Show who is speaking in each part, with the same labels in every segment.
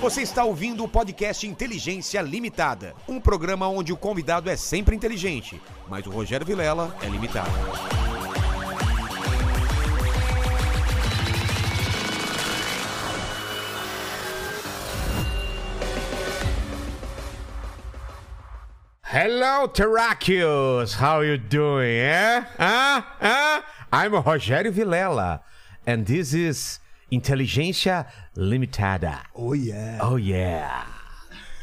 Speaker 1: Você está ouvindo o podcast Inteligência Limitada, um programa onde o convidado é sempre inteligente, mas o Rogério Vilela é limitado.
Speaker 2: Hello, Terráqueos! How you doing, eh? Ah, ah? I'm Rogério Vilela, and this is Inteligência Limitada.
Speaker 3: Oh yeah.
Speaker 2: Oh, yeah!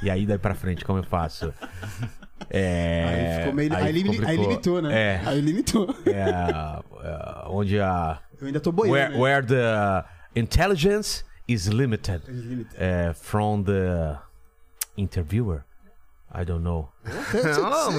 Speaker 2: E aí, daí pra frente, como eu faço? É...
Speaker 3: Aí ficou meio- aí limi- aí
Speaker 2: complicou.
Speaker 3: limitou, né?
Speaker 2: É.
Speaker 3: Aí limitou.
Speaker 2: é, é, onde a...
Speaker 3: Eu ainda tô boiando.
Speaker 2: Where,
Speaker 3: né?
Speaker 2: where the intelligence is limited.
Speaker 3: limited.
Speaker 2: É, from the interviewer. I don't know.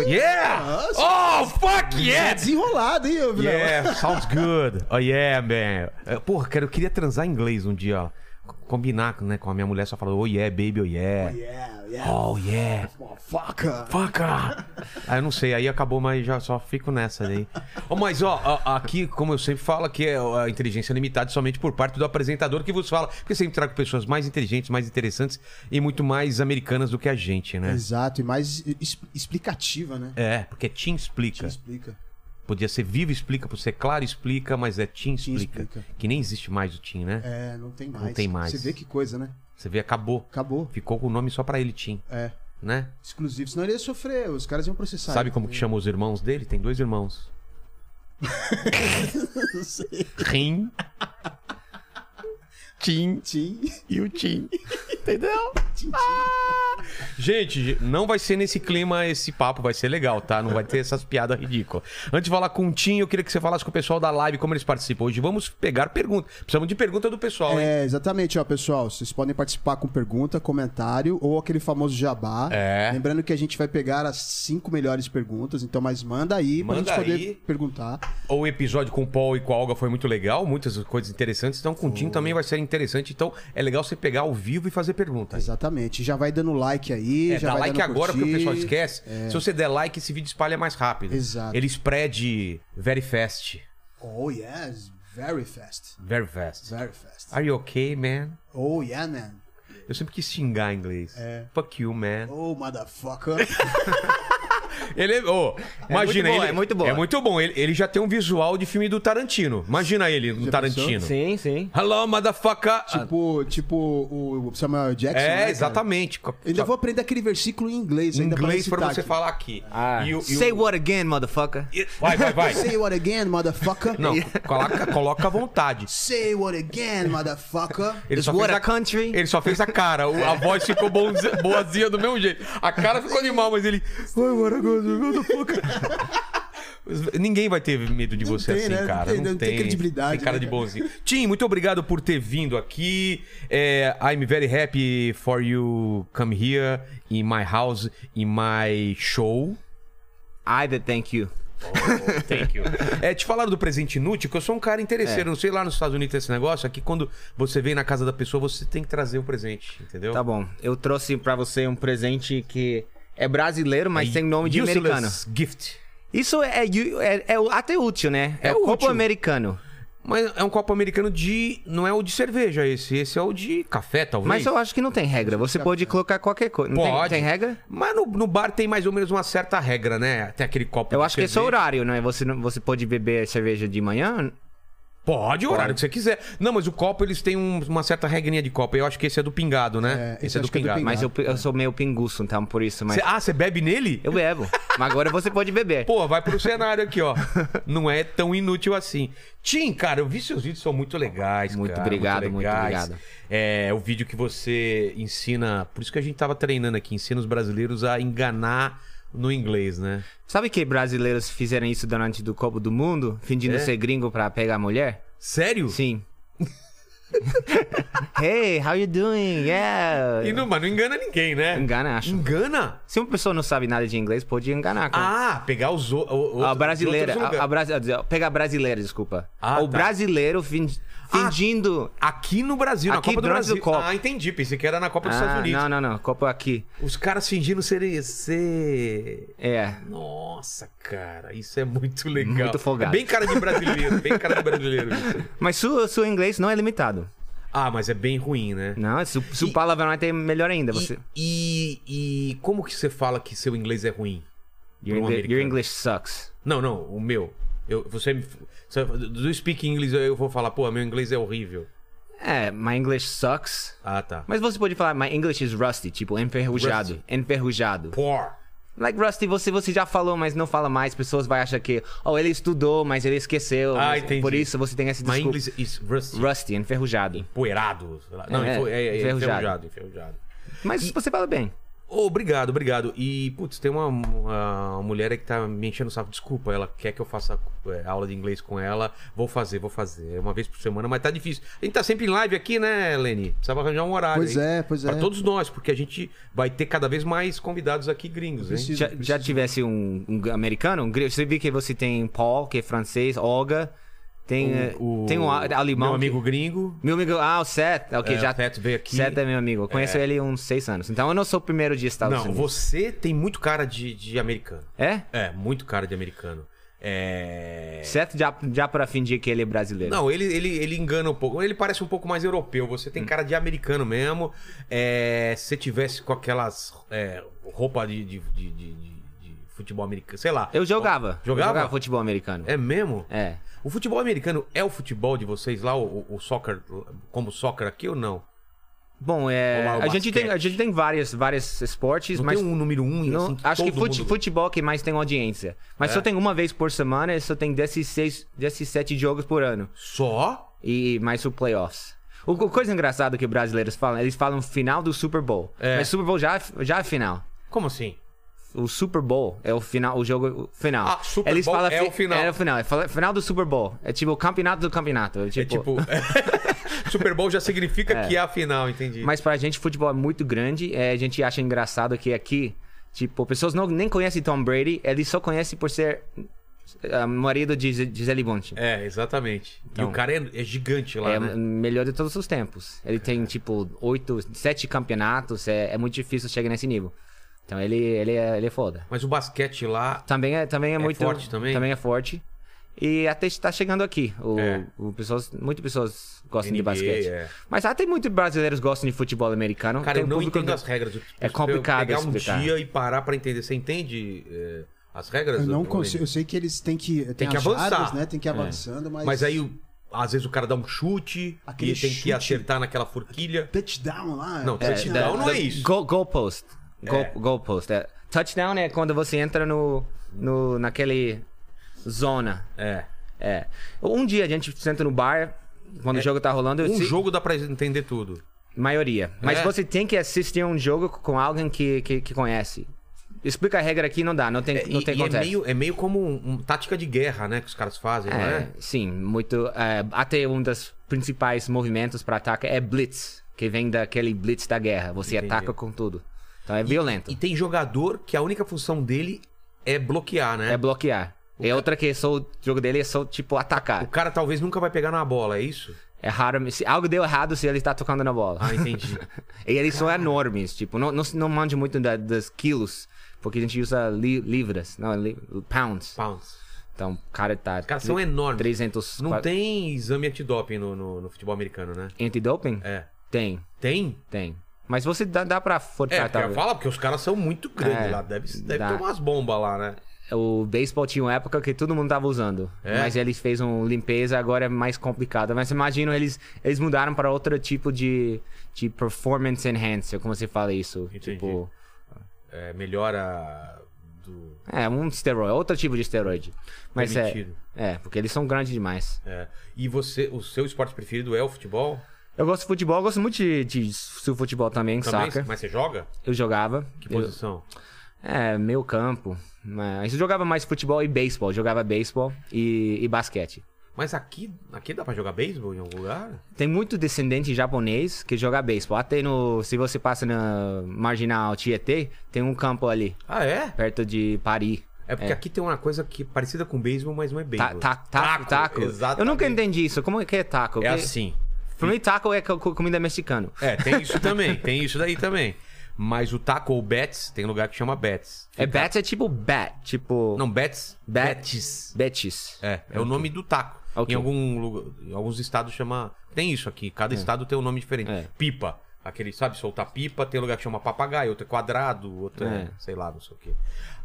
Speaker 2: yeah! Oh, fuck
Speaker 3: É
Speaker 2: yeah!
Speaker 3: desenrolado, hein, ô, Vilela?
Speaker 2: Yeah, sounds good. Oh yeah, man. É, Porra, cara, eu queria transar em inglês um dia, ó. C- Combinar né, com a minha mulher, só falar, oh yeah, baby, oh yeah.
Speaker 3: Yeah, yeah.
Speaker 2: Oh yeah.
Speaker 3: Fofoca.
Speaker 2: Faca! Aí Ah, eu não sei, aí acabou, mas já só fico nessa daí. Ó, mas ó, a- aqui, como eu sempre falo, aqui é a inteligência limitada somente por parte do apresentador que vos fala. Porque eu sempre trago pessoas mais inteligentes, mais interessantes e muito mais americanas do que a gente, né?
Speaker 3: Exato, e mais es- explicativa, né?
Speaker 2: É, porque Tim
Speaker 3: Te
Speaker 2: explica.
Speaker 3: explica.
Speaker 2: Podia ser vivo explica, podia ser claro explica, mas é Tim explica.
Speaker 3: explica.
Speaker 2: Que nem existe mais o Tim, né?
Speaker 3: É, não tem mais.
Speaker 2: tem mais.
Speaker 3: Você vê que coisa, né?
Speaker 2: Você vê, acabou.
Speaker 3: Acabou.
Speaker 2: Ficou com o nome só pra ele, Tim,
Speaker 3: É,
Speaker 2: né?
Speaker 3: exclusivo. Senão ele ia sofrer, os caras iam processar.
Speaker 2: Sabe
Speaker 3: ele
Speaker 2: como que chama os irmãos dele? Tem dois irmãos.
Speaker 3: Não sei.
Speaker 2: Rim. Tim
Speaker 3: Tim.
Speaker 2: e o Tim. Entendeu? Ah! Gente, não vai ser nesse clima esse papo, vai ser legal, tá? Não vai ter essas piadas ridículas. Antes de falar com o Tim, eu queria que você falasse com o pessoal da live como eles participam hoje. Vamos pegar perguntas. Precisamos de pergunta do pessoal, hein?
Speaker 3: É, exatamente, ó, pessoal. Vocês podem participar com pergunta, comentário ou aquele famoso jabá.
Speaker 2: É.
Speaker 3: Lembrando que a gente vai pegar as cinco melhores perguntas, então, mas manda aí
Speaker 2: Manda
Speaker 3: pra gente poder
Speaker 2: aí.
Speaker 3: perguntar.
Speaker 2: O episódio com o Paul e com a Olga foi muito legal, muitas coisas interessantes. Então, com o Tim também vai ser interessante. Então, é legal você pegar ao vivo e fazer perguntas.
Speaker 3: Exatamente. Já vai dando like aí.
Speaker 2: É,
Speaker 3: já
Speaker 2: dá
Speaker 3: vai
Speaker 2: like
Speaker 3: dando
Speaker 2: agora porque o
Speaker 3: curtir. É.
Speaker 2: pessoal esquece. Se você der like, esse vídeo espalha mais rápido.
Speaker 3: Exato.
Speaker 2: Ele spread very fast.
Speaker 3: Oh, yes. Very fast.
Speaker 2: Very fast.
Speaker 3: Very fast.
Speaker 2: Are you okay, man?
Speaker 3: Oh, yeah, man.
Speaker 2: Eu sempre quis xingar em inglês.
Speaker 3: É.
Speaker 2: Fuck you, man.
Speaker 3: Oh, motherfucker.
Speaker 2: Ele é. ô, imagina
Speaker 4: muito bom,
Speaker 2: ele.
Speaker 4: é muito bom.
Speaker 2: É muito bom. Ele, ele já tem um visual de filme do Tarantino. Imagina ele no Tarantino.
Speaker 4: Sim, sim.
Speaker 2: Hello, motherfucker. Ah,
Speaker 3: tipo, tipo o Samuel Jackson. né,
Speaker 2: é,
Speaker 3: cara?
Speaker 2: exatamente. Co-
Speaker 3: Ainda vou aprender aquele versículo em inglês
Speaker 2: Em
Speaker 3: ainda
Speaker 2: inglês
Speaker 3: pra,
Speaker 2: pra
Speaker 3: recitar
Speaker 2: você
Speaker 3: aqui.
Speaker 2: falar aqui. E o- e o-
Speaker 4: Ah, Say what again, motherfucker.
Speaker 2: e- Vai, vai, vai.
Speaker 3: Say what again, motherfucker.
Speaker 2: Não, coloca, coloca à vontade.
Speaker 3: Say what again, motherfucker.
Speaker 2: Ele
Speaker 4: It's
Speaker 2: só, fez
Speaker 4: what a
Speaker 2: a,
Speaker 4: country.
Speaker 2: ele só fez a cara. O- A voz ficou bonzi- boazinha do mesmo jeito. A cara ficou animal, mas ele. Ai, what a country, what the fuck?" Ninguém vai ter medo de
Speaker 3: Não
Speaker 2: você
Speaker 3: tem,
Speaker 2: assim,
Speaker 3: né? Não
Speaker 2: cara.
Speaker 3: tem, não tem credibilidade,
Speaker 2: Tem cara
Speaker 3: né,
Speaker 2: de
Speaker 3: cara?
Speaker 2: bonzinho. Tim, muito obrigado por ter vindo aqui. É, I'm very happy for you come here in my house, in my show.
Speaker 4: I that thank you.
Speaker 2: Thank you. É, te falaram do presente inútil, que eu sou um cara interesseiro. Não sei lá nos Estados Unidos tem esse negócio, aqui quando você vem na casa da pessoa, você tem que trazer o presente, entendeu?
Speaker 4: Tá bom. Eu trouxe pra você um presente que é brasileiro, mas tem nome de
Speaker 2: Useless
Speaker 4: americano.
Speaker 2: gift.
Speaker 4: Isso é, é- é até útil, né? É,
Speaker 2: É
Speaker 4: o copo
Speaker 2: útil.
Speaker 4: americano.
Speaker 2: Mas é um copo americano de. Não é o de cerveja esse, esse é o de café, talvez.
Speaker 4: Mas eu acho que não tem regra. Você pode colocar qualquer coisa. Não tem-
Speaker 2: Pode.
Speaker 4: Tem, regra?
Speaker 2: Mas no, no bar tem mais ou menos uma certa regra, né? Tem aquele copo
Speaker 4: Eu
Speaker 2: de
Speaker 4: acho que esse é o
Speaker 2: cerveja.
Speaker 4: horário, né? Você, não- você pode beber cerveja de manhã?
Speaker 2: Pode, o horário que você quiser. Não, mas o copo eles têm um- uma certa regrinha de copo. Eu acho que esse é do pingado, né?
Speaker 3: É, esse acho que é do pingado.
Speaker 4: Mas eu, eu sou meio pinguço, então por isso. Mas
Speaker 2: Cê- ah, você bebe nele?
Speaker 4: eu bebo. Mas agora você pode beber.
Speaker 2: Pô, vai pro cenário aqui, ó. Não é tão inútil assim. Tim, cara, eu vi seus vídeos, são muito legais,
Speaker 4: Muito
Speaker 2: cara,
Speaker 4: obrigado, muito
Speaker 2: legais.
Speaker 4: obrigado.
Speaker 2: É, o vídeo que você ensina... Por isso que a gente tava treinando aqui, ensina os brasileiros a enganar no inglês, né?
Speaker 4: Sabe que brasileiros fizeram isso durante do Copa do Mundo, fingindo
Speaker 2: É?
Speaker 4: ser gringo pra pegar mulher?
Speaker 2: Sério?
Speaker 4: Sim. hey, how you doing? Yeah.
Speaker 2: E não, mas não engana ninguém, né?
Speaker 4: Engana, acho.
Speaker 2: Engana?
Speaker 4: Se uma pessoa não sabe nada de inglês, pode enganar. com-
Speaker 2: Ah, pegar os o- o- outros-
Speaker 4: a brasileira,
Speaker 2: outros
Speaker 4: a, a
Speaker 2: lugares.
Speaker 4: brasi- a dizer, pega a brasileira, desculpa.
Speaker 2: Ah, tá.
Speaker 4: o
Speaker 2: Ah,
Speaker 4: brasileiro fin- fingindo.
Speaker 2: Aqui no Brasil, na
Speaker 4: Aqui
Speaker 2: Copa do
Speaker 4: durante o
Speaker 2: Brasil.
Speaker 4: Copa.
Speaker 2: Ah, entendi. Pensei que era na Copa dos
Speaker 4: Ah,
Speaker 2: Estados Unidos.
Speaker 4: não, não, não. Copa aqui.
Speaker 2: Os caras fingindo ser... ser...
Speaker 4: É.
Speaker 2: Nossa, cara, isso é muito legal.
Speaker 4: Muito folgado.
Speaker 2: É bem cara de brasileiro, bem cara de brasileiro. isso.
Speaker 4: Mas seu, seu inglês não é limitado.
Speaker 2: Ah, mas é bem ruim, né?
Speaker 4: Não, se, o- se o palavrão Hum, é melhor ainda. Você...
Speaker 2: E, e- e como que você fala que seu inglês é ruim?
Speaker 4: Your,
Speaker 2: Pro
Speaker 4: Engli-
Speaker 2: americano.
Speaker 4: your English sucks.
Speaker 2: Não, não, o meu. Eu, você me. você- Do you speak English, eu vou falar, pô, meu inglês é horrível.
Speaker 4: É, my English sucks.
Speaker 2: Ah, tá.
Speaker 4: Mas você pode falar, my English is rusty, tipo, enferrujado.
Speaker 2: Rusty.
Speaker 4: Enferrujado.
Speaker 2: Poor.
Speaker 4: Like rusty, você, você já falou, mas não fala mais. Pessoas vão achar que, oh, ele estudou, mas ele esqueceu.
Speaker 2: Ah,
Speaker 4: mas
Speaker 2: entendi.
Speaker 4: Por isso você tem essa
Speaker 2: My
Speaker 4: desculpa.
Speaker 2: English is rusty.
Speaker 4: Rusty, enferrujado.
Speaker 2: Poeirado. sei lá. Não, é, é,
Speaker 4: É,
Speaker 2: é enferrujado.
Speaker 4: enferrujado.
Speaker 2: enferrujado.
Speaker 4: Mas você fala bem.
Speaker 2: Ô, obrigado, obrigado. E, putz, tem uma, uma mulher aí que tá me enchendo o saco. Desculpa, ela quer que eu faça é, aula de inglês com ela. Vou fazer, vou fazer. É Uma vez por semana, mas tá difícil. A gente tá sempre em live aqui, né, Leni? Precisava arranjar um horário.
Speaker 3: Pois
Speaker 2: hein?
Speaker 3: é, pois
Speaker 2: Pra
Speaker 3: é.
Speaker 2: todos nós, porque a gente vai ter cada vez mais convidados aqui gringos, hein?
Speaker 3: Preciso-
Speaker 4: Já,
Speaker 3: preciso-
Speaker 4: já tivesse um, um americano, um grego? Você viu que você tem Paul, que é francês, Olga, tem, eh, tem um a- alemão.
Speaker 2: Meu
Speaker 4: que-
Speaker 2: amigo gringo.
Speaker 4: Meu amigo, ah, o Seth. Ok,
Speaker 2: É,
Speaker 4: já.
Speaker 2: o Seth veio aqui.
Speaker 4: Seth é meu amigo. Eu conheço ele há uns seis anos. Então eu não sou o primeiro dia Estados
Speaker 2: Não,
Speaker 4: Unidos.
Speaker 2: você tem muito cara de, de americano.
Speaker 4: É?
Speaker 2: É, muito cara de americano. É.
Speaker 4: Seth já, já pra fingir que ele é brasileiro.
Speaker 2: Não, ele, ele, ele engana um pouco. Ele parece um pouco mais europeu. Você
Speaker 4: Hum.
Speaker 2: tem cara de americano mesmo. É, se você tivesse com aquelas é, roupa de, de, de- de- de- de futebol americano, sei lá.
Speaker 4: Eu jogava. Eu
Speaker 2: Jogava?
Speaker 4: jogava futebol americano.
Speaker 2: É mesmo?
Speaker 4: É.
Speaker 2: O futebol americano é o futebol de vocês lá, o, o soccer, como soccer aqui ou não?
Speaker 4: Bom, é.
Speaker 2: Ou lá o
Speaker 4: a, gente tem,
Speaker 2: basquete.
Speaker 4: a gente tem vários, vários esportes,
Speaker 2: Não
Speaker 4: mas.
Speaker 2: tem um número um e
Speaker 4: não-
Speaker 2: assim,
Speaker 4: acho que
Speaker 2: todo
Speaker 4: fute,
Speaker 2: mundo-
Speaker 4: futebol que mais tem audiência. Mas
Speaker 2: É?
Speaker 4: só tem uma vez por semana e só tem 16, 17 jogos por ano.
Speaker 2: Só?
Speaker 4: e mais o playoffs. O, o coisa engraçada que brasileiros falam, eles falam final do Super Bowl.
Speaker 2: É.
Speaker 4: Mas Super Bowl já, é- já é final.
Speaker 2: Como assim?
Speaker 4: O Super Bowl é o final, o jogo final.
Speaker 2: Ah, Super Bowl é
Speaker 4: fi-
Speaker 2: o final.
Speaker 4: É o final, é fala- final do Super Bowl. É tipo o campeonato do campeonato. é
Speaker 2: É tipo. Super Bowl já significa que é a final, entendi.
Speaker 4: Mas pra gente, futebol é muito grande. é, a gente acha engraçado que aqui, tipo, pessoas não, nem conhecem Tom Brady, ele só conhece por ser ah, marido de Gis- Gisele Bundchen.
Speaker 2: É, exatamente. e o cara é, é gigante lá,
Speaker 4: Então. É o
Speaker 2: né? É.
Speaker 4: melhor de todos os tempos. Ele tem, tipo, oito, sete campeonatos. É, é muito difícil chegar nesse nível. Então ele, ele, é, ele é foda.
Speaker 2: Mas o basquete lá.
Speaker 4: Também é, também é, muito.
Speaker 2: forte também?
Speaker 4: é forte. E até está chegando aqui. O,
Speaker 2: É.
Speaker 4: o pessoas, muitas pessoas gostam de
Speaker 2: NBA,
Speaker 4: basquete.
Speaker 2: é.
Speaker 4: Mas até muitos brasileiros gostam de futebol americano.
Speaker 2: Cara,
Speaker 4: Tem
Speaker 2: eu
Speaker 4: um
Speaker 2: não
Speaker 4: público
Speaker 2: entendo
Speaker 4: que-
Speaker 2: as regras. Eu-
Speaker 4: É complicado
Speaker 2: eu Pegar um
Speaker 4: explicar.
Speaker 2: dia e parar pra entender. Você entende eh, as regras?
Speaker 3: Eu não
Speaker 2: Lene?
Speaker 3: consigo. Eu sei que eles têm que. Tem,
Speaker 2: que
Speaker 3: as
Speaker 2: avançar. É.
Speaker 3: jardas, né? Tem que ir avançando, mas.
Speaker 2: Mas aí, o- às vezes, o cara dá um chute
Speaker 3: Aquele
Speaker 2: e tem que
Speaker 3: chute.
Speaker 2: acertar naquela forquilha.
Speaker 3: Touchdown lá.
Speaker 2: Não, touchdown
Speaker 4: da-
Speaker 2: não
Speaker 4: da-
Speaker 2: é isso.
Speaker 4: Goal, goal post. Goal,
Speaker 2: É.
Speaker 4: goal post. é. Touchdown é quando você entra no, no naquele zona.
Speaker 2: É.
Speaker 4: É. Um dia a gente senta no bar, quando o jogo tá rolando, eu
Speaker 2: Um
Speaker 4: se-
Speaker 2: jogo dá pra entender tudo.
Speaker 4: maioria. Mas
Speaker 2: É.
Speaker 4: você tem que assistir um jogo com alguém que, que, que conhece. Explica a regra aqui, não dá, não tem,
Speaker 2: É,
Speaker 4: não
Speaker 2: e
Speaker 4: tem
Speaker 2: e é,
Speaker 4: contexto.
Speaker 2: meio, é meio como um, um tática de guerra, né? Que os caras fazem, não
Speaker 4: É,
Speaker 2: é?
Speaker 4: sim, muito. é, até um dos principais movimentos pra ataque é blitz, que vem daquele blitz da guerra. Você
Speaker 2: Entendi.
Speaker 4: ataca com tudo. Então é violento.
Speaker 2: E tem jogador que a única função dele é bloquear, né?
Speaker 4: É bloquear. E outra que só o jogo dele é só, tipo,
Speaker 2: O
Speaker 4: atacar.
Speaker 2: cara talvez nunca vai pegar na bola, é isso?
Speaker 4: É raro. Se algo deu errado se ele tá tocando na bola.
Speaker 2: Ah, entendi.
Speaker 4: E eles são enormes, tipo, não, não, se- não mande muito da, das quilos, porque a gente usa li- libras, não, li- pounds.
Speaker 2: Pounds.
Speaker 4: Então, o cara tá...
Speaker 2: Os caras são enormes.
Speaker 4: 300...
Speaker 2: Não
Speaker 4: quase-
Speaker 2: tem exame antidoping no, no, no futebol americano, né?
Speaker 4: Antidoping?
Speaker 2: É.
Speaker 4: Tem,
Speaker 2: Tem?
Speaker 4: tem. Mas você dá, dá pra
Speaker 2: É,
Speaker 4: forçar,
Speaker 2: porque eu
Speaker 4: talvez.
Speaker 2: falo, porque os caras são muito grandes
Speaker 4: É,
Speaker 2: lá. Deve, deve
Speaker 4: dá.
Speaker 2: ter umas bombas lá, né?
Speaker 4: O beisebol tinha uma época que todo mundo tava usando.
Speaker 2: É?
Speaker 4: Mas eles fez uma limpeza, agora é mais complicado. Mas imagino, eles, eles mudaram para outro tipo de, de performance enhancer, como você fala isso.
Speaker 2: Entendi.
Speaker 4: Tipo...
Speaker 2: É, melhora do.
Speaker 4: É, um esteroide, outro tipo de esteroide. Mas é,
Speaker 2: Permitido.
Speaker 4: é, porque eles são grandes demais.
Speaker 2: é. E você, o seu esporte preferido é o futebol?
Speaker 4: Eu gosto de futebol, eu gosto muito de, de su- futebol também,
Speaker 2: Também?
Speaker 4: saca?
Speaker 2: Mas você joga?
Speaker 4: Eu jogava.
Speaker 2: Que
Speaker 4: Um eu-
Speaker 2: posição?
Speaker 4: é, meio campo. Mas eu jogava mais futebol e beisebol. Jogava beisebol e, e basquete.
Speaker 2: Mas aqui, aqui dá pra jogar beisebol em algum lugar?
Speaker 4: Tem muito descendente japonês que joga beisebol. Até no. Se você passa na Marginal Tietê, tem um campo ali,
Speaker 2: Ah, é?
Speaker 4: perto de Paris.
Speaker 2: É porque aqui tem uma coisa que é parecida com beisebol, mas não é
Speaker 4: Ta,
Speaker 2: beisebol.
Speaker 4: ta, taco, taco.
Speaker 2: Exatamente.
Speaker 4: Eu nunca entendi isso. Como é que é taco?
Speaker 2: É
Speaker 4: Porque
Speaker 2: assim.
Speaker 4: Pra mim, taco é co- co- comida mexicana.
Speaker 2: É, tem isso também, tem isso daí também. Mas o taco ou bets, tem lugar que chama bets.
Speaker 4: É bats é tipo bat, tipo.
Speaker 2: Não, bets.
Speaker 4: Bet-
Speaker 2: Bets.
Speaker 4: Betis.
Speaker 2: É, é o nome do taco.
Speaker 4: Ok.
Speaker 2: Em, algum lugar, em alguns estados chama Tem isso aqui. Cada estado tem um nome diferente.
Speaker 4: É.
Speaker 2: Pipa. Aquele, sabe, soltar pipa, tem um lugar que chama papagaio, outro é quadrado, outro é,
Speaker 4: É.
Speaker 2: sei lá, não sei o quê.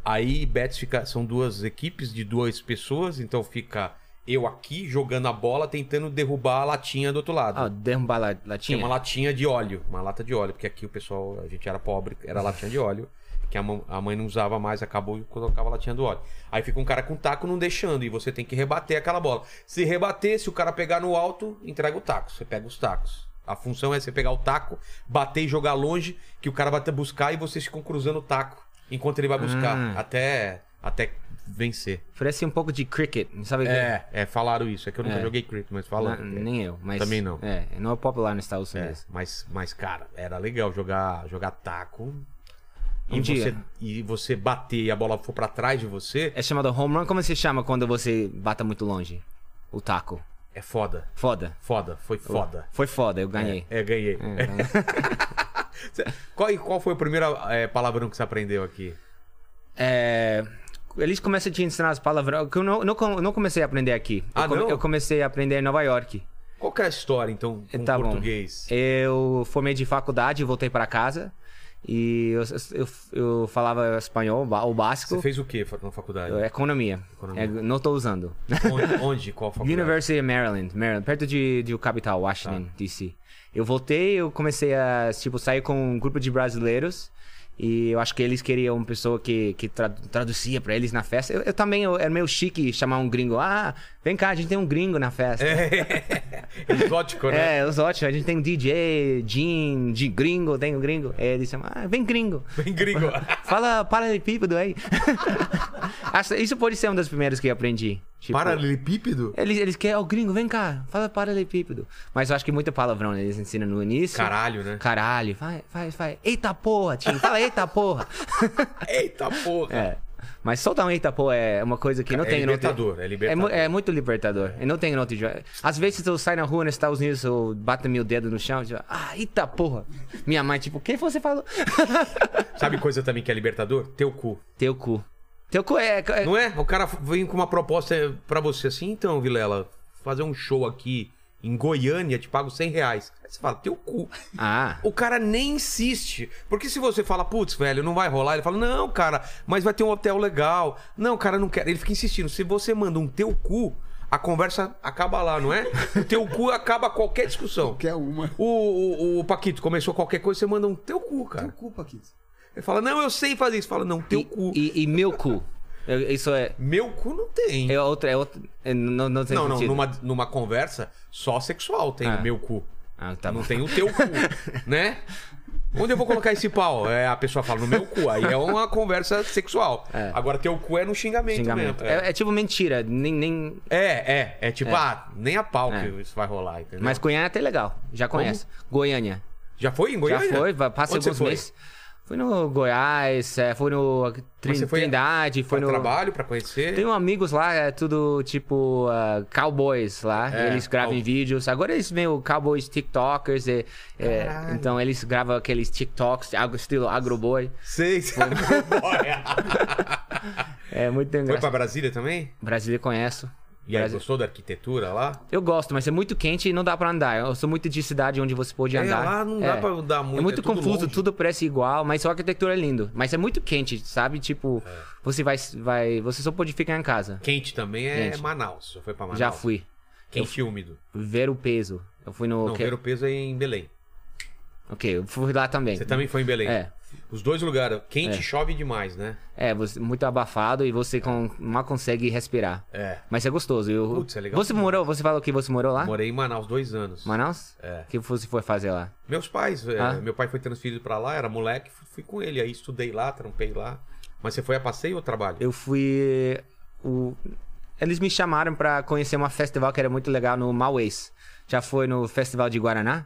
Speaker 2: Aí bets fica, são duas equipes de duas pessoas, então fica eu aqui jogando a bola tentando derrubar a latinha do outro lado.
Speaker 4: Ah, derrubar la-
Speaker 2: Tinha
Speaker 4: latinha?
Speaker 2: uma latinha de óleo, uma lata de óleo, porque aqui o pessoal, a gente era pobre, era latinha de óleo, que a, mão- a mãe não usava mais, acabou e colocava a latinha do óleo. Aí fica um cara com taco não deixando, e você tem que rebater aquela bola. Se rebater, se o cara pegar no alto, entrega o taco, você pega os tacos. A função é você pegar o taco, bater e jogar longe, que o cara vai até buscar e vocês ficam cruzando o taco enquanto ele vai buscar,
Speaker 4: Ah.
Speaker 2: até, até vencer.
Speaker 4: Parece um pouco de cricket, sabe?
Speaker 2: É, é, falaram isso. É que eu nunca
Speaker 4: É.
Speaker 2: joguei cricket, mas
Speaker 4: Não,
Speaker 2: falaram.
Speaker 4: nem eu, mas...
Speaker 2: é. Também não.
Speaker 4: É, não é popular nos Estados
Speaker 2: É,
Speaker 4: Unidos.
Speaker 2: mas, mas, cara, era legal jogar, jogar taco.
Speaker 4: Um
Speaker 2: e,
Speaker 4: dia.
Speaker 2: Você, e você bater e a bola for pra trás de você,
Speaker 4: É. chamado home run. Como se chama quando você bata muito longe? O taco.
Speaker 2: é foda.
Speaker 4: Foda.
Speaker 2: Foda, foi foda.
Speaker 4: Foi foda, eu ganhei.
Speaker 2: É, ganhei. Cê- qual, e qual foi o primeiro é, palavrão que você aprendeu aqui?
Speaker 4: É, Eles começam a te ensinar as palavras. que Eu não, não, com- não comecei a aprender aqui.
Speaker 2: Ah,
Speaker 4: eu, come-
Speaker 2: não?
Speaker 4: eu comecei a aprender em Nova York.
Speaker 2: Qual que é a história, então, com
Speaker 4: Tá bom.
Speaker 2: português?
Speaker 4: Eu formei de faculdade, voltei pra casa. E eu, eu, eu falava espanhol, ba- o básico.
Speaker 2: Você fez o que na faculdade?
Speaker 4: Economia.
Speaker 2: Economia.
Speaker 4: É, não tô usando.
Speaker 2: Onde, onde? Qual faculdade?
Speaker 4: University of Maryland, Maryland, perto de, de capital, Washington, D.C. Eu voltei, eu comecei a, tipo, sair com um grupo de brasileiros. E eu acho que eles queriam uma pessoa que, que tra- traduzia pra eles na festa. Eu, eu também, eu, era meio chique chamar um gringo. Ah, vem cá, a gente tem um gringo na festa.
Speaker 2: É, né? Exótico, né?
Speaker 4: É, os ótimos. A gente tem um DJ, Jean, de gringo, tem um gringo. Aí eles chamam, ah, vem gringo.
Speaker 2: Bem gringo.
Speaker 4: Fala paralelepípedo aí. Acho- Isso pode ser um das primeiras que eu aprendi. Tipo,
Speaker 2: Paralelepípedo?
Speaker 4: Eles, eles querem, ó, gringo, vem cá, fala paralelepípedo. Mas eu acho que muito palavrão né? eles ensinam no início.
Speaker 2: Caralho, né?
Speaker 4: Caralho, vai, vai, vai. Eita porra, tio, fala eita porra.
Speaker 2: Eita porra!
Speaker 4: é. Mas soltar um eita porra é uma coisa que não
Speaker 2: É
Speaker 4: tem em outro-
Speaker 2: libertador, é libertador.
Speaker 4: mu- É, muito libertador. Eu não tenho em outro jogo. Às vezes eu saio na rua nos Estados Unidos, eu bato meu dedo no chão, eu, ah, eita porra. Minha mãe, tipo, o que você falou?
Speaker 2: Sabe coisa também que é libertador? Teu cu.
Speaker 4: Teu cu. Teu cu é. é-
Speaker 2: Não é? O cara vem com uma proposta pra você assim, então, Vilela, fazer um show aqui em Goiânia, te pago 100 reais. Aí você fala, teu cu.
Speaker 4: Ah.
Speaker 2: O cara nem insiste. Porque se você fala, putz, velho, não vai rolar, ele fala, não, cara, mas vai ter um hotel legal. Não, cara, não quero. Ele fica insistindo. Se você manda um teu cu, a conversa acaba lá, não é? O teu cu acaba qualquer discussão.
Speaker 3: Qualquer uma.
Speaker 2: O, o- o Paquito começou qualquer coisa, você manda um teu cu,
Speaker 3: Teu
Speaker 2: cara.
Speaker 3: cu, Paquito.
Speaker 2: Ele fala, não, eu sei fazer isso. Fala, não, teu
Speaker 4: E,
Speaker 2: cu.
Speaker 4: e- e meu cu. Eu- Isso é.
Speaker 2: Meu cu não tem.
Speaker 4: É outra. É outra é, não, não tem
Speaker 2: Não, não,
Speaker 4: sentido.
Speaker 2: numa, numa conversa só sexual tem
Speaker 4: Ah.
Speaker 2: o meu cu.
Speaker 4: Ah, tá
Speaker 2: não
Speaker 4: bom.
Speaker 2: tem o teu cu, né? Onde eu vou colocar esse pau? É, a pessoa fala no meu cu. Aí é uma conversa sexual. Agora teu cu é no xingamento,
Speaker 4: Xingamento.
Speaker 2: mesmo.
Speaker 4: É, é tipo mentira. Nem, nem...
Speaker 2: É, é. É tipo, ah, nem a pau
Speaker 4: É.
Speaker 2: que isso vai rolar, entendeu?
Speaker 4: Mas Goiânia é até legal. Já conhece. Goiânia.
Speaker 2: Já foi em Goiânia?
Speaker 4: Já foi, vai- passa
Speaker 2: Onde você
Speaker 4: alguns
Speaker 2: foi?
Speaker 4: meses. Fui no Goiás, é, fui no
Speaker 2: Mas você
Speaker 4: Trin-
Speaker 2: foi
Speaker 4: Trindade, foi
Speaker 2: Pra
Speaker 4: no.
Speaker 2: trabalho, pra conhecer.
Speaker 4: Tenho amigos lá, é tudo tipo ah, cowboys lá.
Speaker 2: É,
Speaker 4: eles gravam
Speaker 2: cow-
Speaker 4: vídeos. Agora eles meio cowboys TikTokers. E, é, então eles gravam aqueles TikToks, algo estilo agroboy.
Speaker 2: Sei, sabe?
Speaker 4: É muito
Speaker 2: foi pra
Speaker 4: engraçado.
Speaker 2: Brasília também?
Speaker 4: Brasília conheço.
Speaker 2: E aí,
Speaker 4: Brasi-
Speaker 2: gostou da arquitetura lá?
Speaker 4: Eu gosto, mas é muito quente e não dá pra andar. Eu sou muito de cidade onde você pode
Speaker 2: É,
Speaker 4: andar.
Speaker 2: lá não dá pra andar muito,
Speaker 4: É muito
Speaker 2: é tudo
Speaker 4: confuso,
Speaker 2: longe.
Speaker 4: tudo parece igual, mas a arquitetura é lindo. Mas é muito quente, sabe? Tipo,
Speaker 2: É.
Speaker 4: você vai, vai, você só pode ficar em casa.
Speaker 2: Quente também é
Speaker 4: Quente.
Speaker 2: Manaus. Já foi pra Manaus?
Speaker 4: Já fui
Speaker 2: Quente e úmido.
Speaker 4: ver o peso. Eu fui no,
Speaker 2: Não,
Speaker 4: que-
Speaker 2: ver o peso é em Belém.
Speaker 4: ok, eu fui lá também.
Speaker 2: Você também foi em Belém.
Speaker 4: É.
Speaker 2: Os dois lugares. Quente e chove demais, né?
Speaker 4: É, você, muito abafado e você com- mal consegue respirar.
Speaker 2: É.
Speaker 4: Mas é gostoso. Eu,
Speaker 2: Putz, é legal.
Speaker 4: Você morou? Você falou que você morou lá?
Speaker 2: Morei em Manaus dois anos.
Speaker 4: Manaus?
Speaker 2: É.
Speaker 4: O que você foi fazer lá?
Speaker 2: Meus pais, é,
Speaker 4: Ah.
Speaker 2: meu pai foi transferido pra lá, era moleque, fui, fui com ele. Aí estudei lá, trampei lá. Mas você foi a passeio ou trabalho?
Speaker 4: Eu fui. o- Eles me chamaram pra conhecer um festival que era muito legal no Maués. Já foi no Festival de Guaraná?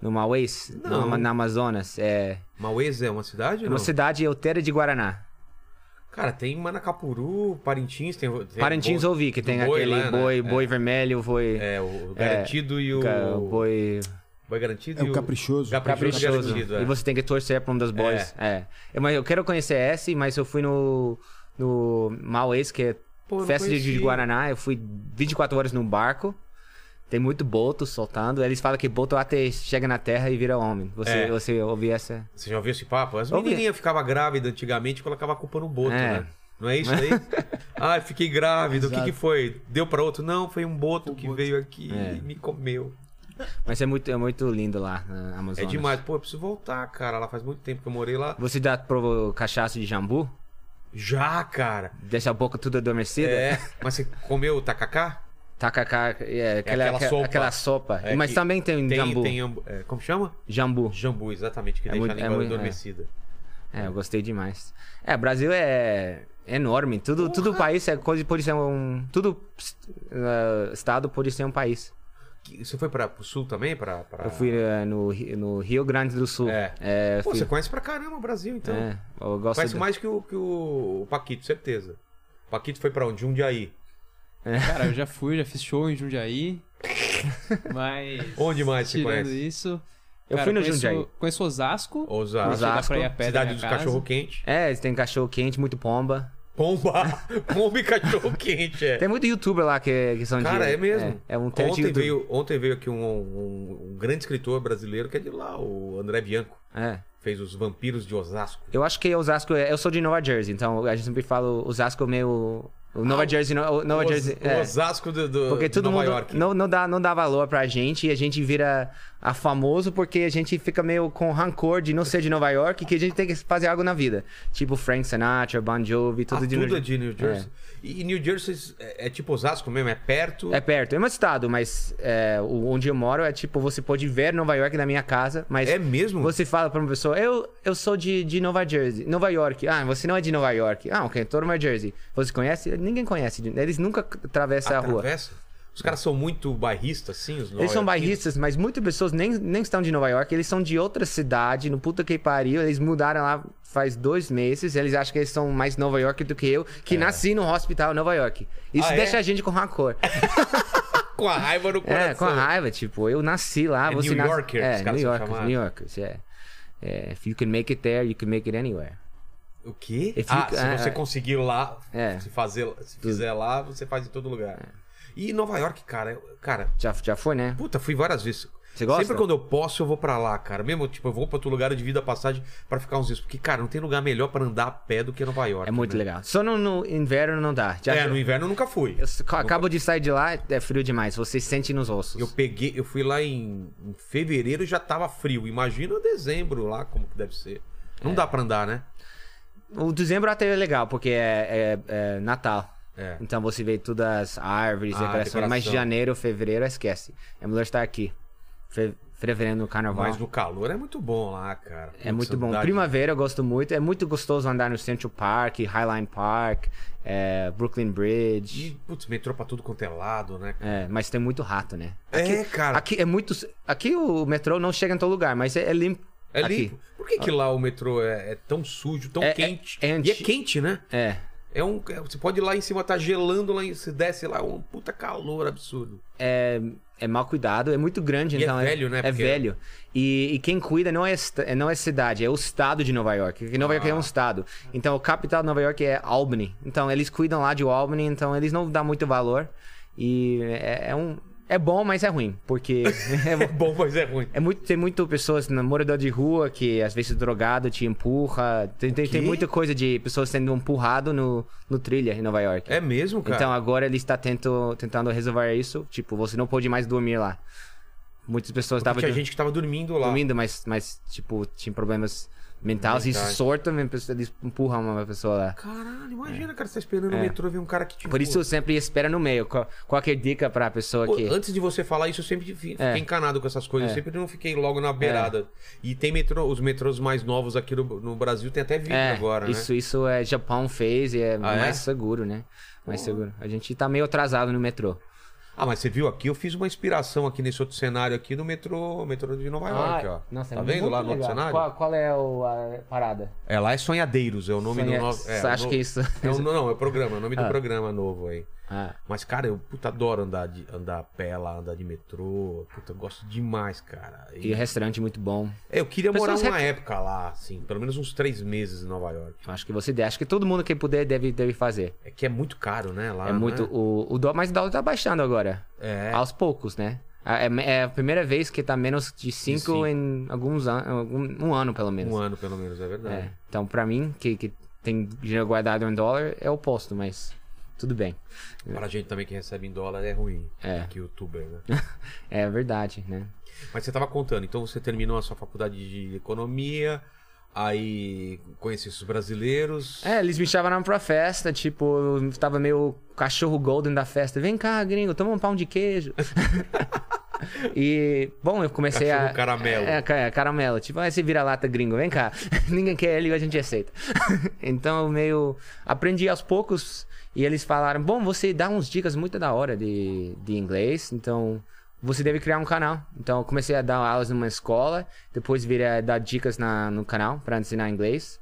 Speaker 4: No Maués?
Speaker 2: Não.
Speaker 4: Na, na Amazonas. É
Speaker 2: Maués é uma cidade?
Speaker 4: é
Speaker 2: ou Não?
Speaker 4: uma cidade euteira de Guaraná.
Speaker 2: Cara, tem Manacapuru, Parintins, tem. tem
Speaker 4: Parintins
Speaker 2: boi-
Speaker 4: ouvi que
Speaker 2: do
Speaker 4: tem
Speaker 2: boi
Speaker 4: aquele
Speaker 2: lá, né?
Speaker 4: boi,
Speaker 2: É.
Speaker 4: boi vermelho, boi.
Speaker 2: É, o garantido e o.
Speaker 4: ca- boi
Speaker 2: Boi garantido
Speaker 3: É
Speaker 2: e
Speaker 3: o
Speaker 2: Caprichoso,
Speaker 3: caprichoso.
Speaker 2: e
Speaker 4: caprichoso.
Speaker 2: garantido. é.
Speaker 4: E você tem que torcer pra um dos bois. É. Eu- Mas eu quero conhecer esse, mas eu fui no. No Maués, que é
Speaker 2: Pô, eu não
Speaker 4: festa de- de
Speaker 2: conhecia.
Speaker 4: Guaraná. Eu fui 24 horas no barco. Tem muito boto soltando. Eles falam que boto até chega na terra e vira homem. Você,
Speaker 2: É.
Speaker 4: você ouvi essa.
Speaker 2: Você já ouviu esse papo? As
Speaker 4: Ouvi.
Speaker 2: menininhas ficavam grávidas antigamente e colocavam a culpa no boto,
Speaker 4: É.
Speaker 2: né? Não é isso aí? ah, fiquei grávida. O que,
Speaker 3: Exato.
Speaker 2: que foi? Deu pra outro? Não, foi um boto que veio aqui
Speaker 4: É.
Speaker 2: e me comeu.
Speaker 4: Mas é muito, é muito lindo lá na
Speaker 2: É
Speaker 4: Amazônia.
Speaker 2: demais. Pô, eu preciso voltar, cara. Lá faz muito tempo que eu morei lá.
Speaker 4: Você já provou cachaça de jambu?
Speaker 2: Já, cara.
Speaker 4: Deixa a boca toda adormecida?
Speaker 2: É. Mas você comeu o tacacá?
Speaker 4: Tacacá, é, aquela,
Speaker 2: aquela
Speaker 4: aquela-
Speaker 2: sopa.
Speaker 4: aquela sopa.
Speaker 2: É
Speaker 4: Mas
Speaker 2: que
Speaker 4: também tem,
Speaker 2: Tem,
Speaker 4: jambu.
Speaker 2: tem ambu- é, como chama?
Speaker 4: Jambu.
Speaker 2: Jambu, exatamente, que
Speaker 4: É
Speaker 2: deixa
Speaker 4: muito-
Speaker 2: a
Speaker 4: é
Speaker 2: língua
Speaker 4: muito- é.
Speaker 2: adormecida.
Speaker 4: É, eu gostei demais. É, o Brasil é enorme. Tudo, tudo país é coisa, pode ser um. Tudo eh, estado pode ser um país.
Speaker 2: Que- Você foi pra, pro sul também? Pra, pra-
Speaker 4: Eu fui eh, no, Ri- no Rio Grande do Sul.
Speaker 2: É.
Speaker 4: eu
Speaker 2: Pô,
Speaker 4: fui-
Speaker 2: você conhece pra caramba o Brasil, então.
Speaker 4: é, eu gosto
Speaker 2: Conhece
Speaker 4: do-
Speaker 2: mais que o, que o Paquito, certeza. O Paquito foi pra onde? Jundiaí.
Speaker 5: Cara, eu já fui, já fiz show em Jundiaí. Mas.
Speaker 2: Onde mais você
Speaker 5: Tirando
Speaker 2: conhece?
Speaker 5: isso.
Speaker 4: Eu fui no
Speaker 5: conheço,
Speaker 4: Jundiaí.
Speaker 5: Conheço Osasco.
Speaker 2: Osasco.
Speaker 5: Achei da Praia Pedra,
Speaker 2: Cidade
Speaker 5: minha
Speaker 2: dos
Speaker 5: casa.
Speaker 2: Cachorro Quente.
Speaker 4: É, tem cachorro quente, muito pomba.
Speaker 2: Pomba. Pomba e cachorro quente, é.
Speaker 4: Tem muito youtuber lá que, que são de.
Speaker 2: Cara, é mesmo.
Speaker 4: É, é um teste
Speaker 2: ontem,
Speaker 4: de youtuber.
Speaker 2: veio, ontem veio aqui um, um- um grande escritor brasileiro que é de lá, o André Bianco.
Speaker 4: É.
Speaker 2: Fez os Vampiros de Osasco.
Speaker 4: Eu acho que Osasco. é- Eu sou de Nova Jersey, então a gente sempre fala Osasco é meio. o Nova
Speaker 2: Ah,
Speaker 4: Jersey. no- o Nova
Speaker 2: Os-
Speaker 4: Jersey.
Speaker 2: o
Speaker 4: é.
Speaker 2: Osasco do, do
Speaker 4: Porque
Speaker 2: de
Speaker 4: todo
Speaker 2: Nova
Speaker 4: mundo
Speaker 2: York.
Speaker 4: não, não, dá, não dá valor pra gente e a gente vira a famoso porque a gente fica meio com rancor de não ser de Nova York que a gente tem que fazer algo na vida. Tipo Frank Sinatra, Bon Jovi,
Speaker 2: Ah,
Speaker 4: tudo de
Speaker 2: tudo
Speaker 4: New
Speaker 2: é de New Jersey. E e New Jersey é, é tipo Osasco mesmo, é perto.
Speaker 4: É perto, é um estado, mas é, o- onde eu moro é tipo, você pode ver Nova York na minha casa, mas
Speaker 2: É mesmo?
Speaker 4: você fala pra uma pessoa, eu, eu sou de, de Nova Jersey, Nova York. Ah, você não é de Nova York. Ah, ok, tô Nova Jersey. Você conhece? Ninguém conhece, eles nunca atravessam a rua.
Speaker 2: Atravessa. Os caras são muito bairristas, sim, os
Speaker 4: Eles são
Speaker 2: nova-iorquinos.
Speaker 4: bairristas, mas muitas pessoas nem, nem estão de Nova York, eles são de outra cidade, no puta que pariu. Eles mudaram lá faz dois meses, eles acham que eles são mais Nova York do que eu, que nasci no hospital em Nova York. Isso
Speaker 2: É. Ah, é?
Speaker 4: deixa a gente com rancor.
Speaker 2: Com a raiva no coração.
Speaker 4: é, com a raiva, tipo, eu nasci lá,
Speaker 2: É
Speaker 4: você
Speaker 2: New
Speaker 4: nasce...
Speaker 2: Yorker, os
Speaker 4: é,
Speaker 2: caras
Speaker 4: New
Speaker 2: são
Speaker 4: Yorkers,
Speaker 2: chamados.
Speaker 4: New Yorkers, é. É, if you can make it there, you can make it anywhere.
Speaker 2: O quê?
Speaker 4: If
Speaker 2: ah,
Speaker 4: you-
Speaker 2: se
Speaker 4: é,
Speaker 2: você
Speaker 4: é.
Speaker 2: conseguir lá,
Speaker 4: É.
Speaker 2: se, fazer, se fizer lá, você faz em todo lugar. E Nova York, cara, eu- cara,
Speaker 4: Já, já foi, né?
Speaker 2: puta, fui várias vezes.
Speaker 4: Você gosta?
Speaker 2: Sempre quando eu posso, eu vou pra lá, cara. Mesmo, tipo, eu vou pra outro lugar, eu divido a passagem pra ficar uns dias. Porque, cara, não tem lugar melhor pra andar a pé do que Nova York.
Speaker 4: É muito
Speaker 2: né?
Speaker 4: legal. Só no, no inverno não dá. Já-
Speaker 2: É, no inverno eu nunca fui.
Speaker 4: Eu s- acabo de sair de lá, é frio demais. Você sente nos ossos.
Speaker 2: Eu peguei, eu fui lá em, em fevereiro e já tava frio. Imagina dezembro lá, como que deve ser.
Speaker 4: É.
Speaker 2: Não dá pra andar, né?
Speaker 4: O dezembro até é legal, porque é, é- é Natal.
Speaker 2: É.
Speaker 4: Então você vê todas as árvores,
Speaker 2: Ah,
Speaker 4: decorações. Mas
Speaker 2: decoração.
Speaker 4: janeiro, fevereiro, esquece. É melhor estar aqui. Fe- Fevereiro no carnaval.
Speaker 2: Mas no calor é muito bom lá, cara.
Speaker 4: Tá É muito bom.
Speaker 2: saudade.
Speaker 4: Primavera eu gosto muito. É muito gostoso andar no Central Park, Highline Park, é, Brooklyn Bridge.
Speaker 2: E, putz, metrô pra tudo quanto é lado, né?
Speaker 4: É, mas tem muito rato, né?
Speaker 2: é, cara.
Speaker 4: Aqui é muito. Aqui o metrô não chega em todo lugar, mas é, é limpo.
Speaker 2: é
Speaker 4: Aqui. Ah.
Speaker 2: limpo. Por que, que lá o metrô é, é tão sujo, tão
Speaker 4: É- é-
Speaker 2: quente?
Speaker 4: é
Speaker 2: e é
Speaker 4: anti-
Speaker 2: quente, né?
Speaker 4: É.
Speaker 2: É um, é- você pode ir lá em cima, tá gelando lá em Você desce lá, um puta calor absurdo.
Speaker 4: é, é mal cuidado, é muito grande,
Speaker 2: E é
Speaker 4: então.
Speaker 2: velho, né?
Speaker 4: É
Speaker 2: Porque-
Speaker 4: velho. E, e quem cuida não é, est- é- não é cidade, é o estado de Nova York. Porque Nova
Speaker 2: Ah.
Speaker 4: York é um estado. Então, o capital de Nova York é Albany. Então, eles cuidam lá de Albany, então eles não dão muito valor. E é, é um. É bom, mas é ruim, porque é
Speaker 2: É bom, mas é ruim.
Speaker 4: é muito, tem muito pessoas na morador de rua que às vezes é drogado te empurra. Tem, tem, tem
Speaker 2: quê?
Speaker 4: muita coisa de pessoas sendo empurrado no, no trilha em Nova York.
Speaker 2: É mesmo, cara?
Speaker 4: Então agora ele está tento, tentando resolver isso. Tipo, você não pode mais dormir lá. Muitas pessoas
Speaker 2: Porque
Speaker 4: estavam
Speaker 2: tinha gente que tava dormindo lá.
Speaker 4: dormindo, mas, mas, tipo, tinha problemas mentais. E
Speaker 2: Mentais.
Speaker 4: sorta, eles empurram uma pessoa lá.
Speaker 2: Caralho, imagina, cara, você tá esperando no metrô ver um cara que te
Speaker 4: É. Por isso
Speaker 2: empurra.
Speaker 4: eu sempre espero no meio. Qual- Qualquer dica pra pessoa
Speaker 2: Pô,
Speaker 4: que.
Speaker 2: Antes de você falar isso, eu sempre fi- fiquei
Speaker 4: É.
Speaker 2: encanado com essas coisas. Eu
Speaker 4: É.
Speaker 2: sempre não fiquei logo na beirada. E tem metrô, os metrôs mais novos aqui no, no Brasil, tem até vídeo
Speaker 4: É,
Speaker 2: agora, né?
Speaker 4: isso, isso é Japão fez e é
Speaker 2: Ah,
Speaker 4: mais
Speaker 2: é?
Speaker 4: seguro, né? Mais seguro. A gente tá meio atrasado no metrô.
Speaker 2: né? Ah, mas você viu aqui, eu fiz uma inspiração aqui nesse outro cenário aqui do metrô, metrô de Nova
Speaker 4: Ah,
Speaker 2: York, ó. tá vendo lá no outro cenário?
Speaker 4: é Qual, é a parada?
Speaker 2: É, lá é Sonhadeiros, é o nome do novo. É,
Speaker 4: acho
Speaker 2: o no-
Speaker 4: que é isso.
Speaker 2: É o- não, não, é o programa, é o nome do programa novo aí.
Speaker 4: Ah,
Speaker 2: Mas, cara, eu puta, adoro andar, de, andar a pé lá, andar de metrô. Puta, eu gosto demais, cara.
Speaker 4: e o restaurante muito bom.
Speaker 2: É, eu queria
Speaker 4: Pessoas
Speaker 2: morar uma época lá, assim, pelo menos uns três meses em Nova York.
Speaker 4: Eu Acho que você deve. Acho que todo mundo que puder deve, deve fazer.
Speaker 2: É que é muito caro, né? Lá,
Speaker 4: é muito.
Speaker 2: Né?
Speaker 4: O, o dólar, mas o dólar tá baixando agora. agora.
Speaker 2: É.
Speaker 4: Aos poucos, né? Ah, É, é a primeira vez que tá menos de 5
Speaker 2: cinco.
Speaker 4: em alguns anos. Um ano, pelo menos.
Speaker 2: Um ano, pelo menos, é verdade.
Speaker 4: É. Então, pra mim, que, que tem dinheiro guardado em dólar, é o oposto, mas tudo bem.
Speaker 2: Para a gente também que recebe em dólar é ruim.
Speaker 4: É.
Speaker 2: Que youtuber, né?
Speaker 4: É verdade, né?
Speaker 2: Mas você tava contando, então você terminou a sua faculdade de economia, aí conheceu os brasileiros.
Speaker 4: É, eles me chamaram pra festa, tipo, eu tava meio cachorro golden da festa. Vem cá, gringo, toma um pão de queijo. e, bom, eu comecei a.
Speaker 2: Cachorro caramelo.
Speaker 4: É, ca- caramelo. Tipo, ah, esse vira-lata gringo, vem cá. Ninguém quer ele, a gente aceita. então eu meio. Aprendi aos poucos e eles falaram: bom, você dá uns dicas muito da hora de, de inglês, então. Você deve criar um canal. Então, eu comecei a dar aulas numa escola, depois virei a dar dicas na, no canal para ensinar inglês.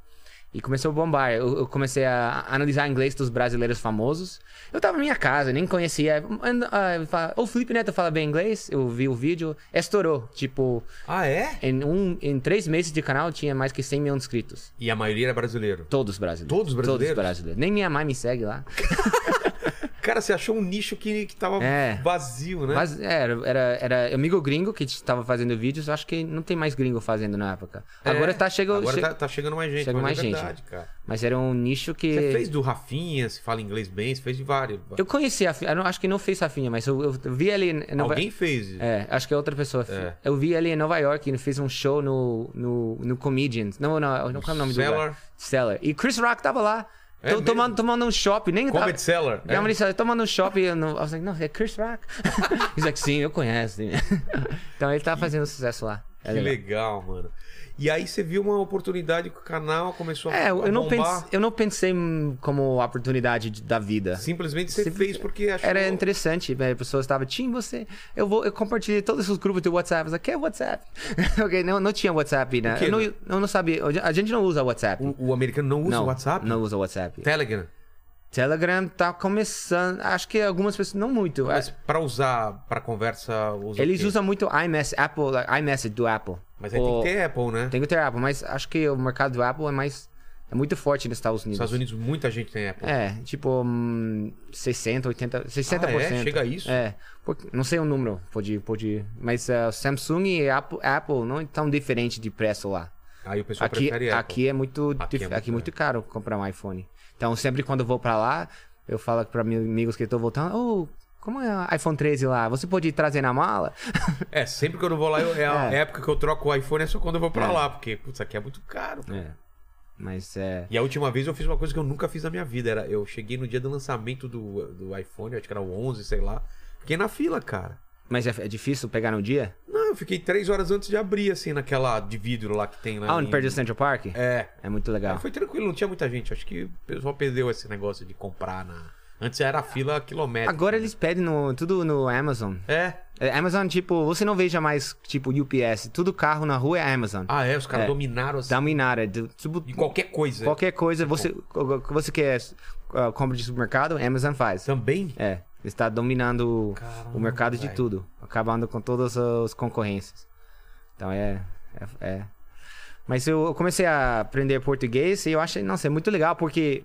Speaker 4: E começou a bombar. Eu, eu comecei a analisar inglês dos brasileiros famosos. Eu tava na minha casa, nem conhecia. And- ah, eu falo, O Felipe Neto fala bem inglês, eu vi o vídeo, estourou. Tipo,
Speaker 2: Ah, é?
Speaker 4: em, um, em três meses de canal tinha mais que 100 mil inscritos.
Speaker 2: E a maioria era brasileiro.
Speaker 4: Todos brasileiros.
Speaker 2: Todos brasileiros?
Speaker 4: Todos brasileiros. Nem minha mãe me segue lá.
Speaker 2: Cara, você achou um nicho que, que tava
Speaker 4: É.
Speaker 2: vazio, né?
Speaker 4: Mas é, era, era, era amigo gringo que estava fazendo vídeos, acho que não tem mais gringo fazendo na época.
Speaker 2: É.
Speaker 4: Agora tá chegando.
Speaker 2: Agora tá, tá chegando mais gente,
Speaker 4: chega
Speaker 2: mas
Speaker 4: mais
Speaker 2: é
Speaker 4: gente, né?
Speaker 2: verdade, cara.
Speaker 4: Mas era um nicho que.
Speaker 2: Você fez do Rafinha, se fala inglês bem, você fez de vários.
Speaker 4: Eu conheci a Fi- eu não Acho que não fez Safinha, mas eu, eu vi ele. em Nova-
Speaker 2: Alguém fez.
Speaker 4: É, acho que é outra pessoa.
Speaker 2: É.
Speaker 4: Eu vi ele em Nova York, ele fez um show no, no, no Comedians. Não, não, não qual é o nome do
Speaker 2: Cellar.
Speaker 4: lugar? Cellar. E Chris Rock tava lá.
Speaker 2: É
Speaker 4: to-
Speaker 2: mesmo?
Speaker 4: tomando, tomando um shopping, nem
Speaker 2: Comedy Cellar.
Speaker 4: Minha
Speaker 2: é.
Speaker 4: mãe disse, tomando um shopping, eu não... I was like, não, é Chris Rock. He's like, sim, eu conheço. então ele tá fazendo sucesso lá. É
Speaker 2: Que legal, mano. E aí você viu uma oportunidade com o canal, começou a
Speaker 4: É, eu
Speaker 2: a
Speaker 4: não,
Speaker 2: bombar.
Speaker 4: pense, eu não pensei hum, como oportunidade de- da vida.
Speaker 2: Simplesmente você
Speaker 4: Simples-
Speaker 2: fez porque achou...
Speaker 4: Era interessante, né? a pessoa estava, Tim, você. Eu vou, eu compartilhei todos os grupos do WhatsApp. Eu falei, que é WhatsApp? ok, não, não tinha WhatsApp, né?
Speaker 2: quê?
Speaker 4: Eu não, eu não sabia. A gente não usa WhatsApp.
Speaker 2: O, o americano não usa
Speaker 4: não,
Speaker 2: o WhatsApp?
Speaker 4: Não usa WhatsApp.
Speaker 2: Telegram?
Speaker 4: Telegram tá começando. Acho que algumas pessoas. Não muito. Ah,
Speaker 2: Mas pra usar, pra conversa, usa o
Speaker 4: Eles
Speaker 2: quê?
Speaker 4: usam muito iMessage, Apple, like, iMessage do Apple.
Speaker 2: Mas aí tem
Speaker 4: Ou-
Speaker 2: que ter Apple, né?
Speaker 4: Tem que ter Apple, mas acho que o mercado do Apple é mais. É muito forte nos Estados
Speaker 2: Nos
Speaker 4: Unidos.
Speaker 2: Estados Unidos muita gente tem Apple. Ah,
Speaker 4: É, tipo hum, 60, 80, 60%.
Speaker 2: Ah, é? Chega a isso?
Speaker 4: É, porque- não sei o número, pode, pode, mas eh, Samsung e Apple, Apple não é tão diferente de preço lá.
Speaker 2: Aí o pessoal
Speaker 4: Aqui,
Speaker 2: prefere Apple.
Speaker 4: aqui é muito,
Speaker 2: Aqui é
Speaker 4: dif-
Speaker 2: muito
Speaker 4: aqui é muito caro comprar um iPhone. Então sempre quando eu vou pra lá, eu falo para meus amigos que eu tô voltando, oh, como é o iPhone 13 lá? Você pode trazer na mala?
Speaker 2: É, sempre que eu não vou lá, eu- é a
Speaker 4: É.
Speaker 2: época que eu troco o iPhone é só quando eu vou pra lá, porque, putz, aqui é muito caro.
Speaker 4: É. Mas é,
Speaker 2: E a última vez eu fiz uma coisa que eu nunca fiz na minha vida. Era, eu cheguei no dia do lançamento do, do iPhone, acho que era o 11, sei lá. Fiquei na fila, cara.
Speaker 4: mas é, é difícil pegar no dia?
Speaker 2: Não, eu fiquei três horas antes de abrir, assim, naquela de vidro lá que tem lá.
Speaker 4: Ah, onde
Speaker 2: em-
Speaker 4: perdeu o Central Park?
Speaker 2: É.
Speaker 4: É muito legal.
Speaker 2: Foi tranquilo, não tinha muita gente. Acho que o pessoal perdeu esse negócio de comprar na. Antes era a fila quilométrica.
Speaker 4: Agora eles pedem no, tudo no Amazon.
Speaker 2: É.
Speaker 4: É, Amazon, tipo, você não veja mais, tipo, UPS. Tudo carro na rua é Amazon.
Speaker 2: Ah, é, os caras
Speaker 4: É.
Speaker 2: dominaram assim.
Speaker 4: Dá uma inara, do- tipo,
Speaker 2: De qualquer coisa. tipo,
Speaker 4: qualquer coisa, você, o que você quer ah, compra de supermercado, Amazon faz.
Speaker 2: Também?
Speaker 4: É, está dominando o-
Speaker 2: Então, Caramba,
Speaker 4: o mercado de
Speaker 2: velho.
Speaker 4: tudo, acabando com todas as concorrências. Então é, é, é. Mas eu comecei a aprender português e eu achei, nossa, é muito legal porque,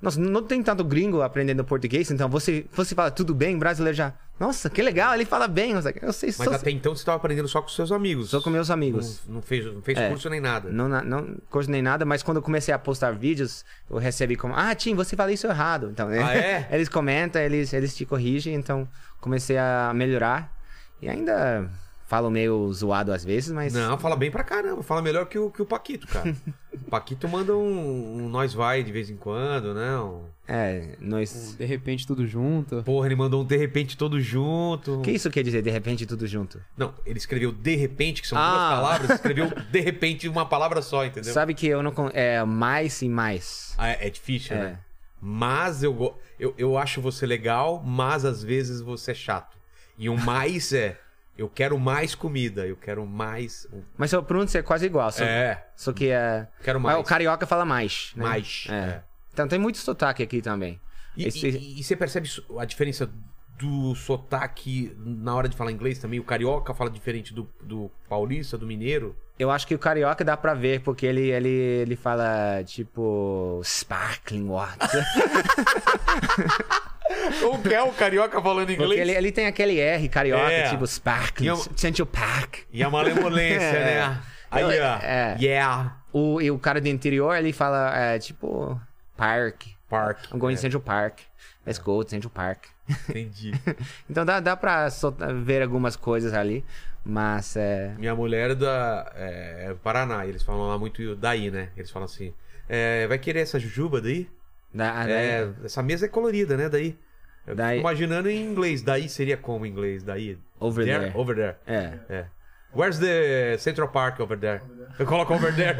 Speaker 4: nossa, não tem tanto gringo aprendendo português, então você, você fala tudo bem, brasileiro já, nossa, que legal, ele fala bem, eu sei, eu sei
Speaker 2: Mas
Speaker 4: só-
Speaker 2: até Hum. então você tava aprendendo só com seus amigos.
Speaker 4: só com meus amigos.
Speaker 2: Não, não fez, não fez
Speaker 4: É.
Speaker 2: curso nem nada.
Speaker 4: Não, na- não coisa nem nada, mas quando eu comecei a postar vídeos, eu recebi como, ah, Tim, você fala isso errado. Então,
Speaker 2: Ah, é?
Speaker 4: eles comentam, eles, eles te corrigem, então comecei a melhorar. E ainda falo meio zoado às vezes, mas.
Speaker 2: Não, fala bem pra caramba. Fala melhor que o, que o Paquito, cara. o Paquito manda um, um Nós Vai de vez em quando, né? Um-
Speaker 4: É, nós.
Speaker 5: tipo, De repente tudo junto.
Speaker 2: Porra, ele mandou um De Repente todo junto.
Speaker 4: O que isso quer dizer, de repente tudo junto?
Speaker 2: Não, ele escreveu De Repente, que são duas
Speaker 4: Ah.
Speaker 2: palavras. Escreveu De Repente uma palavra só, entendeu?
Speaker 4: Sabe que eu não. con- É mais e mais.
Speaker 2: Ah, é, é difícil,
Speaker 4: É.
Speaker 2: né? Mas eu, go- eu, eu acho você legal, mas às vezes você é chato. E o mais é... Eu quero mais comida, eu quero mais... um,
Speaker 4: Mas a pronúncia é quase igual, só,
Speaker 2: É,
Speaker 4: só que é.
Speaker 2: quero
Speaker 4: Mas
Speaker 2: mais.
Speaker 4: o carioca fala mais. né?
Speaker 2: Mais,
Speaker 4: É.
Speaker 2: é.
Speaker 4: Então tem muito sotaque aqui também.
Speaker 2: E,
Speaker 4: Esse-
Speaker 2: e- e você percebe so- a diferença do sotaque na hora de falar inglês também? O carioca fala diferente do, do paulista, do mineiro?
Speaker 4: Eu acho que o carioca dá pra ver, porque ele, ele, ele fala, tipo, sparkling water.
Speaker 2: Como que é o carioca falando
Speaker 4: Porque
Speaker 2: inglês?
Speaker 4: ele, ele tem aquele R carioca,
Speaker 2: É.
Speaker 4: tipo Sparkles,
Speaker 2: E eu-
Speaker 4: Central Park.
Speaker 2: E a malemolência,
Speaker 4: É.
Speaker 2: né? Aí, ó.
Speaker 4: É.
Speaker 2: Yeah.
Speaker 4: O, e o cara do interior, ele fala, é, tipo, Park.
Speaker 2: Park.
Speaker 4: I'm going to Central Park. Let's go to Central Park.
Speaker 2: Entendi.
Speaker 4: Então dá, dá pra soltar- ver algumas coisas ali, mas é...
Speaker 2: Minha mulher é da, é, é do Paraná, e eles falam lá muito daí, né? Eles falam assim: é, vai querer essa jujuba daí?
Speaker 4: dá-
Speaker 2: É, essa mesa é colorida, né? Daí. Eu
Speaker 4: Ah, Daí-
Speaker 2: fico imaginando em inglês. Daí seria como em inglês? Daí.
Speaker 4: Over there.
Speaker 2: Over there.
Speaker 4: É.
Speaker 2: É. Where's the Central Park over there? Eu coloco over there.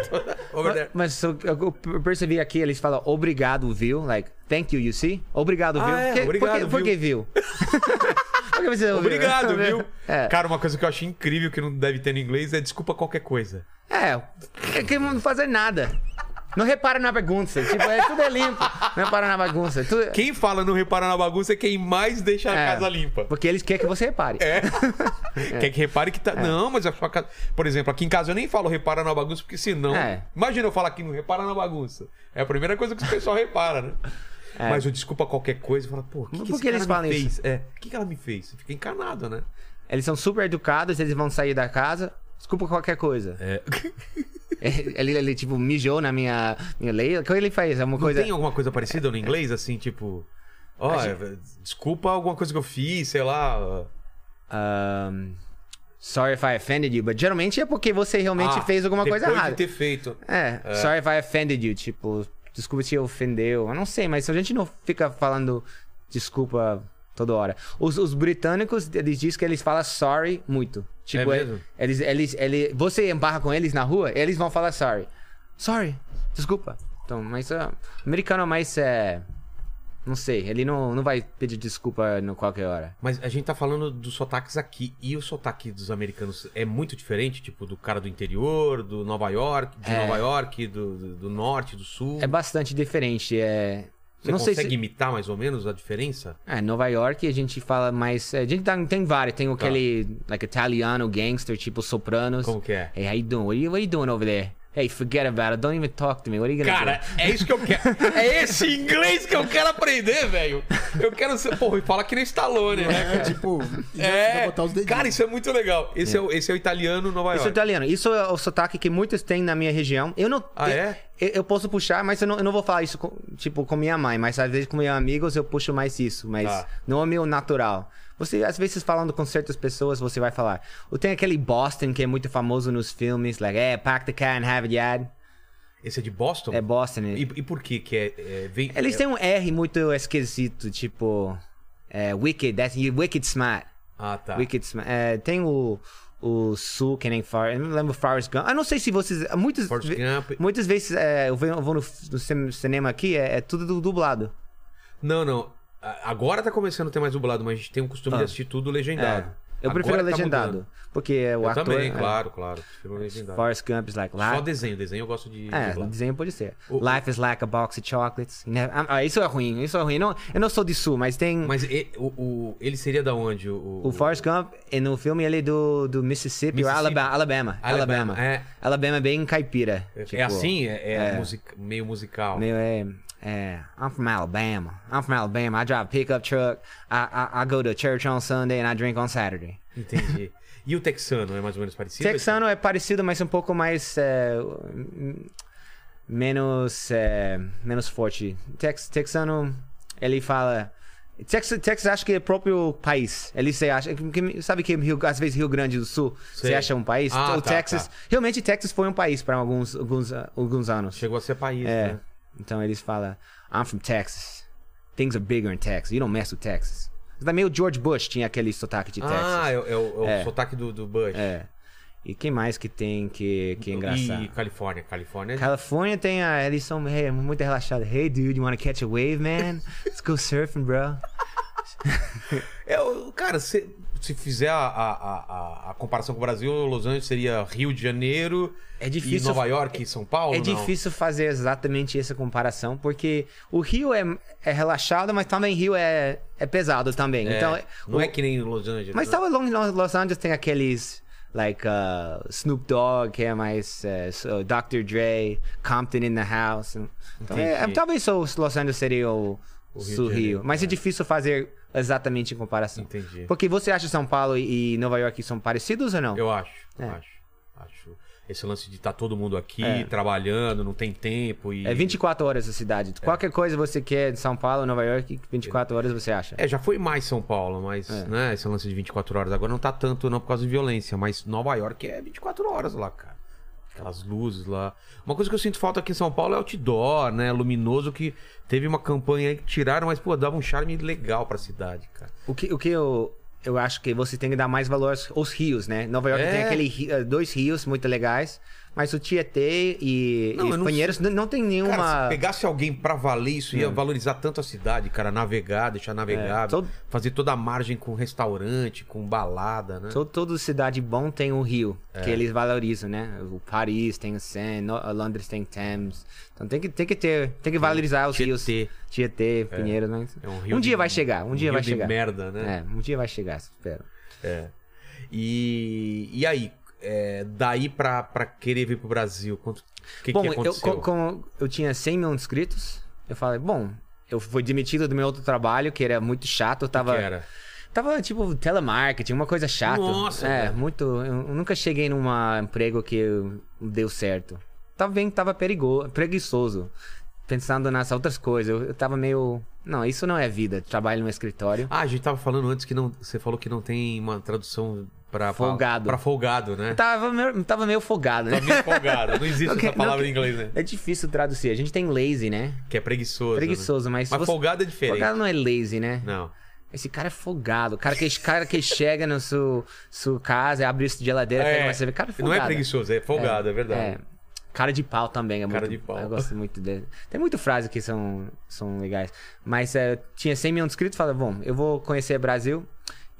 Speaker 2: over there.
Speaker 4: Mas eu, eu eu percebi aqui, eles falam obrigado, viu? Like, thank you, you see? Obrigado,
Speaker 2: Ah,
Speaker 4: viu?
Speaker 2: é,
Speaker 4: Que-
Speaker 2: obrigado,
Speaker 4: por, que, por que viu? por que você ouviu?
Speaker 2: Obrigado, viu?
Speaker 4: É.
Speaker 2: Cara, uma coisa que eu acho incrível que não deve ter no inglês é desculpa qualquer coisa.
Speaker 4: É, é que não fazer nada. Não repara na bagunça. Tipo, é, tudo é limpo. Não repara na bagunça. Tudo...
Speaker 2: Quem fala não repara na bagunça é quem mais deixa a
Speaker 4: É.
Speaker 2: casa limpa.
Speaker 4: Porque eles querem que você repare.
Speaker 2: É. Quer que repare que tá.
Speaker 4: É.
Speaker 2: Não, mas a sua casa. Por exemplo, aqui em casa eu nem falo repara na bagunça, porque senão.
Speaker 4: É.
Speaker 2: Imagina eu falar que não repara na bagunça. É a primeira coisa que o pessoal repara, né? Mas eu desculpa qualquer coisa e fala, pô, o que,
Speaker 4: Mas
Speaker 2: que
Speaker 4: É. por
Speaker 2: esse
Speaker 4: que eles
Speaker 2: cara me
Speaker 4: falam
Speaker 2: fez?
Speaker 4: isso?
Speaker 2: É, o que, que ela me fez? Você fica encanado, né?
Speaker 4: Eles são super educados, eles vão sair da casa. Desculpa qualquer coisa.
Speaker 2: É.
Speaker 4: Ele, ele, tipo, mijou na minha, minha lei. O que ele faz? É uma
Speaker 2: Não
Speaker 4: coisa.
Speaker 2: tem alguma coisa parecida no inglês, assim, tipo. Ó, eh, desculpa alguma coisa que eu fiz, sei lá. ó.
Speaker 4: Ahn, Um, sorry if I offended you, but geralmente é porque você realmente
Speaker 2: Ah,
Speaker 4: fez alguma coisa
Speaker 2: depois
Speaker 4: errada.
Speaker 2: de ter feito.
Speaker 4: É, sorry if I offended you, tipo, desculpa se eu ofendeu. Eu não sei, mas a gente não fica falando desculpa toda hora. Os, os britânicos, eles dizem que eles falam sorry muito. Tipo,
Speaker 2: É mesmo?
Speaker 4: eles, eles, eles, você embarra com eles na rua, eles vão falar sorry. Sorry, desculpa. Então, mas ah, americano é mais é, não sei, ele não, não vai pedir desculpa no qualquer hora.
Speaker 2: Mas a gente tá falando dos sotaques aqui. E o sotaque dos americanos é muito diferente, tipo, do cara do interior, do Nova York, de Nova York, do, do- do norte, do sul.
Speaker 4: É bastante diferente, é...
Speaker 2: Você
Speaker 4: não
Speaker 2: consegue
Speaker 4: sei se...
Speaker 2: imitar mais ou menos a diferença?
Speaker 4: É, Nova York a gente fala mais. A gente tá- tem vários. Tem aquele. Like italiano gangster, tipo Sopranos.
Speaker 2: Tá. Como que é?
Speaker 4: Hey, how you doing? What are you, what are you doing over there? Hey, forget about it. Don't even talk to me. What are you gonna
Speaker 2: Cara,
Speaker 4: do?
Speaker 2: é isso que eu quero. É esse inglês que eu quero aprender, velho. Eu quero ser. Porra, e fala que nem Stallone, né?
Speaker 3: É, tipo,
Speaker 2: É,
Speaker 3: é. botar os dedinhos.
Speaker 2: cara, isso é muito legal. Esse é, o, esse é o italiano Nova
Speaker 4: Isso é
Speaker 2: York.
Speaker 4: italiano. Isso é o sotaque que muitos têm na minha região. Eu não.
Speaker 2: Ah,
Speaker 4: eu,
Speaker 2: é?
Speaker 4: Eu, eu posso puxar, mas eu não, eu não vou falar isso, com- tipo, com minha mãe. Mas às vezes com meus amigos eu puxo mais isso. Mas
Speaker 2: Tá.
Speaker 4: não é meu natural. Você, às vezes, falando com certas pessoas, você vai falar. Ou tem aquele Boston que é muito famoso nos filmes, like, é, pack the car and have it yard.
Speaker 2: Esse é de Boston?
Speaker 4: É Boston. né?
Speaker 2: E, e por que que é... é vem-
Speaker 4: Eles
Speaker 2: é-
Speaker 4: têm um R muito esquisito, tipo. É, wicked, that's, you wicked smart.
Speaker 2: Ah, tá.
Speaker 4: Wicked smart. É, tem o. O Sul, que nem Far. Eu não lembro Forrest Gump. Eu não sei se vocês. Muitas,
Speaker 2: Forrest
Speaker 4: ve-
Speaker 2: Gump.
Speaker 4: muitas vezes é, eu venho- eu vou no, f- no cin- cinema aqui, é, é tudo du- dublado.
Speaker 2: Não, não. A- Agora tá começando a ter mais dublado, mas a gente tem o costume de assistir tudo legendado.
Speaker 4: Ah. É.
Speaker 2: É.
Speaker 4: Eu
Speaker 2: Agora
Speaker 4: prefiro
Speaker 2: tá
Speaker 4: legendado.
Speaker 2: mudando.
Speaker 4: porque o
Speaker 2: Eu
Speaker 4: ator.
Speaker 2: também,
Speaker 4: é,
Speaker 2: claro, claro. Prefiro um legendado.
Speaker 4: Forrest Gump is like.
Speaker 2: Só
Speaker 4: Life,
Speaker 2: desenho. Desenho eu gosto de...
Speaker 4: é,
Speaker 2: dublar.
Speaker 4: desenho pode ser.
Speaker 2: O-
Speaker 4: Life is like a box of chocolates. You never- ah, ah, isso é ruim, isso é ruim. Não, eu não sou de Sul, mas tem.
Speaker 2: Mas e- o, o- ele seria da onde? O,
Speaker 4: O Forrest Gump, e no filme, ele é do, do Mississippi, ou
Speaker 2: Mississippi.
Speaker 4: Alabama. Alabama.
Speaker 2: Alabama,
Speaker 4: Alabama.
Speaker 2: é.
Speaker 4: Alabama é bem caipira.
Speaker 2: É,
Speaker 4: tipo,
Speaker 2: é assim? É, é music- meio musical.
Speaker 4: Meio é, é... I'm from Alabama. I'm from Alabama. I drive a pickup truck. I, I, I go to church on Sunday and I drink on Saturday.
Speaker 2: Entendi. E o texano é mais ou menos parecido?
Speaker 4: Texano é parecido, mas um pouco mais... é, hum, menos... é, menos forte. Tex, texano, ele fala... Texas, Texas acho que é próprio país. Ele se acha. que- Sabe que Rio- às vezes Rio Grande do Sul
Speaker 2: Sei.
Speaker 4: se acha um país?
Speaker 2: Ah,
Speaker 4: o
Speaker 2: tá,
Speaker 4: Texas.
Speaker 2: tá.
Speaker 4: Realmente, Texas foi um país para alguns, alguns, alguns anos.
Speaker 2: Chegou a ser país,
Speaker 4: É.
Speaker 2: né?
Speaker 4: Então eles falam: I'm from Texas. Things are bigger in Texas. You don't mess with Texas. Mas Também o George Bush tinha aquele sotaque de Texas.
Speaker 2: Ah, é, o- é o, é o
Speaker 4: É.
Speaker 2: sotaque do, do Bush.
Speaker 4: É. E quem mais que tem que, que é engraçado?
Speaker 2: E Califórnia. Califórnia é
Speaker 4: Califórnia tem a. Eles são hey, muito relaxados. Hey, dude, you wanna catch a wave, man? Let's go surfing, bro.
Speaker 2: É, o- cara, se, se fizer a, a, a- a- a comparação com o Brasil, Los Angeles seria Rio de Janeiro
Speaker 4: É difícil-
Speaker 2: e Nova York e São Paulo?
Speaker 4: É
Speaker 2: não?
Speaker 4: difícil fazer exatamente essa comparação, porque o Rio é, é relaxado, mas também Rio é, é pesado também.
Speaker 2: É,
Speaker 4: então,
Speaker 2: não
Speaker 4: o-
Speaker 2: é que nem Los Angeles.
Speaker 4: Mas tá
Speaker 2: né?
Speaker 4: tava longe Los, Los Angeles tem aqueles like uh, Snoop Dogg, que é mais eh, so- Dr. Dre, Compton in the House. Então, é,
Speaker 2: Entendi.
Speaker 4: é, talvez o Los Angeles seria o,
Speaker 2: O Rio de
Speaker 4: Sorrio.
Speaker 2: Janeiro.
Speaker 4: Mas é difícil fazer exatamente em comparação.
Speaker 2: Entendi.
Speaker 4: Porque você acha São Paulo e e Nova York são parecidos ou não?
Speaker 2: Eu acho,
Speaker 4: É.
Speaker 2: acho, acho. Esse lance de estar todo mundo aqui,
Speaker 4: É.
Speaker 2: trabalhando, não tem tempo e...
Speaker 4: É 24 horas a cidade.
Speaker 2: É.
Speaker 4: Qualquer coisa você quer de São Paulo, Nova York, 24 horas você acha.
Speaker 2: É, já foi mais São Paulo, mas,
Speaker 4: É.
Speaker 2: né, esse lance de 24 horas. Agora não tá tanto não por causa de violência, mas Nova York é 24 horas lá, cara. Aquelas luzes lá. Uma coisa que eu sinto falta aqui em São Paulo é outdoor, né, luminoso, que teve uma campanha aí que tiraram, mas, pô, dava um charme legal pra cidade, cara.
Speaker 4: O que, o que eu, eu acho que você tem que dar mais valor aos, aos rios, né? Nova York
Speaker 2: É.
Speaker 4: tem aquele, ri- eh, dois rios muito legais, mas o Tietê e,
Speaker 2: Não, eu
Speaker 4: e
Speaker 2: não
Speaker 4: Pinheiros não, não tem nenhuma...
Speaker 2: Cara, se pegasse alguém pra valer isso, ia valorizar tanto a cidade, cara. Navegar, deixar navegável.
Speaker 4: É, todo-
Speaker 2: Fazer toda a margem com restaurante, com balada, né?
Speaker 4: to- Toda cidade bom tem um rio,
Speaker 2: É.
Speaker 4: que eles valorizam, né? O Paris tem o Seine, no- a Londres tem Thames. Então tem que, tem que ter, tem que valorizar os rios.
Speaker 2: Tietê.
Speaker 4: Tietê, Pinheiros, né?
Speaker 2: É um rio
Speaker 4: dia
Speaker 2: de-
Speaker 4: vai chegar, um, dia
Speaker 2: rio
Speaker 4: vai
Speaker 2: de
Speaker 4: chegar.
Speaker 2: merda, né?
Speaker 4: É, um dia vai chegar, espero.
Speaker 2: E, e aí, é, daí pra, pra querer vir pro Brasil, quanto, o que,
Speaker 4: bom,
Speaker 2: que
Speaker 4: eu,
Speaker 2: aconteceu?
Speaker 4: co- como eu tinha 100 mil inscritos, eu falei, bom, eu fui demitido do meu outro trabalho, que era muito chato, eu
Speaker 2: que
Speaker 4: tava...
Speaker 2: era?
Speaker 4: Tava, tipo, telemarketing, uma coisa chata.
Speaker 2: Nossa,
Speaker 4: É,
Speaker 2: cara.
Speaker 4: muito... Eu eu nunca cheguei num emprego que eu- deu certo. Tava bem, que tava perigo, preguiçoso. Pensando nas outras coisas, eu, eu tava meio... Não, isso não é vida, trabalho no escritório.
Speaker 2: Ah, a gente tava falando antes que não, você falou que não tem uma tradução pra... pra-
Speaker 4: Folgado. Tá.
Speaker 2: Pra folgado, né?
Speaker 4: Eu tava, meio- tava meio folgado, né?
Speaker 2: Tá meio folgado, não existe
Speaker 4: Não que-
Speaker 2: essa palavra
Speaker 4: não que-
Speaker 2: em inglês, né?
Speaker 4: É difícil traduzir. A gente tem lazy, né?
Speaker 2: Que é preguiçoso.
Speaker 4: Preguiçoso,
Speaker 2: né?
Speaker 4: mas...
Speaker 2: Mas
Speaker 4: você-
Speaker 2: folgado é diferente.
Speaker 4: Folgado não é lazy, né?
Speaker 2: Não.
Speaker 4: Esse cara é folgado. O cara que, cara que chega na sua, sua casa, abre a geladeira, pega uma cerveja. Cara é
Speaker 2: não
Speaker 4: folgado.
Speaker 2: é preguiçoso, é folgado, é, verdade.
Speaker 4: É. Cara de pau também é
Speaker 2: Cara
Speaker 4: muito...
Speaker 2: de pau.
Speaker 4: Eu gosto muito dele. Tem muitas frases que são, são legais. Mas eh, tinha 100 mil inscritos. Falei, bom, eu vou conhecer o Brasil.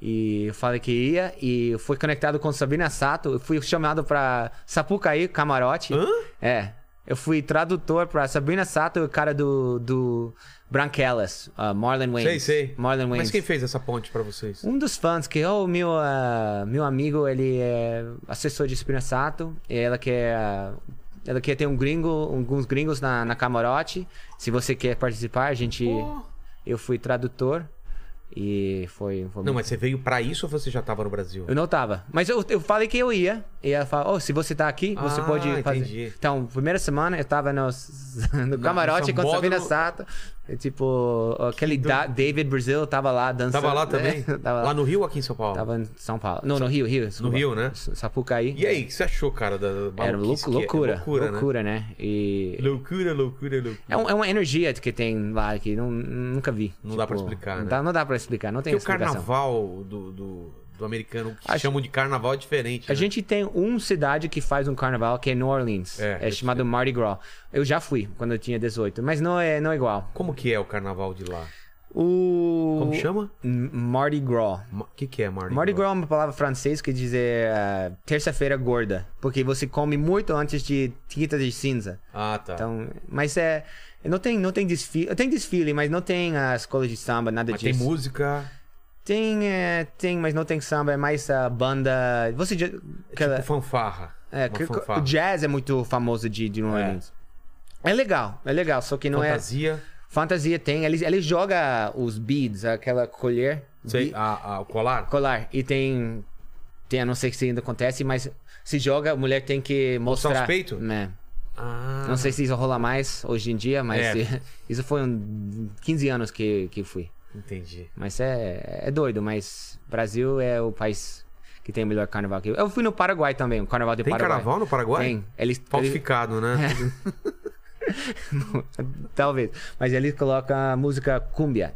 Speaker 4: E eu falei que ia. E eu fui conectado com Sabrina Sato. Eu fui chamado pra Sapucaí, Camarote.
Speaker 2: Hã?
Speaker 4: É. Eu fui tradutor pra Sabrina Sato e o cara do, do Branquelas, ah, Marlon Wayne.
Speaker 2: Sei, sei.
Speaker 4: Marlon Wayne.
Speaker 2: Mas quem fez essa ponte pra vocês?
Speaker 4: Um dos fãs que, oh, meu, ah, meu amigo, ele é assessor de Espina Sato, e ela quer, ah, ela quer ter um gringo, alguns gringos na, na camarote. Se você quer participar, a gente... Eu fui tradutor e foi... foi
Speaker 2: Não,
Speaker 4: muito-
Speaker 2: mas você veio pra isso ou você já tava no Brasil?
Speaker 4: Eu não tava. Mas eu, eu falei que eu ia. E ela falou, oh, se você tá aqui, você
Speaker 2: Ah,
Speaker 4: pode fazer.
Speaker 2: entendi.
Speaker 4: Então, primeira semana eu tava no, no camarote com
Speaker 2: sambódromo.
Speaker 4: Sabina Sato. E, tipo, aquele Da- David Brazil tava lá dançando.
Speaker 2: Tava lá também?
Speaker 4: né? tava
Speaker 2: lá. no Rio ou aqui em São Paulo?
Speaker 4: Tava em São Paulo. Não, no Rio, Rio. desculpa.
Speaker 2: Rio, né?
Speaker 4: Sapucaí.
Speaker 2: E aí, o que você achou, cara? Da da
Speaker 4: Era lou-
Speaker 2: maluquice que é?
Speaker 4: loucura.
Speaker 2: Loucura, né?
Speaker 4: Loucura, né? E.
Speaker 2: Loucura, loucura, loucura.
Speaker 4: É, um- é uma energia que tem lá que não, nunca vi.
Speaker 2: Não dá pra explicar,
Speaker 4: Não
Speaker 2: né?
Speaker 4: dá, não dá pra explicar, não tem
Speaker 2: Porque o
Speaker 4: explicação.
Speaker 2: carnaval do, do, do americano, o que
Speaker 4: Acho-
Speaker 2: chamam de carnaval é diferente.
Speaker 4: A
Speaker 2: né?
Speaker 4: gente tem uma cidade que faz um carnaval que é New Orleans.
Speaker 2: É,
Speaker 4: É,
Speaker 2: eu
Speaker 4: chamado Mardi Gras. Eu já fui quando eu tinha 18, mas não é, não é igual.
Speaker 2: Como que é o carnaval de lá?
Speaker 4: O.
Speaker 2: Como chama?
Speaker 4: M- Mardi Gras.
Speaker 2: Ma- O que, que é Mardi,
Speaker 4: Mardi Gras é uma palavra francesa que diz é, ah, terça-feira gorda, porque você come muito antes de quinta de cinza.
Speaker 2: Ah, tá.
Speaker 4: Então, mas é. Não tem, não tem desfile. Tem desfile, mas não tem a escola de samba, nada
Speaker 2: Mas tem
Speaker 4: disso.
Speaker 2: música,
Speaker 4: Tem, é, tem, mas não tem samba, é mais a banda. Você já. aquela-
Speaker 2: tipo fanfarra.
Speaker 4: é,
Speaker 2: uma
Speaker 4: que-
Speaker 2: fanfarra.
Speaker 4: o jazz é muito famoso de, de New
Speaker 2: É.
Speaker 4: Orleans. É. legal, é legal, só que não
Speaker 2: Fantasia,
Speaker 4: é. Fantasia tem. Eles, eles jogam os beads, aquela colher.
Speaker 2: sei,
Speaker 4: bi-
Speaker 2: a, a- o colar.
Speaker 4: colar. E tem. Tem, eu não sei se ainda acontece, mas se joga, a mulher tem que
Speaker 2: Mostrar
Speaker 4: mostrar.
Speaker 2: os peitos?
Speaker 4: Né.
Speaker 2: Ah,
Speaker 4: Não sei se isso rola mais hoje em dia, mas
Speaker 2: É.
Speaker 4: isso foi um 15 anos que, que fui.
Speaker 2: entendi.
Speaker 4: Mas é, é doido, mas Brasil é o país que tem o melhor carnaval que eu. Eu fui no Paraguai também, o carnaval de
Speaker 2: Tem
Speaker 4: Paraguai.
Speaker 2: carnaval no Paraguai?
Speaker 4: Tem. É. Eles, eles,
Speaker 2: Falsificado, né?
Speaker 4: talvez. Mas eles colocam a música cumbia.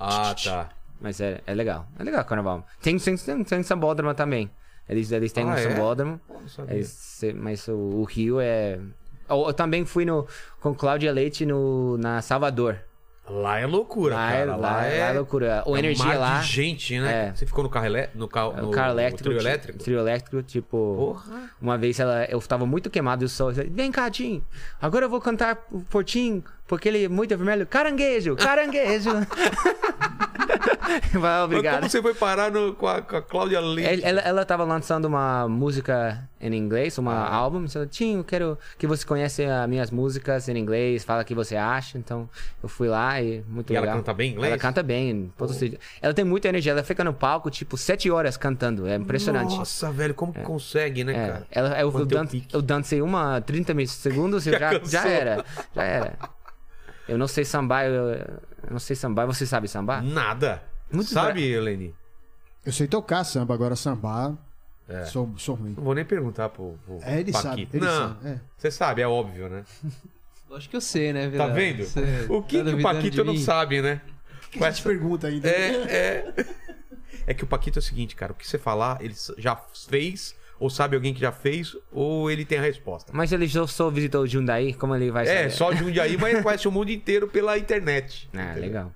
Speaker 2: ah, tá.
Speaker 4: Mas é, é legal. É legal o carnaval. Tem, tem, tem, tem sambódromo também. Eles, eles têm
Speaker 2: Ah,
Speaker 4: um
Speaker 2: é?
Speaker 4: sambódromo.
Speaker 2: Não sabia.
Speaker 4: Eles se- mas o, o Rio é. Eu, eu também fui no, com Cláudia Leite no, na Salvador.
Speaker 2: Lá é loucura,
Speaker 4: Lá, é-
Speaker 2: cara.
Speaker 4: lá, é, lá é loucura. O
Speaker 2: é um
Speaker 4: energia
Speaker 2: mar
Speaker 4: lá.
Speaker 2: de gente, né?
Speaker 4: É.
Speaker 2: Você ficou no carro elétrico, no carro,
Speaker 4: O
Speaker 2: no,
Speaker 4: carro
Speaker 2: no
Speaker 4: elétrico.
Speaker 2: trio
Speaker 4: ti-
Speaker 2: elétrico?
Speaker 4: trio elétrico, tipo.
Speaker 2: Porra.
Speaker 4: Uma vez ela, eu tava muito queimado e o sol. Vem cá, Tim. Agora eu vou cantar por Tim, porque ele é muito vermelho. Caranguejo, caranguejo. Vai,
Speaker 2: Mas
Speaker 4: Obrigado. É,
Speaker 2: Como você foi parar no- com, a, com a Cláudia Leite?
Speaker 4: Ele- Ela, ela tava lançando uma música em inglês, uma
Speaker 2: Ah.
Speaker 4: álbum. Então, Tim, eu quero que você conheça as minhas músicas em inglês, fala o que você acha. Então, eu fui lá e muito
Speaker 2: E ela
Speaker 4: legal.
Speaker 2: canta bem em inglês? Oh.
Speaker 4: Ela canta bem. em todos os idiomas. Ela tem muita energia. Ela fica no palco, tipo, sete horas cantando. É impressionante.
Speaker 2: Nossa, velho, como que consegue, né,
Speaker 4: É,
Speaker 2: cara?
Speaker 4: ela, eu, eu,
Speaker 2: Manter o
Speaker 4: dan-
Speaker 2: pique.
Speaker 4: eu dancei uma 30 mil segundos e eu já,
Speaker 2: cansou.
Speaker 4: já era. Já era. Eu não sei sambar, eu, eu não sei sambar. Você sabe sambar?
Speaker 2: Hum. Nada.
Speaker 4: Ah. Muito
Speaker 2: Sabe, Eleni?
Speaker 3: Eu sei tocar samba, agora sambar. Sou, sou ruim.
Speaker 2: Não vou nem perguntar pro, pro
Speaker 3: É, ele sabe,
Speaker 2: É. Paquito.
Speaker 3: ele
Speaker 2: Não,
Speaker 3: sabe, é.
Speaker 2: você sabe, é óbvio, né?
Speaker 5: Acho que eu sei, né,
Speaker 2: Tá
Speaker 5: Vila?
Speaker 2: vendo?
Speaker 5: Você
Speaker 2: O que, que
Speaker 5: tá
Speaker 2: o
Speaker 5: duvidando de
Speaker 2: Paquito não
Speaker 5: mim?
Speaker 2: sabe, né? Mas-
Speaker 3: pergunta ainda.
Speaker 2: É, é. É que o Paquito é o seguinte, cara. O que você falar, ele já fez, ou sabe alguém que já fez, ou ele tem a resposta.
Speaker 4: Mas ele só, só visitou o Jundaí, como ele vai
Speaker 2: É,
Speaker 4: saber?
Speaker 2: só de um dia aí, mas ele conhece o mundo inteiro pela internet.
Speaker 4: Ah,
Speaker 2: Entendeu?
Speaker 4: legal.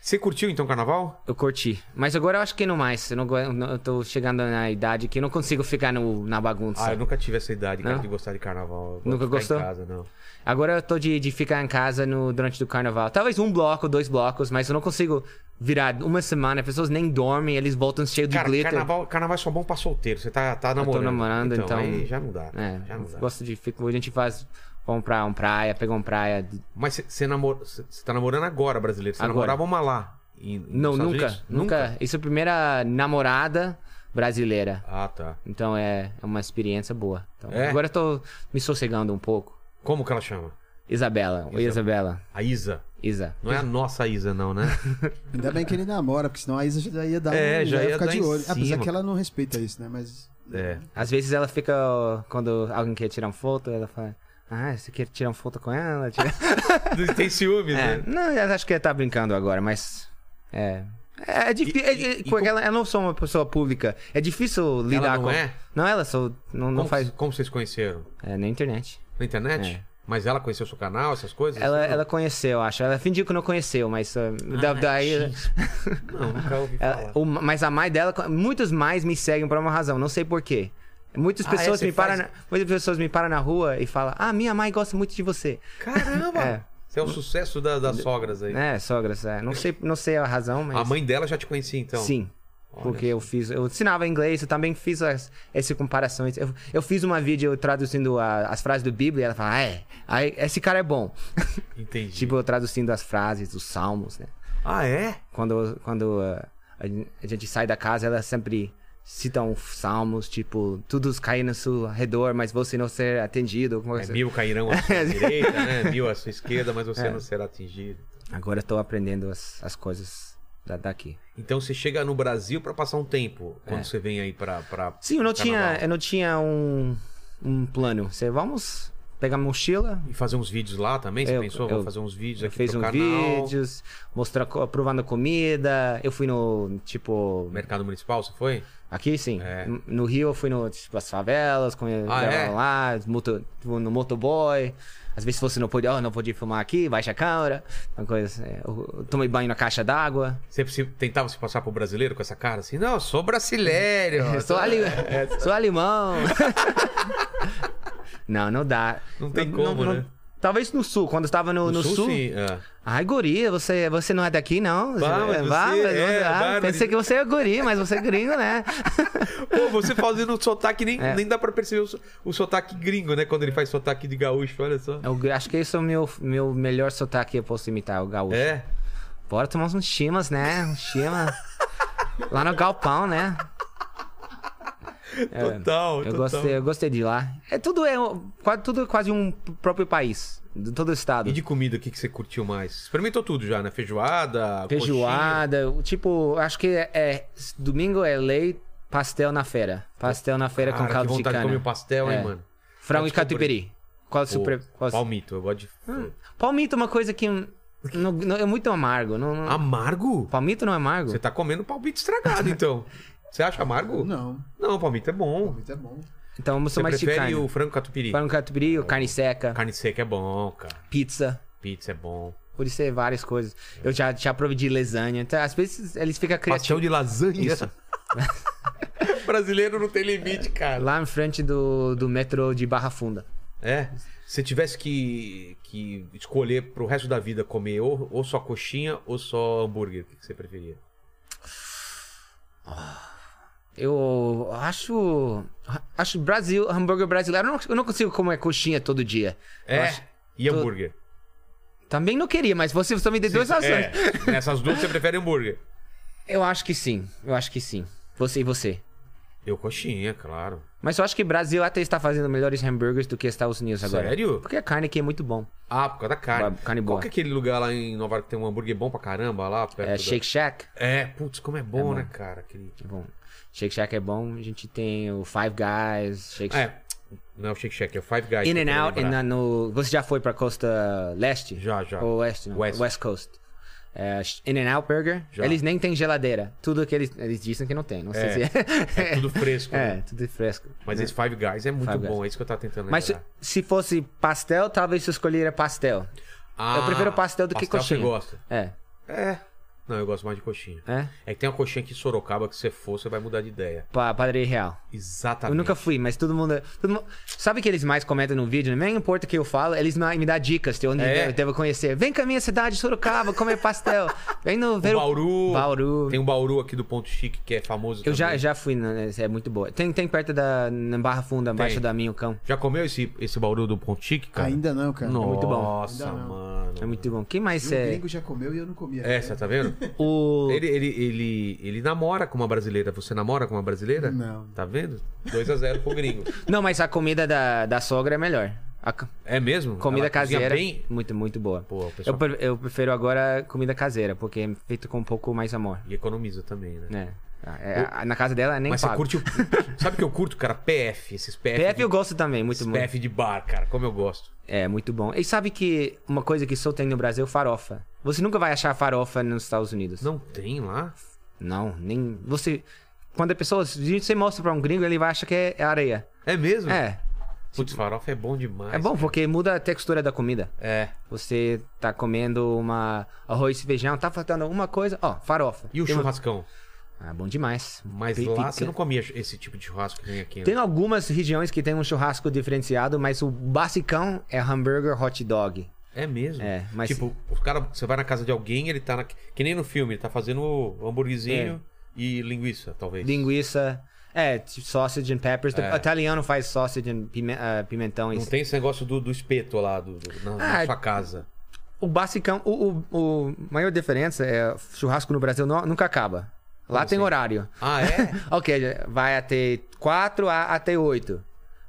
Speaker 2: Você curtiu então o carnaval?
Speaker 4: Eu curti. Mas agora eu acho que não mais. Eu, não, go- eu não- eu tô chegando na idade que eu não consigo ficar no, na bagunça.
Speaker 2: Ah, eu nunca tive essa idade, cara,
Speaker 4: Não?
Speaker 2: de gostar de carnaval. Eu gosto
Speaker 4: Nunca
Speaker 2: de ficar
Speaker 4: gostou?
Speaker 2: Em casa, não.
Speaker 4: Agora eu tô de, de ficar em casa no, durante o carnaval. Talvez um bloco, dois blocos, mas eu não consigo virar uma semana. As pessoas nem dormem, eles voltam cheios de
Speaker 2: Cara,
Speaker 4: glitter.
Speaker 2: carnaval, carnaval é só bom pra solteiro. Você tá, tá namorando.
Speaker 4: namorando, então-
Speaker 2: Aí já não dá.
Speaker 4: É,
Speaker 2: já não dá.
Speaker 4: gosto de ficar. A gente faz. Vamos pra um praia, pega um praia.
Speaker 2: Mas você- você namor... você- você tá namorando agora, brasileiro. Você
Speaker 4: Agora.
Speaker 2: namorava uma lá. em- nos
Speaker 4: Não,
Speaker 2: Estados
Speaker 4: nunca,
Speaker 2: Unidos?
Speaker 4: nunca. Isso é a primeira namorada brasileira.
Speaker 2: Ah, tá.
Speaker 4: Então é, é uma experiência boa. Então,
Speaker 2: É?
Speaker 4: Agora eu tô me sossegando um pouco.
Speaker 2: Como que ela chama?
Speaker 4: Isabela. Oi, Isabela.
Speaker 2: A Isa.
Speaker 4: Isa.
Speaker 2: Não é a nossa Isa, não, né?
Speaker 3: Ainda bem que ele namora, porque senão a Isa já ia dar
Speaker 2: É,
Speaker 3: um-
Speaker 2: já ia
Speaker 3: ficar
Speaker 2: dar
Speaker 3: de
Speaker 2: em
Speaker 3: olho.
Speaker 2: cima.
Speaker 3: Apesar que ela não respeita isso, né? Mas.
Speaker 2: É.
Speaker 4: Às vezes ela fica. ó, Quando alguém quer tirar uma foto, ela fala. Ah, você quer tirar uma foto com ela? Tira-
Speaker 2: Tem ciúmes,
Speaker 4: É,
Speaker 2: né?
Speaker 4: não, eu acho que ela tá brincando agora, mas. É. É difícil.
Speaker 2: e- e
Speaker 4: ela, eu não sou uma pessoa pública. É difícil lidar
Speaker 2: não
Speaker 4: com.
Speaker 2: é?
Speaker 4: Não, ela só. Não, não
Speaker 2: Como,
Speaker 4: faz.
Speaker 2: como vocês conheceram?
Speaker 4: É, na internet.
Speaker 2: Na internet?
Speaker 4: É.
Speaker 2: Mas ela conheceu seu canal, essas coisas?
Speaker 4: Ela,
Speaker 2: Não.
Speaker 4: ela conheceu, acho. Ela fingiu que não conheceu, mas. ah, da, daí.
Speaker 2: Não, nunca ouvi
Speaker 4: ela-
Speaker 2: falar.
Speaker 4: o- mas a mais dela. Muitos mais me seguem por uma razão, não sei porquê. Muitas
Speaker 2: Ah, é?
Speaker 4: pessoas
Speaker 2: Você
Speaker 4: me param.
Speaker 2: faz-
Speaker 4: na- muitas pessoas me param na rua e falam: Ah, minha mãe gosta muito de você.
Speaker 2: Caramba!
Speaker 4: É.
Speaker 2: Você é o sucesso da- das sogras aí.
Speaker 4: É, sogra, é. não sei, não sei a razão, mas.
Speaker 2: A mãe dela já te conhecia, então?
Speaker 4: Sim.
Speaker 2: Olha
Speaker 4: Porque eu fiz, eu ensinava inglês, eu também fiz as, essa comparação. Eu, eu fiz uma vídeo traduzindo a- as frases do Bíblia e ela fala, "Ah, é, aí, esse cara é bom.
Speaker 2: Entendi.
Speaker 4: tipo, eu traduzindo as frases, os salmos, né?
Speaker 2: Ah, é?
Speaker 4: Quando, quando uh, a, gen- a gente sai da casa, ela sempre cita um salmos, tipo, todos caem no seu redor, mas você não ser atendido. alguma
Speaker 2: É,
Speaker 4: coisa.
Speaker 2: mil cairão à sua direita, né? Mil à sua esquerda, mas
Speaker 4: É.
Speaker 2: você não será atingido.
Speaker 4: Agora eu tô aprendendo as, as coisas da, daqui.
Speaker 2: Então você chega no Brasil pra passar um tempo, quando você vem aí pra... pra
Speaker 4: É. Sim, eu não
Speaker 2: pro
Speaker 4: tinha,
Speaker 2: carnaval.
Speaker 4: eu não tinha um, um plano. Você, vamos pegar a mochila,
Speaker 2: E fazer uns vídeos lá também? Você
Speaker 4: é. Eu-
Speaker 2: pensou?
Speaker 4: eu- um
Speaker 2: Vou fazer uns vídeos
Speaker 4: Eu
Speaker 2: aqui
Speaker 4: fiz
Speaker 2: pro
Speaker 4: uns
Speaker 2: canal.
Speaker 4: vídeos, mostrar, co- provando comida. Eu fui no, tipo.
Speaker 2: Mercado Municipal, você foi?
Speaker 4: Aqui sim.
Speaker 2: É.
Speaker 4: N- No Rio eu fui no, tipo, as favelas, com
Speaker 2: Ah, é?
Speaker 4: lá, moto- tipo, no motoboy. Às vezes você não pode, ó, "Oh, não pode filmar aqui, baixa a câmera. Uma coisa assim. Eu eu tomei banho na caixa d'água.
Speaker 2: Você se- tentava se passar pro brasileiro com essa cara assim? Não, eu sou brasileiro.
Speaker 4: Eu Sou, ali, sou alemão. não, não dá.
Speaker 2: Não tem como, né?
Speaker 4: Talvez no sul, quando eu estava no, no sul.
Speaker 2: sim, é.
Speaker 4: Ai, guri, você, você não é daqui, não.
Speaker 2: Vá, mas
Speaker 4: Você-
Speaker 2: você
Speaker 4: vá, mas-
Speaker 2: é,
Speaker 4: ah,
Speaker 2: Bárbara.
Speaker 4: pensei que você é guri, mas você é gringo, né?
Speaker 2: Pô, você fazendo o sotaque, nem,
Speaker 4: É.
Speaker 2: nem dá pra perceber o, so- o sotaque gringo, né? Quando ele faz sotaque de gaúcho, olha só.
Speaker 4: Eu acho que esse é o meu, meu melhor sotaque que eu posso imitar, o gaúcho.
Speaker 2: É.
Speaker 4: Bora tomar uns chimas, né? Um chima. lá no galpão, né?
Speaker 2: Total,
Speaker 4: É. Eu
Speaker 2: total.
Speaker 4: gostei, eu gostei de lá. É tudo é um- quase tudo é quase um próprio país, de todo o estado.
Speaker 2: E de comida, o que, que você curtiu mais? Experimentou tudo já, né? Feijoada,
Speaker 4: Feijoada, o tipo, acho que é, é- domingo é lei pastel na feira. Pastel na feira
Speaker 2: coxinha.
Speaker 4: com
Speaker 2: Cara,
Speaker 4: caldo
Speaker 2: que
Speaker 4: de
Speaker 2: vontade
Speaker 4: cana.
Speaker 2: de comer um pastel, hein,
Speaker 4: É.
Speaker 2: mano?
Speaker 4: Frango
Speaker 2: Pode
Speaker 4: e catupiry. Qual o
Speaker 2: Pô,
Speaker 4: seu pre- qual o seu-
Speaker 2: palmito, eu
Speaker 4: Ah,
Speaker 2: gosto de...
Speaker 4: Palmito é uma coisa que não- não- é muito amargo. Não,
Speaker 2: Ah.
Speaker 4: não-
Speaker 2: Amargo?
Speaker 4: Palmito não é amargo?
Speaker 2: Você tá comendo palmito estragado, então. Você acha amargo?
Speaker 3: Não,
Speaker 2: Não, palmito é bom.
Speaker 3: muito é bom.
Speaker 4: Então eu
Speaker 2: Você
Speaker 4: sou mais
Speaker 2: prefere
Speaker 4: chicano.
Speaker 2: o frango catupiry?
Speaker 4: Frango catupiry, carne seca,
Speaker 2: Carne seca é bom, cara.
Speaker 4: pizza.
Speaker 2: Pizza é bom.
Speaker 4: Pode ser várias coisas. Eu já, já provei de lasanha. Então, às vezes eles ficam
Speaker 2: Pastel
Speaker 4: criativos.
Speaker 2: de lasanha. Brasileiro não tem limite, cara.
Speaker 4: Lá em frente do, do metrô de Barra Funda.
Speaker 2: É. Se tivesse que, que escolher pro resto da vida comer ou, ou só coxinha ou só hambúrguer, o que que você preferia?
Speaker 4: Eu acho. Acho Brasil, hambúrguer brasileiro. Eu não, eu não consigo comer coxinha todo dia. Eu
Speaker 2: É.
Speaker 4: acho-
Speaker 2: E hambúrguer.
Speaker 4: também não queria, mas você só me deu duas razões.
Speaker 2: É, nessas duas você prefere hambúrguer.
Speaker 4: Eu acho que sim. Eu acho que sim. Você e você.
Speaker 2: Eu coxinha, claro.
Speaker 4: Mas eu acho que o Brasil até está fazendo melhores hambúrgueres do que Estados Unidos agora.
Speaker 2: Sério?
Speaker 4: Porque a carne aqui é muito bom.
Speaker 2: Ah, por causa da carne.
Speaker 4: Ba- carne
Speaker 2: Qual
Speaker 4: boa.
Speaker 2: que é aquele lugar lá em Nova York que tem um hambúrguer bom pra caramba lá? Perto
Speaker 4: É
Speaker 2: da-
Speaker 4: Shake Shack.
Speaker 2: É, putz, como é bom, né, cara? Aquele...
Speaker 4: É bom. Shake Shack é bom. A gente tem o Five Guys, Shake Shack.
Speaker 2: É, não é o Shake Shack, é o Five Guys.
Speaker 4: In
Speaker 2: que eu
Speaker 4: and
Speaker 2: tô
Speaker 4: Out. e
Speaker 2: lembrando.
Speaker 4: na- no, você já foi pra costa leste?
Speaker 2: Já, já.
Speaker 4: Ou oeste? Não.
Speaker 2: West.
Speaker 4: West, Coast. É, in and Out Burger.
Speaker 2: Já.
Speaker 4: Eles nem têm geladeira. Tudo que eles, eles dizem que não tem. Não sei
Speaker 2: É.
Speaker 4: se é.
Speaker 2: É tudo fresco.
Speaker 4: É,
Speaker 2: né?
Speaker 4: tudo fresco.
Speaker 2: Mas
Speaker 4: né?
Speaker 2: esse Five Guys é muito
Speaker 4: Five
Speaker 2: bom,
Speaker 4: Guys.
Speaker 2: é isso que eu tava tentando
Speaker 4: Mas se,
Speaker 2: lembrar.
Speaker 4: se fosse pastel, talvez eu escolheria pastel.
Speaker 2: Ah,
Speaker 4: eu prefiro pastel do que coxinha.
Speaker 2: Você gosta?
Speaker 4: É,
Speaker 2: É. Não, eu gosto mais de coxinha.
Speaker 4: é.
Speaker 2: É que tem uma coxinha aqui em Sorocaba que se você for, você vai mudar de ideia.
Speaker 4: Pa Padaria Real.
Speaker 2: Exatamente.
Speaker 4: Eu nunca fui, mas todo mundo, todo mundo- Sabe o que eles mais comentam no vídeo? Nem importa o que eu falo, eles ma- me dão dicas de onde
Speaker 2: É.
Speaker 4: eu devo- devo conhecer. Vem com a minha cidade, Sorocaba, comer pastel. Vem no ver
Speaker 2: O
Speaker 4: o-
Speaker 2: Bauru.
Speaker 4: Bauru.
Speaker 2: Tem um Bauru aqui do Ponto Chique que é famoso
Speaker 4: Eu já,
Speaker 2: também.
Speaker 4: já fui, né? é muito boa. Tem, tem perto da na Barra Funda, abaixo da Minhocão.
Speaker 2: Já comeu esse, esse Bauru do Ponto Chique, cara?
Speaker 3: Ainda não, cara. É
Speaker 2: Nossa,
Speaker 4: muito bom.
Speaker 2: Nossa,
Speaker 3: Ainda não.
Speaker 2: mano.
Speaker 4: É muito bom. Quem mais
Speaker 3: E O
Speaker 4: é?
Speaker 3: gringo já comeu e eu não comia.
Speaker 2: É, você tá vendo?
Speaker 4: O...
Speaker 2: Ele, ele, ele, ele namora com uma brasileira. Você namora com uma brasileira?
Speaker 3: Não.
Speaker 2: Tá vendo? 2x0 pro gringo.
Speaker 4: Não, mas a comida da, da sogra é melhor. A co-
Speaker 2: É mesmo?
Speaker 4: comida
Speaker 2: Ela cozinha
Speaker 4: caseira,
Speaker 2: Bem...
Speaker 4: muito, muito boa.
Speaker 2: Pô, o
Speaker 4: eu,
Speaker 2: pessoal...
Speaker 4: pre- eu prefiro agora comida caseira, porque é feito com um pouco mais amor.
Speaker 2: E economiza também, né?
Speaker 4: né? É, a- na casa dela nem
Speaker 2: Mas
Speaker 4: pago.
Speaker 2: você curte né? o... Sabe o que eu curto, cara? PF. Esses PF,
Speaker 4: PF
Speaker 2: de...
Speaker 4: eu gosto também, muito
Speaker 2: esses
Speaker 4: bom.
Speaker 2: PF de bar, cara. Como eu gosto.
Speaker 4: É, muito bom. E sabe que uma coisa que só tem no Brasil, farofa. Você nunca vai achar farofa nos Estados Unidos.
Speaker 2: Não tem lá?
Speaker 4: Não, nem. Você. Quando a pessoa. Se você mostra pra um gringo, ele vai achar que é areia.
Speaker 2: É mesmo?
Speaker 4: É.
Speaker 2: Putz, farofa é bom demais.
Speaker 4: É bom, porque muda a textura da comida.
Speaker 2: É.
Speaker 4: Você tá comendo uma arroz e feijão, tá faltando alguma coisa, ó, farofa.
Speaker 2: E o
Speaker 4: Tem uma-
Speaker 2: churrascão?
Speaker 4: Ah, bom demais.
Speaker 2: Mas
Speaker 4: Pi-
Speaker 2: lá
Speaker 4: pica.
Speaker 2: você não comia esse tipo de churrasco que tem aqui. né?
Speaker 4: Tem algumas regiões que tem um churrasco diferenciado, mas o basicão é hambúrguer hot dog.
Speaker 2: É mesmo?
Speaker 4: É, mas-
Speaker 2: Tipo, o cara, você vai na casa de alguém, ele tá na... Que nem no filme, ele tá fazendo o hambúrguerzinho e linguiça, talvez.
Speaker 4: É. linguiça. É, tipo, sausage and peppers. O italiano faz sausage and pime- ah, pimentão.
Speaker 2: É. Não
Speaker 4: E...
Speaker 2: tem esse negócio do, do espeto lá, do, do- na, na
Speaker 4: Ah,
Speaker 2: sua casa.
Speaker 4: O basicão, o, o, o maior diferença é churrasco no Brasil no- nunca acaba. Lá tem horário.
Speaker 2: Ah, é?
Speaker 4: ok, vai até 4 a, até 8.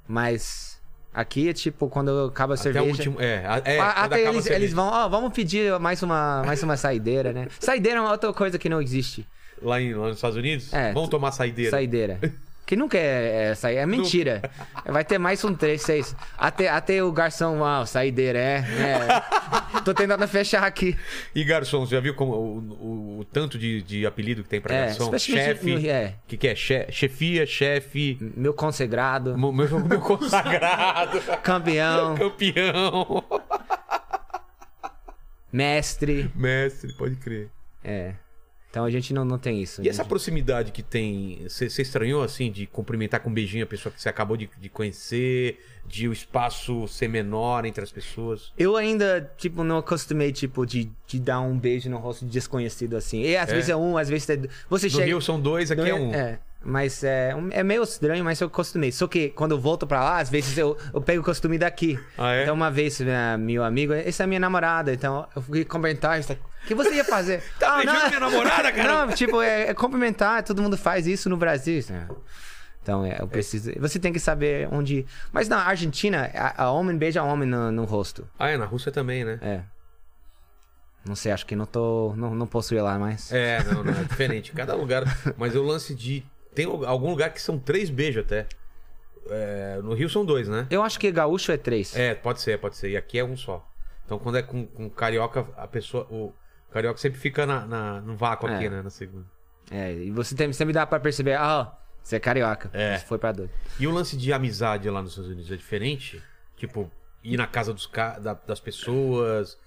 Speaker 4: Mas aqui é tipo quando acaba a
Speaker 2: Até
Speaker 4: cerveja.
Speaker 2: o último. É, a- é quando
Speaker 4: Ah, até
Speaker 2: acaba a
Speaker 4: eles,
Speaker 2: cerveja.
Speaker 4: eles vão, ó, vamos pedir mais uma, mais uma saideira, né? Saideira é uma outra coisa que não existe.
Speaker 2: Lá, em- lá nos Estados Unidos?
Speaker 4: É,
Speaker 2: vão
Speaker 4: tu-
Speaker 2: tomar saideira.
Speaker 4: Saideira. Que nunca é, é sair, é mentira. Vai ter mais um 3, 6. Até, até o garçom, uau, saideira, é. é. Tô tentando fechar aqui.
Speaker 2: E garçom, você já viu como, o, o- o tanto de, de apelido que tem pra
Speaker 4: É,
Speaker 2: garçom?
Speaker 4: especialmente
Speaker 2: Chefe.
Speaker 4: no- é.
Speaker 2: O que, que é? Che- chefia, chefe.
Speaker 4: Meu consagrado,
Speaker 2: Meu, meu- meu consagrado.
Speaker 4: campeão,
Speaker 2: campeão.
Speaker 4: mestre.
Speaker 2: Mestre, pode crer.
Speaker 4: É. Então a gente não, não tem isso.
Speaker 2: E essa
Speaker 4: gente.
Speaker 2: proximidade que tem, você você estranhou assim de cumprimentar com um beijinho a pessoa que você acabou de, de conhecer, de o espaço ser menor entre as pessoas?
Speaker 4: Eu ainda, tipo, não acostumei, tipo, de, de dar um beijo no rosto de desconhecido assim. E às
Speaker 2: É.
Speaker 4: vezes é um, às vezes é. do- Você
Speaker 2: No
Speaker 4: chega.
Speaker 2: Rio são dois, aqui é um.
Speaker 4: É, mas é, um- é meio estranho, mas eu acostumei. Só que quando eu volto pra lá, às vezes eu, eu pego o costume daqui.
Speaker 2: Ah, é?
Speaker 4: Então uma vez, né, meu amigo, essa é minha namorada, então eu fui cumprimentar. isso aqui. O que você ia fazer? Ah,
Speaker 2: Tá beijando minha namorada, cara?
Speaker 4: Não, tipo, é, é cumprimentar, todo mundo faz isso no Brasil. isso, né? Então, é, eu preciso. Você tem que saber onde. Mas na Argentina, a, a homem beija homem no, no rosto.
Speaker 2: Ah, é, na Rússia também, né?
Speaker 4: É. Não sei, acho que não tô. Não, não posso ir lá mais.
Speaker 2: É, não, não, é diferente. Cada lugar. Mas o lance de. Tem algum lugar que são três beijos até. É, no Rio são dois, né?
Speaker 4: Eu acho que gaúcho é três.
Speaker 2: É, pode ser, pode ser. E aqui é um só. Então quando é com, com carioca, a pessoa. O carioca sempre fica na, na- no vácuo aqui,
Speaker 4: É.
Speaker 2: né? Na segunda.
Speaker 4: É, e você tem, sempre dá pra perceber, ah, você é carioca.
Speaker 2: É.
Speaker 4: Você foi pra dois.
Speaker 2: E o lance de amizade lá nos Estados Unidos é diferente? Tipo, ir na casa dos ca... da- das pessoas.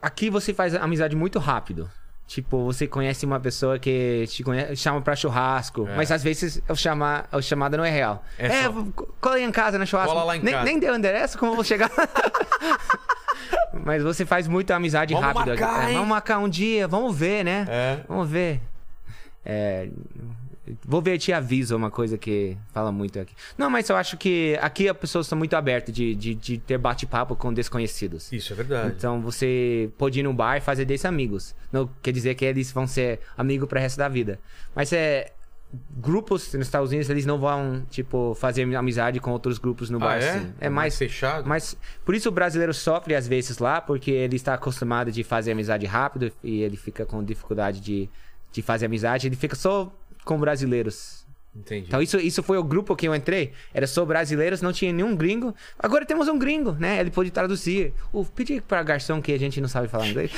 Speaker 4: Aqui você faz amizade muito rápido. Tipo, você conhece uma pessoa que te conhece, chama pra churrasco, mas às vezes o, chama, o chamada não é real.
Speaker 2: É
Speaker 4: É,
Speaker 2: só-
Speaker 4: co- cola aí em casa na churrasco.
Speaker 2: Cola lá em
Speaker 4: nem,
Speaker 2: casa.
Speaker 4: nem deu endereço, como eu vou chegar? mas você faz muita amizade
Speaker 2: Vamos
Speaker 4: rápido. aqui.
Speaker 2: marcar, É.
Speaker 4: É,
Speaker 2: hein?
Speaker 4: vamos marcar um dia, vamos ver, né?
Speaker 2: É.
Speaker 4: Vamos ver. É, Vou ver, te aviso, é uma coisa que fala muito aqui. Não, mas eu acho que aqui as pessoas são muito abertas de, de, de ter bate-papo com desconhecidos.
Speaker 2: Isso é verdade.
Speaker 4: Então você pode ir num bar e fazer desse amigos. Não quer dizer que eles vão ser amigos pro resto da vida. Mas é. Grupos nos Estados Unidos, eles não vão, tipo, fazer amizade com outros grupos no
Speaker 2: Ah,
Speaker 4: bar,
Speaker 2: é?
Speaker 4: assim.
Speaker 2: É
Speaker 4: É
Speaker 2: mais
Speaker 4: mais.
Speaker 2: fechado?
Speaker 4: Mas. Por isso o brasileiro sofre às vezes lá, porque ele está acostumado de fazer amizade rápido e ele fica com dificuldade de, de fazer amizade. Ele fica só com brasileiros.
Speaker 2: Entendi.
Speaker 4: Então isso, isso foi o grupo que eu entrei. Era só brasileiros, não tinha nenhum gringo. Agora temos um gringo, né? Ele pode traduzir. O pedi para garçom que a gente não sabe falar inglês.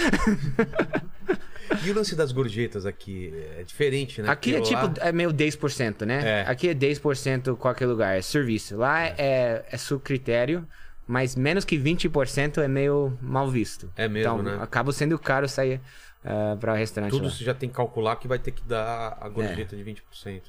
Speaker 2: E o lance das gorjetas aqui é diferente, né?
Speaker 4: Aqui é
Speaker 2: Porque
Speaker 4: tipo
Speaker 2: lá-
Speaker 4: é meio 10%, né?
Speaker 2: É.
Speaker 4: Aqui é 10% qualquer lugar, é serviço. Lá é, é, seu critério, mas menos que 20% é meio mal visto.
Speaker 2: É mesmo,
Speaker 4: então,
Speaker 2: né?
Speaker 4: acaba sendo caro sair para o restaurante
Speaker 2: Tudo
Speaker 4: lá.
Speaker 2: você já tem que calcular que vai ter que dar a
Speaker 4: É.
Speaker 2: gorjeta de 20%. Né?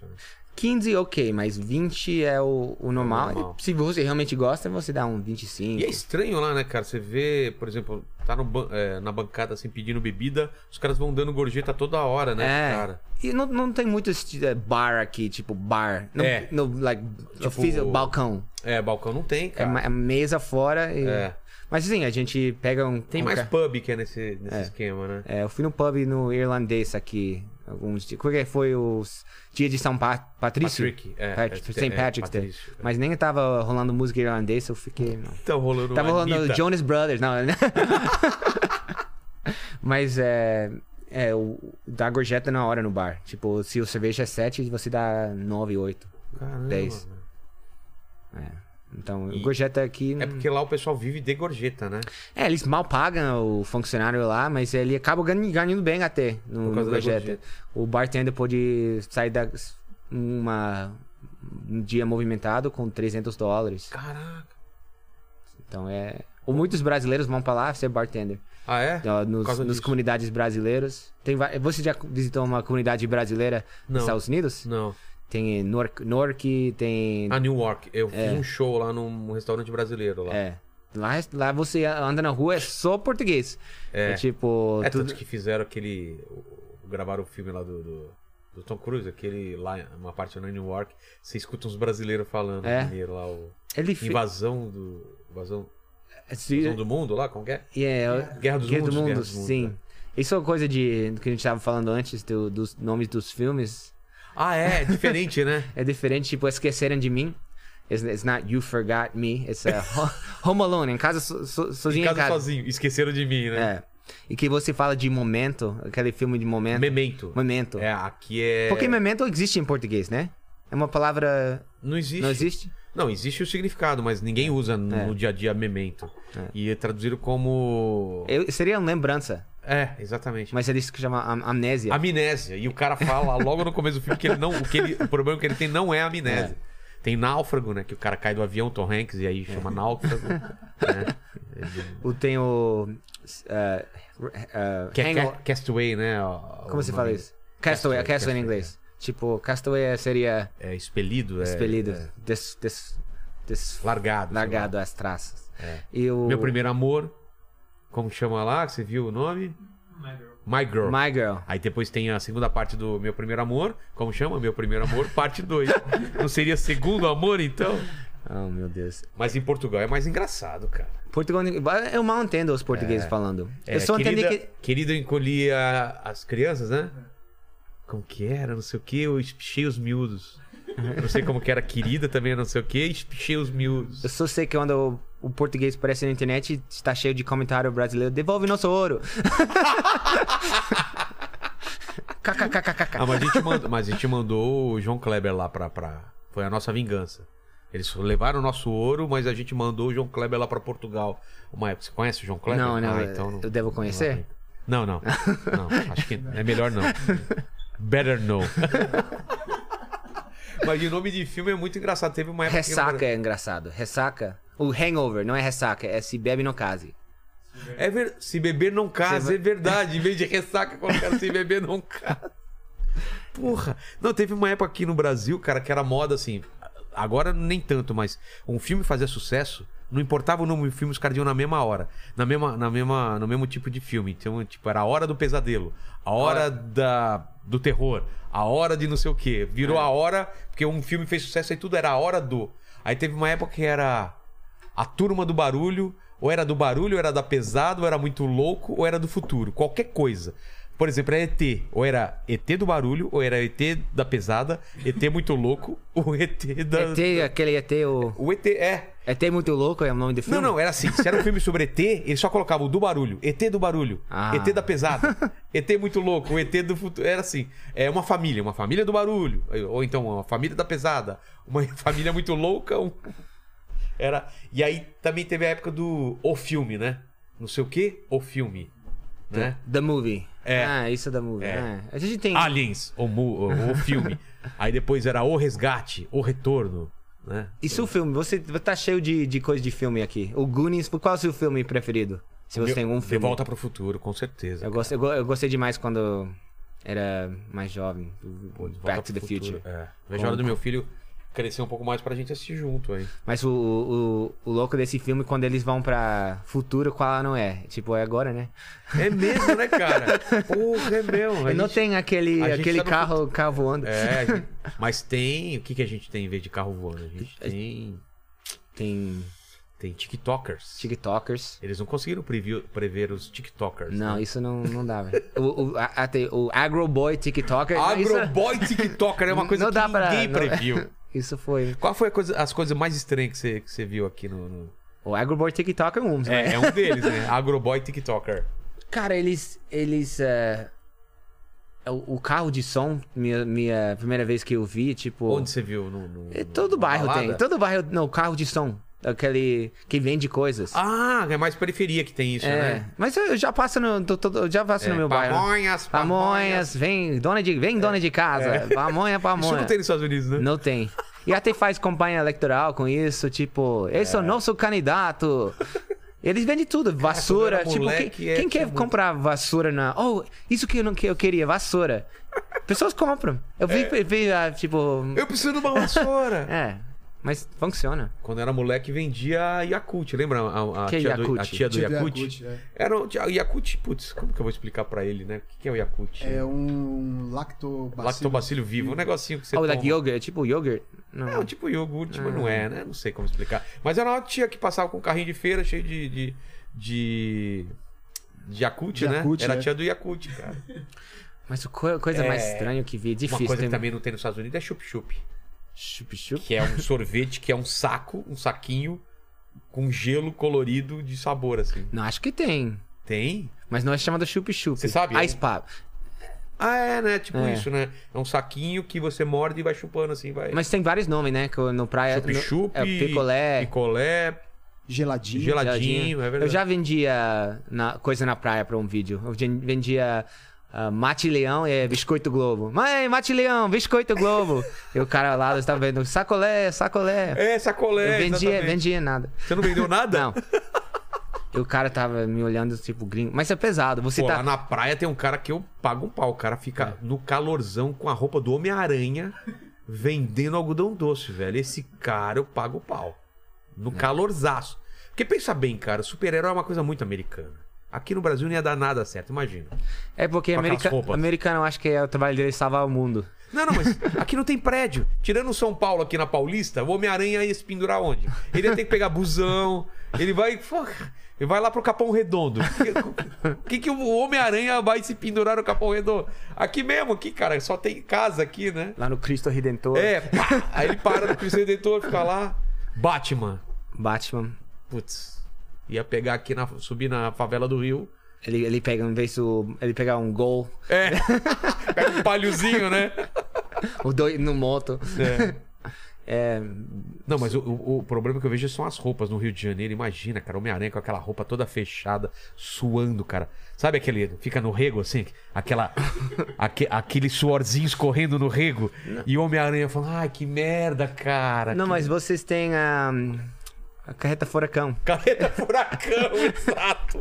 Speaker 4: 15 ok, mas 20 é o, o normal.
Speaker 2: normal.
Speaker 4: E se você realmente gosta, você dá um 25.
Speaker 2: E é estranho lá, né, cara? Você vê, por exemplo, tá no ban- é, na bancada assim pedindo bebida, os caras vão dando gorjeta toda hora, né,
Speaker 4: É.
Speaker 2: cara?
Speaker 4: E não, não tem muito esse, eh, bar aqui, tipo bar. Não,
Speaker 2: É.
Speaker 4: no, like, eu
Speaker 2: Tipo-
Speaker 4: fiz o balcão.
Speaker 2: É, balcão não tem,
Speaker 4: É
Speaker 2: cara.
Speaker 4: ma- é mesa fora. e-
Speaker 2: É.
Speaker 4: Mas assim, a gente pega um.
Speaker 2: Tem
Speaker 4: um
Speaker 2: mais
Speaker 4: ca-
Speaker 2: pub que é nesse, nesse esquema, né?
Speaker 4: É, eu fui no pub no irlandês aqui. Alguns dias. Qual que foi os dia de São Pa- Patrício?
Speaker 2: Patrick, é,
Speaker 4: Pat-
Speaker 2: é,
Speaker 4: St.
Speaker 2: é,
Speaker 4: Patrick's Day.
Speaker 2: Patrício, é.
Speaker 4: Mas nem tava rolando música irlandesa, eu fiquei. não.
Speaker 2: Tá rolando
Speaker 4: Tava
Speaker 2: uma
Speaker 4: rolando
Speaker 2: Anitta.
Speaker 4: Jonas Brothers, não. né? Mas é. É, o, dá gorjeta na hora no bar. Tipo, se o cerveja é 7, você dá 9, 8.
Speaker 2: Caramba,
Speaker 4: 10.
Speaker 2: mano.
Speaker 4: Então,
Speaker 2: E-
Speaker 4: gorjeta aqui.
Speaker 2: É porque lá o pessoal vive de gorjeta, né?
Speaker 4: É, eles mal pagam o funcionário lá, mas ele acaba ganhando, ganhando bem até no,
Speaker 2: Por causa
Speaker 4: no
Speaker 2: da
Speaker 4: gorjeta.
Speaker 2: gorjeta.
Speaker 4: O bartender pode sair da uma um dia movimentado com 300 dólares.
Speaker 2: Caraca.
Speaker 4: Então é, ou muitos brasileiros vão pra lá ser bartender.
Speaker 2: Ah, é?
Speaker 4: Ó,
Speaker 2: Por
Speaker 4: Nos,
Speaker 2: causa
Speaker 4: nos
Speaker 2: disso.
Speaker 4: comunidades brasileiras. Tem va- você já visitou uma comunidade brasileira
Speaker 2: Não.
Speaker 4: nos Estados Unidos?
Speaker 2: Não.
Speaker 4: Tem Nork, Nork tem
Speaker 2: A Newark. Eu fiz um show lá num restaurante brasileiro lá.
Speaker 4: é. Lá, lá você anda na rua é só português.
Speaker 2: É.
Speaker 4: tipo
Speaker 2: É
Speaker 4: tudo-
Speaker 2: tanto que fizeram aquele. o- o- Gravaram o filme lá do, do, do Tom Cruise, aquele lá, uma parte lá em New York. Você escuta uns brasileiros falando
Speaker 4: É.
Speaker 2: mineiro lá, o.
Speaker 4: ele fi-
Speaker 2: Invasão do. Invasão,
Speaker 4: se-
Speaker 2: invasão do mundo lá, como que é?
Speaker 4: Yeah,
Speaker 2: Guerra dos Mundos,
Speaker 4: Mundo,
Speaker 2: Guerra dos Mundos, né?
Speaker 4: sim. Isso é uma coisa de do que a gente estava falando antes do- dos nomes dos filmes.
Speaker 2: Ah, é, diferente, né?
Speaker 4: É diferente, tipo, esqueceram de mim. It's, it's not you forgot me. It's uh, ho- home alone, em casa so, so-
Speaker 2: Em
Speaker 4: sozinho
Speaker 2: casa sozinho, esqueceram de mim, né?
Speaker 4: É. E que você fala de momento, aquele filme de momento.
Speaker 2: Memento.
Speaker 4: Momento.
Speaker 2: É, aqui é.
Speaker 4: Porque memento existe em português, né? É uma palavra.
Speaker 2: Não existe.
Speaker 4: Não existe?
Speaker 2: Não, existe o significado, mas ninguém usa no no dia a dia memento. E traduziram como.
Speaker 4: Eu, seria uma lembrança,
Speaker 2: É, exatamente.
Speaker 4: mas eles que chamam am- amnésia.
Speaker 2: Amnésia. E o cara fala logo no começo do filme que ele não. O, que ele- o problema que ele tem não é a amnésia. Tem náufrago, né? Que o cara cai do avião, Tom Hanks, e
Speaker 4: É.
Speaker 2: aí chama náufrago. né?
Speaker 4: Ou tem o. ah, ah,
Speaker 2: Que é
Speaker 4: hango-
Speaker 2: ca- Castaway, né? ó,
Speaker 4: Como
Speaker 2: o
Speaker 4: você
Speaker 2: nome.
Speaker 4: fala isso? Castaway,
Speaker 2: Castaway,
Speaker 4: castaway, em inglês. Tipo, castaway seria
Speaker 2: É expelido, é.
Speaker 4: expelido,
Speaker 2: é,
Speaker 4: des, des, des-
Speaker 2: largado. sei lá.
Speaker 4: largado as traças. E o
Speaker 2: É. Meu primeiro amor. Como chama lá? que Você viu o nome? My Girl.
Speaker 4: My Girl.
Speaker 2: Aí depois tem a segunda parte do Meu Primeiro Amor. Como chama? Meu Primeiro Amor, parte 2. Não seria Segundo Amor, então?
Speaker 4: Oh, meu Deus.
Speaker 2: Mas em Portugal é mais engraçado, cara.
Speaker 4: Portugal, eu mal entendo os portugueses falando.
Speaker 2: É,
Speaker 4: eu só
Speaker 2: querida,
Speaker 4: entendi que...
Speaker 2: Querido, eu encolhi a- as crianças, né? Como que era? Não sei o que. Eu espichei os miúdos. Eu Não sei como que era. Querida também, não sei o que. Espichei os miúdos.
Speaker 4: Eu só sei que quando o, o português aparece na internet, está cheio de comentário brasileiro. Devolve nosso ouro.
Speaker 2: Ah, mas a gente mandou, mas a gente mandou o João Kleber lá pra, pra... Foi a nossa vingança. Eles levaram o nosso ouro, mas a gente mandou o João Kleber lá pra Portugal. Uma época. Você conhece o João Kleber?
Speaker 4: Não, não,
Speaker 2: Ah,
Speaker 4: eu devo conhecer?
Speaker 2: Não, não. Não, acho que é melhor não. Better no. Mas o nome de filme é muito engraçado. Teve uma época. que-
Speaker 4: Ressaca é engraçado. Ressaca. O hangover não é ressaca, é se bebe no case.
Speaker 2: É ver- Se beber não casa, é verdade. Em vez de ressaca, colocaram se beber não casa. Porra. Não, teve uma época aqui no Brasil, cara, que era moda assim. Agora nem tanto, mas um filme fazia sucesso, Não importava o nome do filme, os caras iam na mesma hora. Na mesma, na mesma, no mesmo tipo de filme. Então, tipo, era a hora do pesadelo, a hora da, do terror, a hora de não sei o quê. Virou a hora, porque um filme fez sucesso e tudo era a hora do. Aí teve uma época que era a turma do barulho, ou era do barulho, ou era da pesada, ou era muito louco, ou era do futuro. Qualquer coisa. Por exemplo, era ET. Ou era ET do barulho, ou era ET da pesada, ET muito louco, ou ET da.
Speaker 4: ET, É aquele ET, o...
Speaker 2: O ET, é.
Speaker 4: ET muito louco é o nome do filme?
Speaker 2: Não, não, era assim. Se era um filme sobre ET, ele só colocava o do barulho, ET do barulho,
Speaker 4: Ah.
Speaker 2: ET da pesada, ET muito louco, ET do futuro. Era assim. É uma família, uma família do barulho. Ou então uma família da pesada, uma família muito louca. um- Era. E aí também teve a época do O Filme, né? Não sei o quê, O Filme. Né?
Speaker 4: The Movie.
Speaker 2: É.
Speaker 4: Ah, isso é The Movie.
Speaker 2: É.
Speaker 4: Ah, A gente tem...
Speaker 2: Aliens, o, mu- o- o filme. Aí depois era O Resgate, O Retorno, né?
Speaker 4: Isso é o filme. Você tá cheio de, de coisa de filme aqui. O Goonies, qual é o seu filme preferido? Se você tem um
Speaker 2: De
Speaker 4: filme.
Speaker 2: Volta pro Futuro, com certeza.
Speaker 4: Eu, gosto, eu, go- eu gostei demais quando era mais jovem.
Speaker 2: Pô, De Volta
Speaker 4: Back
Speaker 2: pro
Speaker 4: to the
Speaker 2: Futuro,
Speaker 4: Future.
Speaker 2: É. Vejo a hora do meu filho crescer um pouco mais pra gente assistir junto, hein?
Speaker 4: Mas o, o, o louco desse filme, quando eles vão pra futuro, qual não é? Tipo, é agora, né?
Speaker 2: É mesmo, né, cara? Porra, é meu. a
Speaker 4: não
Speaker 2: gente-
Speaker 4: tem aquele,
Speaker 2: a gente
Speaker 4: aquele
Speaker 2: tá no
Speaker 4: carro, carro voando.
Speaker 2: É, a gente- mas tem. O que, que a gente tem em vez de carro voando? A gente tem.
Speaker 4: Tem
Speaker 2: Tem TikTokers.
Speaker 4: TikTokers.
Speaker 2: Eles não conseguiram previ- prever os TikTokers. né?
Speaker 4: Não, isso não, não dá, velho. O, o, a- a- tem o Agroboy TikToker. isso- é-
Speaker 2: Agroboy TikToker é uma coisa
Speaker 4: não
Speaker 2: que
Speaker 4: dá pra-
Speaker 2: ninguém
Speaker 4: não-
Speaker 2: previu.
Speaker 4: Isso foi.
Speaker 2: Qual foi a coisa- as coisas mais estranhas que você, que você viu aqui no. no-
Speaker 4: O Agroboy TikToker é um, né?
Speaker 2: É, é um deles, né? Agroboy TikToker.
Speaker 4: Cara, eles. eles é, o, o carro de som, minha, minha primeira vez que eu vi, tipo.
Speaker 2: Onde você viu? No, no-
Speaker 4: É, Todo
Speaker 2: na
Speaker 4: bairro
Speaker 2: balada?
Speaker 4: tem. Todo bairro. Não, carro de som. Aquele. que vende coisas.
Speaker 2: Ah, é mais periferia que tem isso,
Speaker 4: é.
Speaker 2: né?
Speaker 4: Mas eu, eu já passo no. tô- tô- eu já passo
Speaker 2: É,
Speaker 4: no meu bairro.
Speaker 2: Pamonhas, É.
Speaker 4: Pamonhas, vem, dona de, vem dona de casa. Pamonha, pamonha.
Speaker 2: Isso não tem nos Estados Unidos, né?
Speaker 4: Não tem. E até faz campanha eleitoral com isso, tipo, esse é o nosso candidato. Eles vendem tudo, vassoura.
Speaker 2: quando eu era
Speaker 4: tipo, quem,
Speaker 2: moleque, é,
Speaker 4: quem quer
Speaker 2: tinha muito.
Speaker 4: comprar vassoura na. Oh, isso que eu, não, que eu queria, vassoura. Pessoas compram. Eu vi,
Speaker 2: É.
Speaker 4: vi, ah, tipo.
Speaker 2: Eu preciso de uma vassoura.
Speaker 4: É. Mas funciona.
Speaker 2: Quando era moleque, vendia Yakut. Lembra a, a
Speaker 4: Que
Speaker 2: tia do,
Speaker 4: Yakult?
Speaker 2: a tia do
Speaker 3: Tia do
Speaker 2: Yakut?
Speaker 3: Yakult, é.
Speaker 2: Era o tia- Yakult, putz, como que eu vou explicar pra ele, né? O que que é o Yakut?
Speaker 3: É um lactobacilo.
Speaker 2: Lactobacilo vivo, um negocinho que você
Speaker 4: oh,
Speaker 2: toma.
Speaker 4: like yogurt, tipo yogurt. Não.
Speaker 2: Não, tipo iogurte, mas não
Speaker 4: Ah.
Speaker 2: é, né? Não sei como explicar. Mas era uma tia que passava com um carrinho de feira cheio de. de. de, de Yakult,
Speaker 3: De
Speaker 2: né?
Speaker 3: Yakult,
Speaker 2: era a
Speaker 3: é.
Speaker 2: tia do Yakut, cara.
Speaker 4: Mas o co- coisa mais estranha que vi,
Speaker 2: É.
Speaker 4: é
Speaker 2: uma
Speaker 4: difícil.
Speaker 2: coisa
Speaker 4: tem-
Speaker 2: que também não tem nos Estados Unidos é chup-chup.
Speaker 4: Chup-chup.
Speaker 2: Que é um sorvete que é um saco, um saquinho com gelo colorido de sabor, assim.
Speaker 4: Não, acho que tem.
Speaker 2: Tem?
Speaker 4: Mas não é chamado chup-chup.
Speaker 2: Você sabe?
Speaker 4: Ice pop.
Speaker 2: Ah, é, né? Tipo
Speaker 4: É.
Speaker 2: isso, né? É um saquinho que você morde e vai chupando, assim, vai.
Speaker 4: Mas tem vários nomes, né? que No praia. no-
Speaker 2: Chup-chup,
Speaker 4: é, picolé.
Speaker 2: picolé, geladinho,
Speaker 3: Geladinho.
Speaker 4: Geladinho.
Speaker 2: é verdade.
Speaker 4: Eu já vendia na- coisa na praia pra um vídeo. Eu gen- vendia ah, mate leão e biscoito globo. Mãe, mate leão, biscoito globo. e o cara lá estava vendo sacolé, sacolé.
Speaker 2: É, sacolé,
Speaker 4: eu vendia,
Speaker 2: exatamente.
Speaker 4: vendia nada.
Speaker 2: Você não vendeu nada?
Speaker 4: Não. E o cara tava me olhando, tipo, gringo. Mas é pesado. Você
Speaker 2: Pô,
Speaker 4: tá. É.
Speaker 2: lá na praia tem um cara que eu pago um pau. O cara fica no calorzão com a roupa do Homem-Aranha vendendo algodão doce, velho. Esse cara eu pago o pau.
Speaker 4: É.
Speaker 2: No calorzaço. Porque pensa bem, cara, super-herói é uma coisa muito americana. Aqui no Brasil não ia dar nada certo, imagina.
Speaker 4: É porque
Speaker 2: com aquelas
Speaker 4: america...
Speaker 2: roupas.
Speaker 4: americano acho que é o trabalho dele salvar o mundo.
Speaker 2: Não, não, mas aqui não tem prédio. Tirando São Paulo aqui na Paulista, o Homem-Aranha ia se pendurar onde? Ele ia ter que pegar busão, ele vai. pô, Ele vai lá pro Capão Redondo. O que, que o Homem-Aranha vai se pendurar no Capão Redondo? Aqui mesmo, aqui, cara, só tem casa aqui, né?
Speaker 4: Lá no Cristo Redentor.
Speaker 2: É, pá! Aí ele para no Cristo Redentor, fica lá. Batman.
Speaker 4: Batman.
Speaker 2: Putz. Ia pegar aqui, na, subir na favela do Rio.
Speaker 4: Ele, ele pega, em vez do. Ele pegar um gol,
Speaker 2: É. Pega um palhozinho, né?
Speaker 4: o dois no moto.
Speaker 2: É.
Speaker 4: É,
Speaker 2: Não, mas o, o- o problema que eu vejo são as roupas no Rio de Janeiro. Imagina, cara, Homem-Aranha com aquela roupa toda fechada, suando, cara. Sabe aquele. Fica no rego, assim? Aquela. aque, aquele suorzinho escorrendo no rego. E o Homem-Aranha falando, ai, que merda, cara.
Speaker 4: Não,
Speaker 2: que
Speaker 4: mas vocês têm a. A carreta furacão.
Speaker 2: Carreta furacão, exato.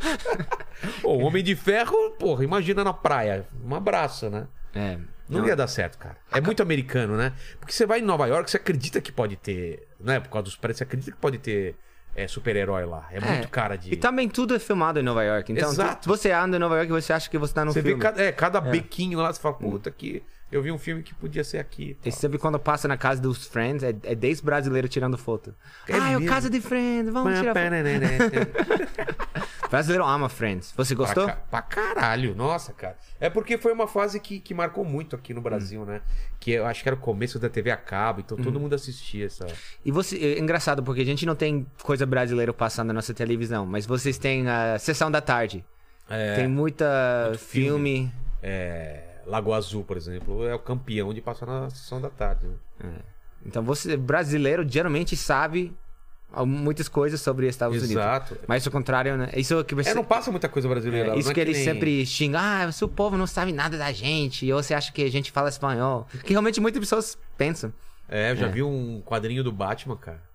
Speaker 2: Pô, o Homem de Ferro, porra, imagina na praia. Uma braça, né?
Speaker 4: É.
Speaker 2: Não, ia dar certo, cara. É muito americano, né? Porque você vai em Nova York, você acredita que pode ter, né? Por causa dos prédios, você acredita que pode ter é, super-herói lá. É, muito cara de.
Speaker 4: E também tudo é filmado em Nova York. Então,
Speaker 2: Exato.
Speaker 4: tu- você anda em Nova York e você acha que você tá no
Speaker 2: Você
Speaker 4: filme. Hum.
Speaker 2: vê cada, é, cada bequinho lá, você fala, puta que. Eu vi um filme que podia ser aqui. e tal.
Speaker 4: E você vê quando passa na casa dos friends, é, é 10 brasileiros tirando foto.
Speaker 2: É
Speaker 4: ah, é o
Speaker 2: mesmo?
Speaker 4: casa de friends, vamos tirar foto. Brasileiro ama friends. Você gostou?
Speaker 2: Pra, ca- pra caralho, nossa, cara. É porque foi uma fase que, que marcou muito aqui
Speaker 4: Hum.
Speaker 2: no Brasil, né? Que eu acho que era o começo da TV a cabo, então
Speaker 4: Hum.
Speaker 2: todo mundo assistia essa.
Speaker 4: E você, é engraçado, porque a gente não tem coisa brasileira passando na nossa televisão, mas vocês têm a sessão da tarde. Tem muita filme.
Speaker 2: É, Lagoa Azul, por exemplo, é o campeão de passar na sessão da tarde. né?
Speaker 4: Então você, brasileiro, geralmente sabe ah, muitas coisas sobre Estados Unidos.
Speaker 2: Exato.
Speaker 4: Mas o contrário, né? Isso que você...
Speaker 2: É, não passa muita coisa brasileira.
Speaker 4: É,
Speaker 2: não
Speaker 4: isso
Speaker 2: é
Speaker 4: que ele
Speaker 2: nem-
Speaker 4: sempre xinga. Ah, se o povo não sabe nada da gente, ou você acha que a gente fala espanhol. Que realmente muitas pessoas pensam.
Speaker 2: É, eu já
Speaker 4: É.
Speaker 2: vi um quadrinho do Batman, cara.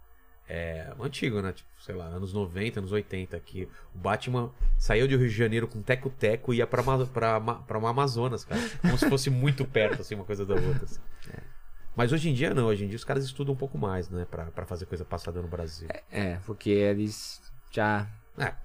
Speaker 2: É, um antigo, né? Tipo, sei lá, anos 90, anos 80, que o Batman saiu do Rio de Janeiro com teco-teco e ia pra, Ama- pra, Ama- pra uma Amazonas, cara. Como se fosse muito perto, assim, uma coisa da outra. assim.
Speaker 4: É.
Speaker 2: Mas hoje em dia não, hoje em dia os caras estudam um pouco mais, né? Pra, pra fazer coisa passada no Brasil. É.
Speaker 4: É, porque eles já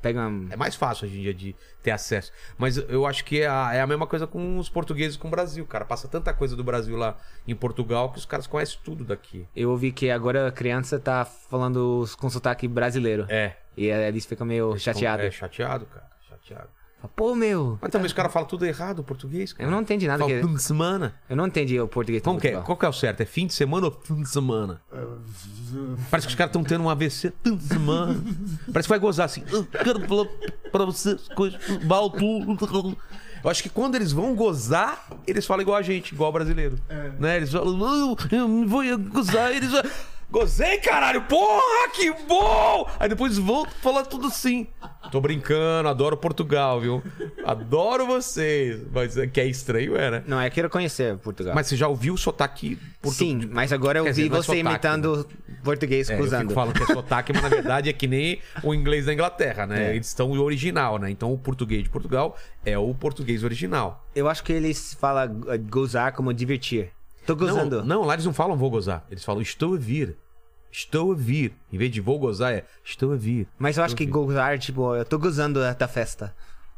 Speaker 4: pegam.
Speaker 2: É mais fácil hoje em dia de ter acesso. Mas eu acho que é a, é a mesma coisa com os portugueses com o Brasil, cara. Passa tanta coisa do Brasil lá em Portugal que os caras conhecem tudo daqui.
Speaker 4: Eu ouvi que agora a criança tá falando com sotaque brasileiro.
Speaker 2: É,
Speaker 4: E eles ficam meio chateados.
Speaker 2: É, chateado, cara. Chateado.
Speaker 4: Pô, meu,
Speaker 2: Mas também os caras falam tudo errado o português, cara.
Speaker 4: Tá. eu não entendi nada.
Speaker 2: Fala
Speaker 4: Que...
Speaker 2: fim de semana.
Speaker 4: Eu não entendi o português. do
Speaker 2: Como que é?
Speaker 4: futebol.
Speaker 2: Qual que é o certo? É fim de semana ou fim de semana? Parece que os caras estão tendo um AVC fim de semana. Parece que vai gozar assim. Eu quero falar pra vocês coisas. futebol, tudo. Eu acho que quando eles vão gozar, eles falam igual a gente, igual brasileiro. Né? Eles falam, "Não, eu vou gozar, eles. Gozei, caralho! Porra, que bom! Aí depois volto a falar tudo assim. Tô brincando, adoro Portugal, viu? Adoro vocês. Mas é que é estranho, é, né?
Speaker 4: Não, eu quero conhecer Portugal.
Speaker 2: Mas você já ouviu o sotaque português?
Speaker 4: Tá. Sim, mas agora eu
Speaker 2: Quer
Speaker 4: vi
Speaker 2: dizer, não é
Speaker 4: você
Speaker 2: sotaque,
Speaker 4: imitando português
Speaker 2: É, eu
Speaker 4: cruzando.
Speaker 2: fico falando que é sotaque, mas na verdade é que nem o inglês da Inglaterra,
Speaker 4: É.
Speaker 2: né? Eles estão o original, né? Então o português de Portugal é o português original.
Speaker 4: Eu acho que eles falam eh, gozar como divertir. Tô gozando.
Speaker 2: Não, não, lá eles não falam vou gozar. Eles falam estou a vir. Estou a vir. Em vez de vou gozar, é estou a vir.
Speaker 4: Mas eu acho que gozar, tipo, eu tô gozando da- da festa.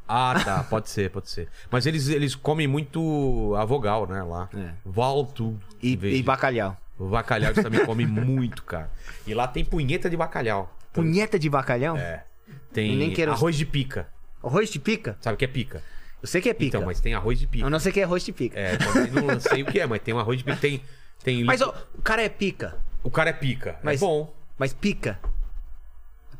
Speaker 2: Ah, tá. Pode ser, pode ser. Mas eles, eles comem muito a vogal, né? Lá.
Speaker 4: É.
Speaker 2: Volto.
Speaker 4: E,
Speaker 2: em vez
Speaker 4: e
Speaker 2: de-
Speaker 4: bacalhau.
Speaker 2: O bacalhau eles também comem muito, cara. E lá tem punheta de bacalhau.
Speaker 4: Punheta de bacalhau?
Speaker 2: É. Tem
Speaker 4: Eu nem quero-
Speaker 2: arroz de pica.
Speaker 4: Arroz de pica?
Speaker 2: Sabe o que é pica?
Speaker 4: Eu sei que é pica.
Speaker 2: Então, mas tem arroz de pica.
Speaker 4: Eu não sei que é arroz de pica.
Speaker 2: É, também não sei o que é, mas tem um arroz de pica. Tem. tem
Speaker 4: Mas ó, o cara é pica.
Speaker 2: O cara é pica.
Speaker 4: Mas-
Speaker 2: É bom.
Speaker 4: Mas pica.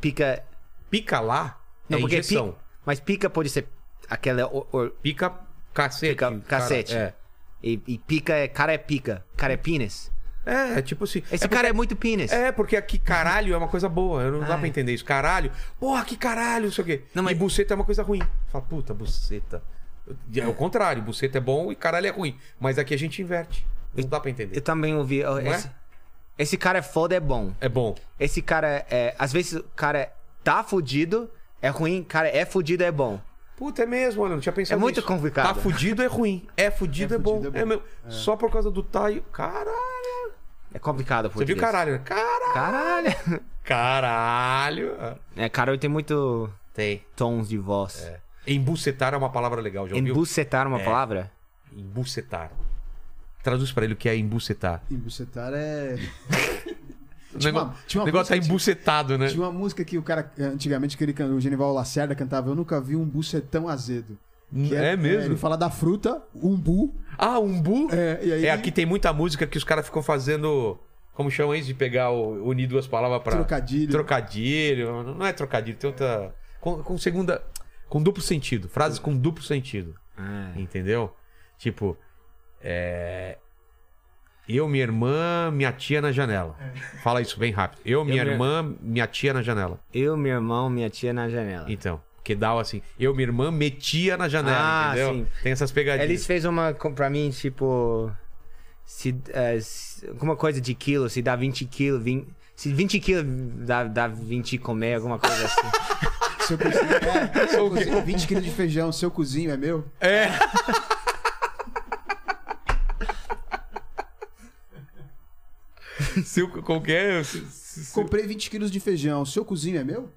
Speaker 4: Pica.
Speaker 2: Pica lá
Speaker 4: Não,
Speaker 2: é
Speaker 4: porque
Speaker 2: injeção.
Speaker 4: pica. Mas pica pode ser aquela. o- o-
Speaker 2: Pica, cacete.
Speaker 4: Pica-
Speaker 2: cara,
Speaker 4: cacete.
Speaker 2: é.
Speaker 4: e, e pica é. Cara é pica. Cara é pines.
Speaker 2: É, é tipo assim.
Speaker 4: Esse
Speaker 2: é
Speaker 4: cara é
Speaker 2: porque-
Speaker 4: muito pines.
Speaker 2: É, porque aqui caralho é uma coisa boa. Eu não dá
Speaker 4: Ai.
Speaker 2: pra entender isso. Caralho. Porra, que caralho, não sei o quê.
Speaker 4: Não, mas-
Speaker 2: E buceta é uma coisa ruim. Fala, puta, buceta. É o contrário, buceta é bom e caralho é ruim. Mas aqui a gente inverte. Não dá pra entender.
Speaker 4: Eu também ouvi. ó,
Speaker 2: é?
Speaker 4: esse, esse cara é foda, é bom.
Speaker 2: É bom.
Speaker 4: Esse cara é. Às vezes o cara tá fudido, é ruim. Cara é fudido, é bom.
Speaker 2: Puta, é mesmo, olha, não tinha pensado
Speaker 4: É muito
Speaker 2: nisso. Tá
Speaker 4: complicado.
Speaker 2: fudido é ruim. É fudido é,
Speaker 3: É
Speaker 2: bom.
Speaker 3: fudido é
Speaker 2: É
Speaker 3: bom.
Speaker 2: mesmo. Só por causa do taio. Caralho.
Speaker 4: É complicado, por
Speaker 2: Você viu caralho, né? Caralho.
Speaker 4: Caralho.
Speaker 2: Caralho.
Speaker 4: É, Carol tem muito
Speaker 2: Tem.
Speaker 4: tons de voz.
Speaker 2: Embucetar é uma palavra legal, já ouviu?
Speaker 4: Embucetar uma palavra?
Speaker 2: Embucetar. Traduz pra ele o que é embucetar.
Speaker 3: Embucetar é.
Speaker 2: O
Speaker 3: Tinha uma-
Speaker 2: negócio,
Speaker 3: tinha
Speaker 2: o
Speaker 3: uma
Speaker 2: negócio tá
Speaker 3: música, tinha-
Speaker 2: embucetado, né?
Speaker 3: Tinha uma música que o cara, antigamente, que ele, can- o Genival Lacerda cantava, eu nunca vi um bucetão azedo. Que
Speaker 2: É mesmo?
Speaker 3: Ele fala da fruta, umbu.
Speaker 2: Ah, umbu?
Speaker 3: É, e aí-
Speaker 2: aqui tem muita música que os caras ficam fazendo. Como chama isso de pegar, o, unir duas palavras pra.
Speaker 3: Trocadilho.
Speaker 2: Trocadilho. Não é trocadilho, tem outra. Com, com segunda. Com duplo sentido. Frases com duplo sentido.
Speaker 4: Ah.
Speaker 2: Entendeu? Tipo. É. Eu, minha irmã, minha tia na janela.
Speaker 4: É.
Speaker 2: Fala isso bem rápido. Eu, minha
Speaker 4: minha-
Speaker 2: irmã, minha tia na janela.
Speaker 4: Eu, meu irmão, minha tia na janela.
Speaker 2: Então. Que dá assim. Eu, minha irmã, metia na janela.
Speaker 4: Ah,
Speaker 2: entendeu?
Speaker 4: sim.
Speaker 2: Tem essas pegadinhas.
Speaker 4: Eles fez uma com- pra mim, tipo. Se, eh, se- alguma coisa de quilo, se dá 20 quilos, se 20 quilos dá, dá 20 comer, alguma coisa assim.
Speaker 3: Se eu cozinho, é, se eu cozinho, 20 quilos de feijão, seu cozinho é meu?
Speaker 2: Seu, qualquer. Se,
Speaker 3: Comprei 20 quilos de feijão. Seu cozinho é meu?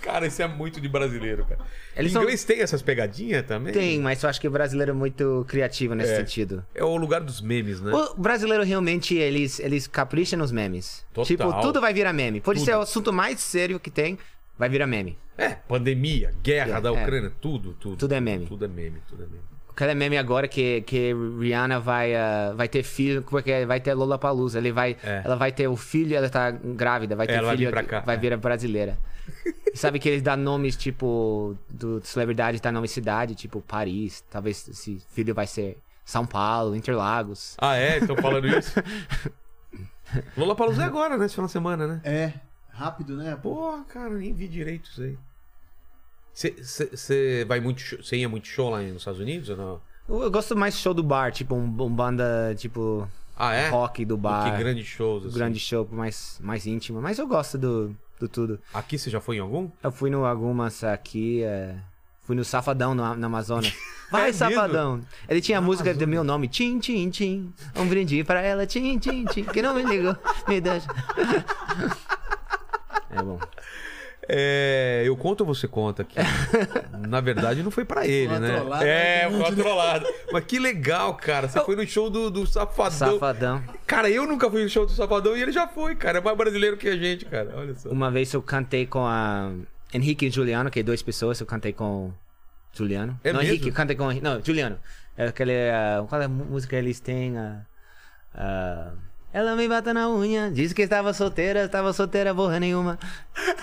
Speaker 2: Cara, isso é muito de brasileiro, cara.
Speaker 4: Eles
Speaker 2: Em
Speaker 4: são-
Speaker 2: inglês tem essas pegadinhas também?
Speaker 4: Tem, mas eu acho que o brasileiro é muito criativo nesse
Speaker 2: É.
Speaker 4: sentido.
Speaker 2: É o lugar dos memes, né?
Speaker 4: O brasileiro realmente, eles, eles capricham nos memes.
Speaker 2: Total.
Speaker 4: Tipo, tudo vai virar meme. Pode
Speaker 2: Tudo.
Speaker 4: ser o assunto mais sério que tem, vai virar meme.
Speaker 2: É, pandemia, guerra
Speaker 4: É,
Speaker 2: da
Speaker 4: é.
Speaker 2: Ucrânia, tudo, tudo.
Speaker 4: Tudo é meme.
Speaker 2: Tudo é meme, tudo é meme.
Speaker 4: Cada meme agora que, que Rihanna vai, ah, vai ter filho, como é que é? vai ter Lola Palusa. Ele vai,
Speaker 2: É.
Speaker 4: Ela vai ter o filho, ela tá grávida, vai ter
Speaker 2: Ela vai
Speaker 4: filho,
Speaker 2: vir pra cá.
Speaker 4: vai virar brasileira. E Sabe que eles dão nomes, tipo, do celebridade dá nome cidade, tipo Paris. Talvez esse filho vai ser São Paulo, Interlagos.
Speaker 2: Ah, é? Estão falando isso? Lula Palusa é agora, né? Esse final de semana, né?
Speaker 3: É. Rápido, né? Pô.
Speaker 2: Porra, cara, nem vi direito isso aí. Você vai muito show, cê ia muito show lá nos Estados Unidos ou não?
Speaker 4: Eu, eu gosto mais show do bar, tipo, um, um banda, tipo,
Speaker 2: Ah, é?
Speaker 4: rock do bar.
Speaker 2: Que grandes shows, assim.
Speaker 4: grande show mais, mais íntimo. Mas eu gosto do, do tudo.
Speaker 2: Aqui você já foi em algum?
Speaker 4: Eu fui no algumas aqui. é, Fui no Safadão no, no Amazonas. Vai,
Speaker 2: É mesmo?
Speaker 4: Safadão! Ele tinha a música do meu nome, Tim Tim Tim. Um brinde pra ela, Tim Tim Tim. Que não me ligou, me deixa. É bom.
Speaker 2: É, eu conto ou você conta aqui? Na verdade, não foi pra ele,
Speaker 3: Uma
Speaker 2: né?
Speaker 3: trollada,
Speaker 2: é,
Speaker 3: né?
Speaker 2: foi uma trollada. Mas que legal, cara. Você foi no show do, do Safadão.
Speaker 4: Safadão.
Speaker 2: Cara, eu nunca fui no show do Safadão e ele já foi, cara. É mais brasileiro que a gente, cara. Olha só.
Speaker 4: Uma vez eu cantei com a Henrique e Juliano, que é duas pessoas, eu cantei com o Juliano.
Speaker 2: É
Speaker 4: não,
Speaker 2: mesmo?
Speaker 4: Henrique, eu cantei com o Henri- Não, Juliano. É aquele. ah, qual é a mu- música eles têm? ah, ah, ela me bata na unha, disse que estava solteira, estava solteira porra nenhuma.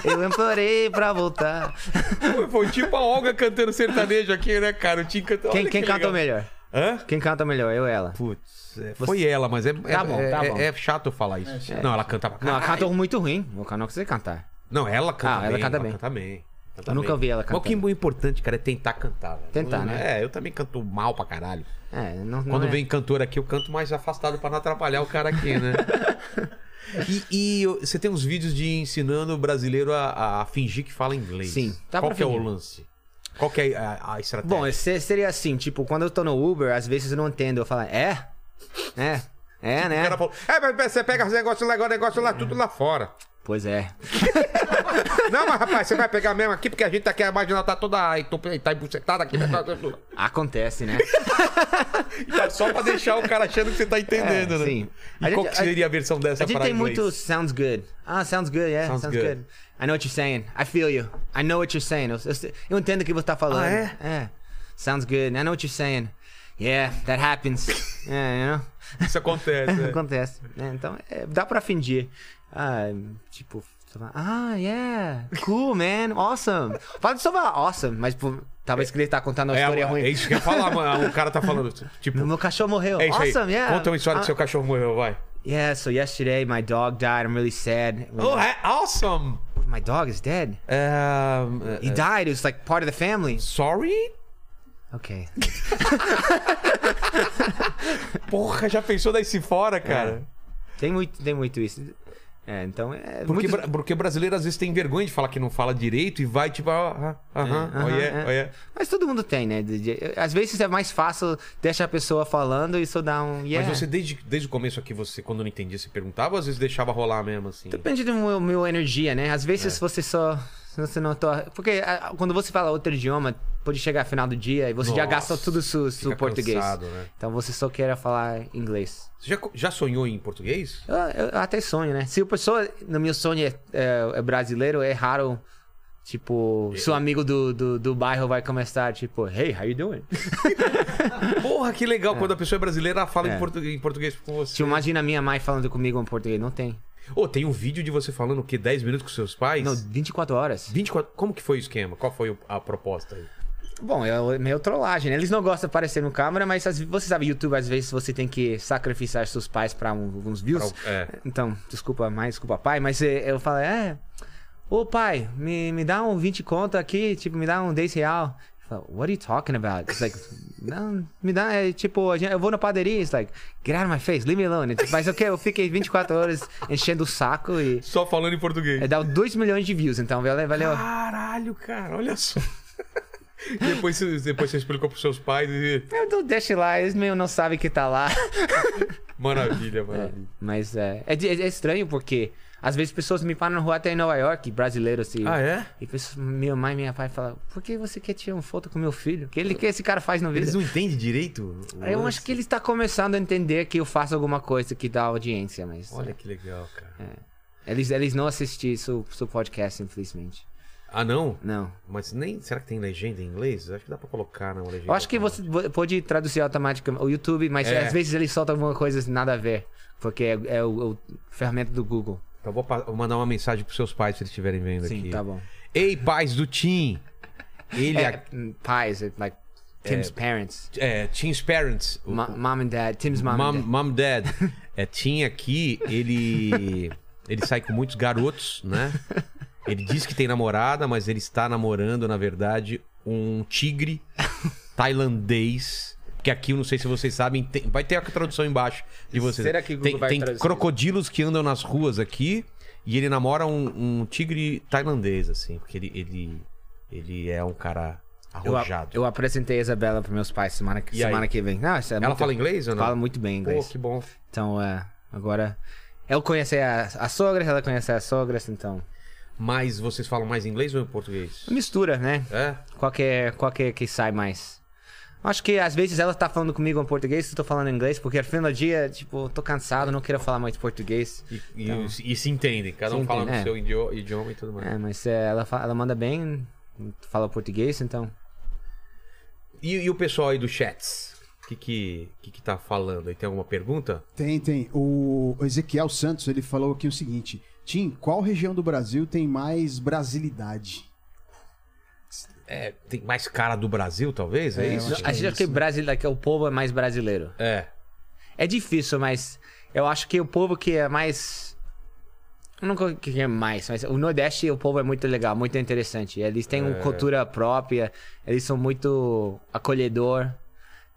Speaker 4: Eu implorei pra voltar.
Speaker 2: Foi, foi tipo a Olga cantando sertanejo aqui, né, cara? O Tim cantando.
Speaker 4: Quem, quem canta
Speaker 2: o
Speaker 4: melhor?
Speaker 2: Hã?
Speaker 4: Quem canta melhor? Eu ou ela?
Speaker 2: Putz, é, foi ela, mas é, é-
Speaker 4: Tá bom, tá
Speaker 2: é-
Speaker 4: bom.
Speaker 2: é chato eu falar isso. não, ela canta pra
Speaker 4: Não, ela
Speaker 2: caralho.
Speaker 4: canta muito ruim. Eu não consigo cantar.
Speaker 2: Não, ela canta
Speaker 4: Ah,
Speaker 2: bem.
Speaker 4: ela canta bem.
Speaker 2: Canta bem. Canta
Speaker 4: Eu nunca
Speaker 2: bem.
Speaker 4: ouvi ela
Speaker 2: Mas o que
Speaker 4: cantando.
Speaker 2: é importante, cara, é tentar cantar. velho.
Speaker 4: Tentar,
Speaker 2: Não-
Speaker 4: né?
Speaker 2: É, eu também canto mal pra caralho.
Speaker 4: É, não, não
Speaker 2: Quando
Speaker 4: é.
Speaker 2: vem cantor aqui, eu canto mais afastado pra não atrapalhar o cara aqui, né? E, e eu- você tem uns vídeos de ensinando o brasileiro a, a fingir que fala inglês.
Speaker 4: Sim, dá
Speaker 2: Qual
Speaker 4: pra
Speaker 2: que é o
Speaker 4: fingir.
Speaker 2: lance? Qual que é a, a estratégia?
Speaker 4: Bom, esse seria assim, tipo, quando eu tô no Uber, às vezes eu não entendo. Eu falo, é? É? É,
Speaker 2: o
Speaker 4: né?
Speaker 2: cara falou, é, mas você pega os negócios lá, agora negócio lá, tudo lá fora.
Speaker 4: Pois é.
Speaker 2: Não, mas rapaz, você vai pegar mesmo aqui, porque a gente tá aqui, a marginal tá toda entup- tá embucetada aqui. Tá, tá- tá-
Speaker 4: Acontece, né?
Speaker 2: tá só pra deixar o cara achando que você tá entendendo,
Speaker 4: É,
Speaker 2: né?
Speaker 4: sim.
Speaker 2: E
Speaker 4: A gente-
Speaker 2: qual que seria a versão dessa
Speaker 4: A gente
Speaker 2: pra
Speaker 4: tem
Speaker 2: inglês?
Speaker 4: muito sounds good. Ah, sounds good, yeah,
Speaker 2: Sounds
Speaker 4: sounds,
Speaker 2: good.
Speaker 4: good. I know what you're saying. I feel you. I know what you're saying. Eu, eu- eu entendo o que você tá falando.
Speaker 2: Ah, é?
Speaker 4: Sounds good. I know what you're saying. Yeah, that happens. yeah, you know?
Speaker 2: Isso acontece, né?
Speaker 4: Acontece. né? Então, é, dá pra fingir. Ah, tipo, você fala, ah, yeah, cool, man, awesome. Fala de só falar awesome, mas pô, talvez que ele tá contando uma
Speaker 2: É,
Speaker 4: história
Speaker 2: é
Speaker 4: ruim.
Speaker 2: isso que eu ia falar, mano. O cara tá falando, tipo...
Speaker 4: Meu cachorro morreu.
Speaker 2: É isso
Speaker 4: awesome,
Speaker 2: aí.
Speaker 4: yeah.
Speaker 2: Conta uma história
Speaker 4: Ah,
Speaker 2: que seu cachorro morreu, vai.
Speaker 4: Yeah, so yesterday my dog died. I'm really sad.
Speaker 2: Oh, é awesome!
Speaker 4: My dog is dead.
Speaker 2: Um,
Speaker 4: He
Speaker 2: uh,
Speaker 4: died. It was like part of the family.
Speaker 2: sorry?
Speaker 4: Okay.
Speaker 2: Porra, já pensou daí se
Speaker 4: É.
Speaker 2: fora, cara?
Speaker 4: Tem muito, tem muito isso. É, então é.
Speaker 2: Porque,
Speaker 4: muitos-
Speaker 2: bra- porque brasileiro às vezes tem vergonha de falar que não fala direito e vai tipo, ah, ah, aham,
Speaker 4: Aham,
Speaker 2: olha,
Speaker 4: é.
Speaker 2: olha.
Speaker 4: Mas todo mundo tem, né? De- de- Às vezes é mais fácil deixar a pessoa falando e só dar um. Yeah.
Speaker 2: Mas você, desde, desde o começo aqui, você, quando não entendia, você perguntava ou às vezes deixava rolar mesmo, assim?
Speaker 4: Depende do meu, meu energia, né? Às
Speaker 2: É.
Speaker 4: vezes você só. se Você não tá. Porque ah, quando você fala outro idioma, pode chegar ao final do dia e você já
Speaker 2: Nossa,
Speaker 4: gastou tudo o seu, seu
Speaker 2: fica
Speaker 4: português.
Speaker 2: cansado, né?
Speaker 4: Então você só quer falar inglês.
Speaker 2: Você já, co- já sonhou em português?
Speaker 4: Eu, eu- eu até sonho, né? Se o pessoa, no meu sonho, é, é- é brasileiro, é raro. Tipo, seu amigo do, do, do bairro vai começar, tipo, hey, how you doing?
Speaker 2: Porra, que legal quando a pessoa é brasileira, ela fala em,
Speaker 4: É.
Speaker 2: portu- em português com você.
Speaker 4: Tipo, imagina minha mãe falando comigo em português. Não tem.
Speaker 2: Ô, tem um vídeo de você falando o quê? 10 minutos com seus pais?
Speaker 4: Não, 24 horas.
Speaker 2: 24. Como que foi o esquema? Qual foi o- a proposta aí?
Speaker 4: Bom, é meio trollagem. né? Eles não gostam de aparecer no câmera, mas às- você sabe, YouTube, às vezes você tem que sacrificar seus pais pra um- alguns views.
Speaker 2: Pra o- é.
Speaker 4: Então, desculpa mãe, desculpa pai, mas é, eu falo, é. Ô pai, me, me dá um 20 conto aqui, tipo, me dá um 10 real. Ele fala, What are you talking about? It's like, não, me dá, é, tipo, a gente- eu vou na padaria, it's like, get out of my face, leave me alone. It's- Mas ok, eu fiquei 24 horas enchendo o saco e
Speaker 2: Só falando em português. Ah.
Speaker 4: é, dá 2 milhões de views, então valeu, valeu.
Speaker 2: Caralho, cara, olha só. Depois, você- depois você explicou pros seus pais e.
Speaker 4: Eu dou deixa lá, eles meio não sabem que tá lá.
Speaker 2: Maravilha, maravilha.
Speaker 4: Mas é, é, di- é estranho porque às vezes pessoas me param na rua até em Nova York, brasileiros assim.
Speaker 2: Ah, é?
Speaker 4: E pessoas, minha mãe e minha pai falam: Por que você quer tirar uma foto com meu filho? O que, ele, que esse cara faz no
Speaker 2: Eles
Speaker 4: vídeo?
Speaker 2: não entendem direito?
Speaker 4: Eu acho que ele está começando a entender que eu faço alguma coisa que dá audiência, mas.
Speaker 2: Olha que legal,
Speaker 4: É.
Speaker 2: cara.
Speaker 4: Eles, eles não assistiram seu, seu podcast, infelizmente.
Speaker 2: Ah, não?
Speaker 4: Não.
Speaker 2: Mas nem. Será que tem legenda em inglês? Acho que dá pra colocar na legenda.
Speaker 4: Eu acho que você vo- pode traduzir automaticamente o YouTube, mas
Speaker 2: É.
Speaker 4: às vezes eles soltam alguma coisa nada a ver. Porque é, é o, o fermento do Google.
Speaker 2: Então eu vou pa- vou mandar uma mensagem pros seus pais se eles estiverem vendo
Speaker 4: Sim,
Speaker 2: aqui.
Speaker 4: tá bom.
Speaker 2: Ei, pais do Tim! Ele
Speaker 4: É,
Speaker 2: é.
Speaker 4: hum, Pais, é, like Tim's parents.
Speaker 2: é Tim's parents. o-
Speaker 4: Ma- mom and dad. Tim's mom,
Speaker 2: Mom,
Speaker 4: and dad.
Speaker 2: mom Dad. É, Tim aqui, ele. Ele sai com muitos garotos, né? Ele diz que tem namorada, mas ele está namorando, na verdade, um tigre tailandês. Que aqui, eu não sei se vocês sabem, tem- vai ter a tradução embaixo de vocês.
Speaker 4: Será que o Google
Speaker 2: tem,
Speaker 4: vai
Speaker 2: tem
Speaker 4: traduzir?
Speaker 2: crocodilos que andam nas ruas aqui e ele namora um, um tigre tailandês, assim, porque ele, ele, ele é um cara
Speaker 4: Eu, a-
Speaker 2: arrojado.
Speaker 4: eu apresentei a Isabela para meus pais semana, que-
Speaker 2: E aí?
Speaker 4: semana que vem. Não, isso é
Speaker 2: Ela
Speaker 4: muito-
Speaker 2: fala inglês ou não?
Speaker 4: Fala muito bem
Speaker 2: Pô,
Speaker 4: inglês.
Speaker 2: que bom.
Speaker 4: Então, é, agora... Eu conheci a, a sogra, ela conhece as sogras, então...
Speaker 2: Mas vocês falam mais inglês ou em português?
Speaker 4: Mistura, né?
Speaker 2: É?
Speaker 4: Qual que, é, qual que é que sai mais? Acho que às vezes ela tá falando comigo em português, eu tô falando em inglês, porque no final do dia, tipo, eu tô cansado, não quero falar mais português.
Speaker 2: E, e- e se entendem, cada
Speaker 4: Então. Se
Speaker 2: um fala
Speaker 4: entendem,
Speaker 2: no
Speaker 4: é.
Speaker 2: seu idio- idioma e tudo mais.
Speaker 4: É, mas é, ela, fa- ela manda bem, fala português, então...
Speaker 2: E, e o pessoal aí do chats? O que, que, que que tá falando? Aí tem alguma pergunta?
Speaker 3: Tem, tem. O Ezequiel Santos, ele falou aqui o seguinte. Tim, qual região do Brasil tem mais brasilidade?
Speaker 2: É, tem mais cara do Brasil, talvez? É,
Speaker 3: É, eu
Speaker 2: isso?
Speaker 3: acho
Speaker 4: Acho que,
Speaker 3: isso,
Speaker 4: o Brasil, que o povo é mais brasileiro.
Speaker 2: É.
Speaker 4: É difícil, mas eu acho que o povo que é mais. eu Não sei o que é mais, mas o Nordeste, o povo é muito legal, muito interessante. Eles têm uma cultura própria, eles são muito acolhedor.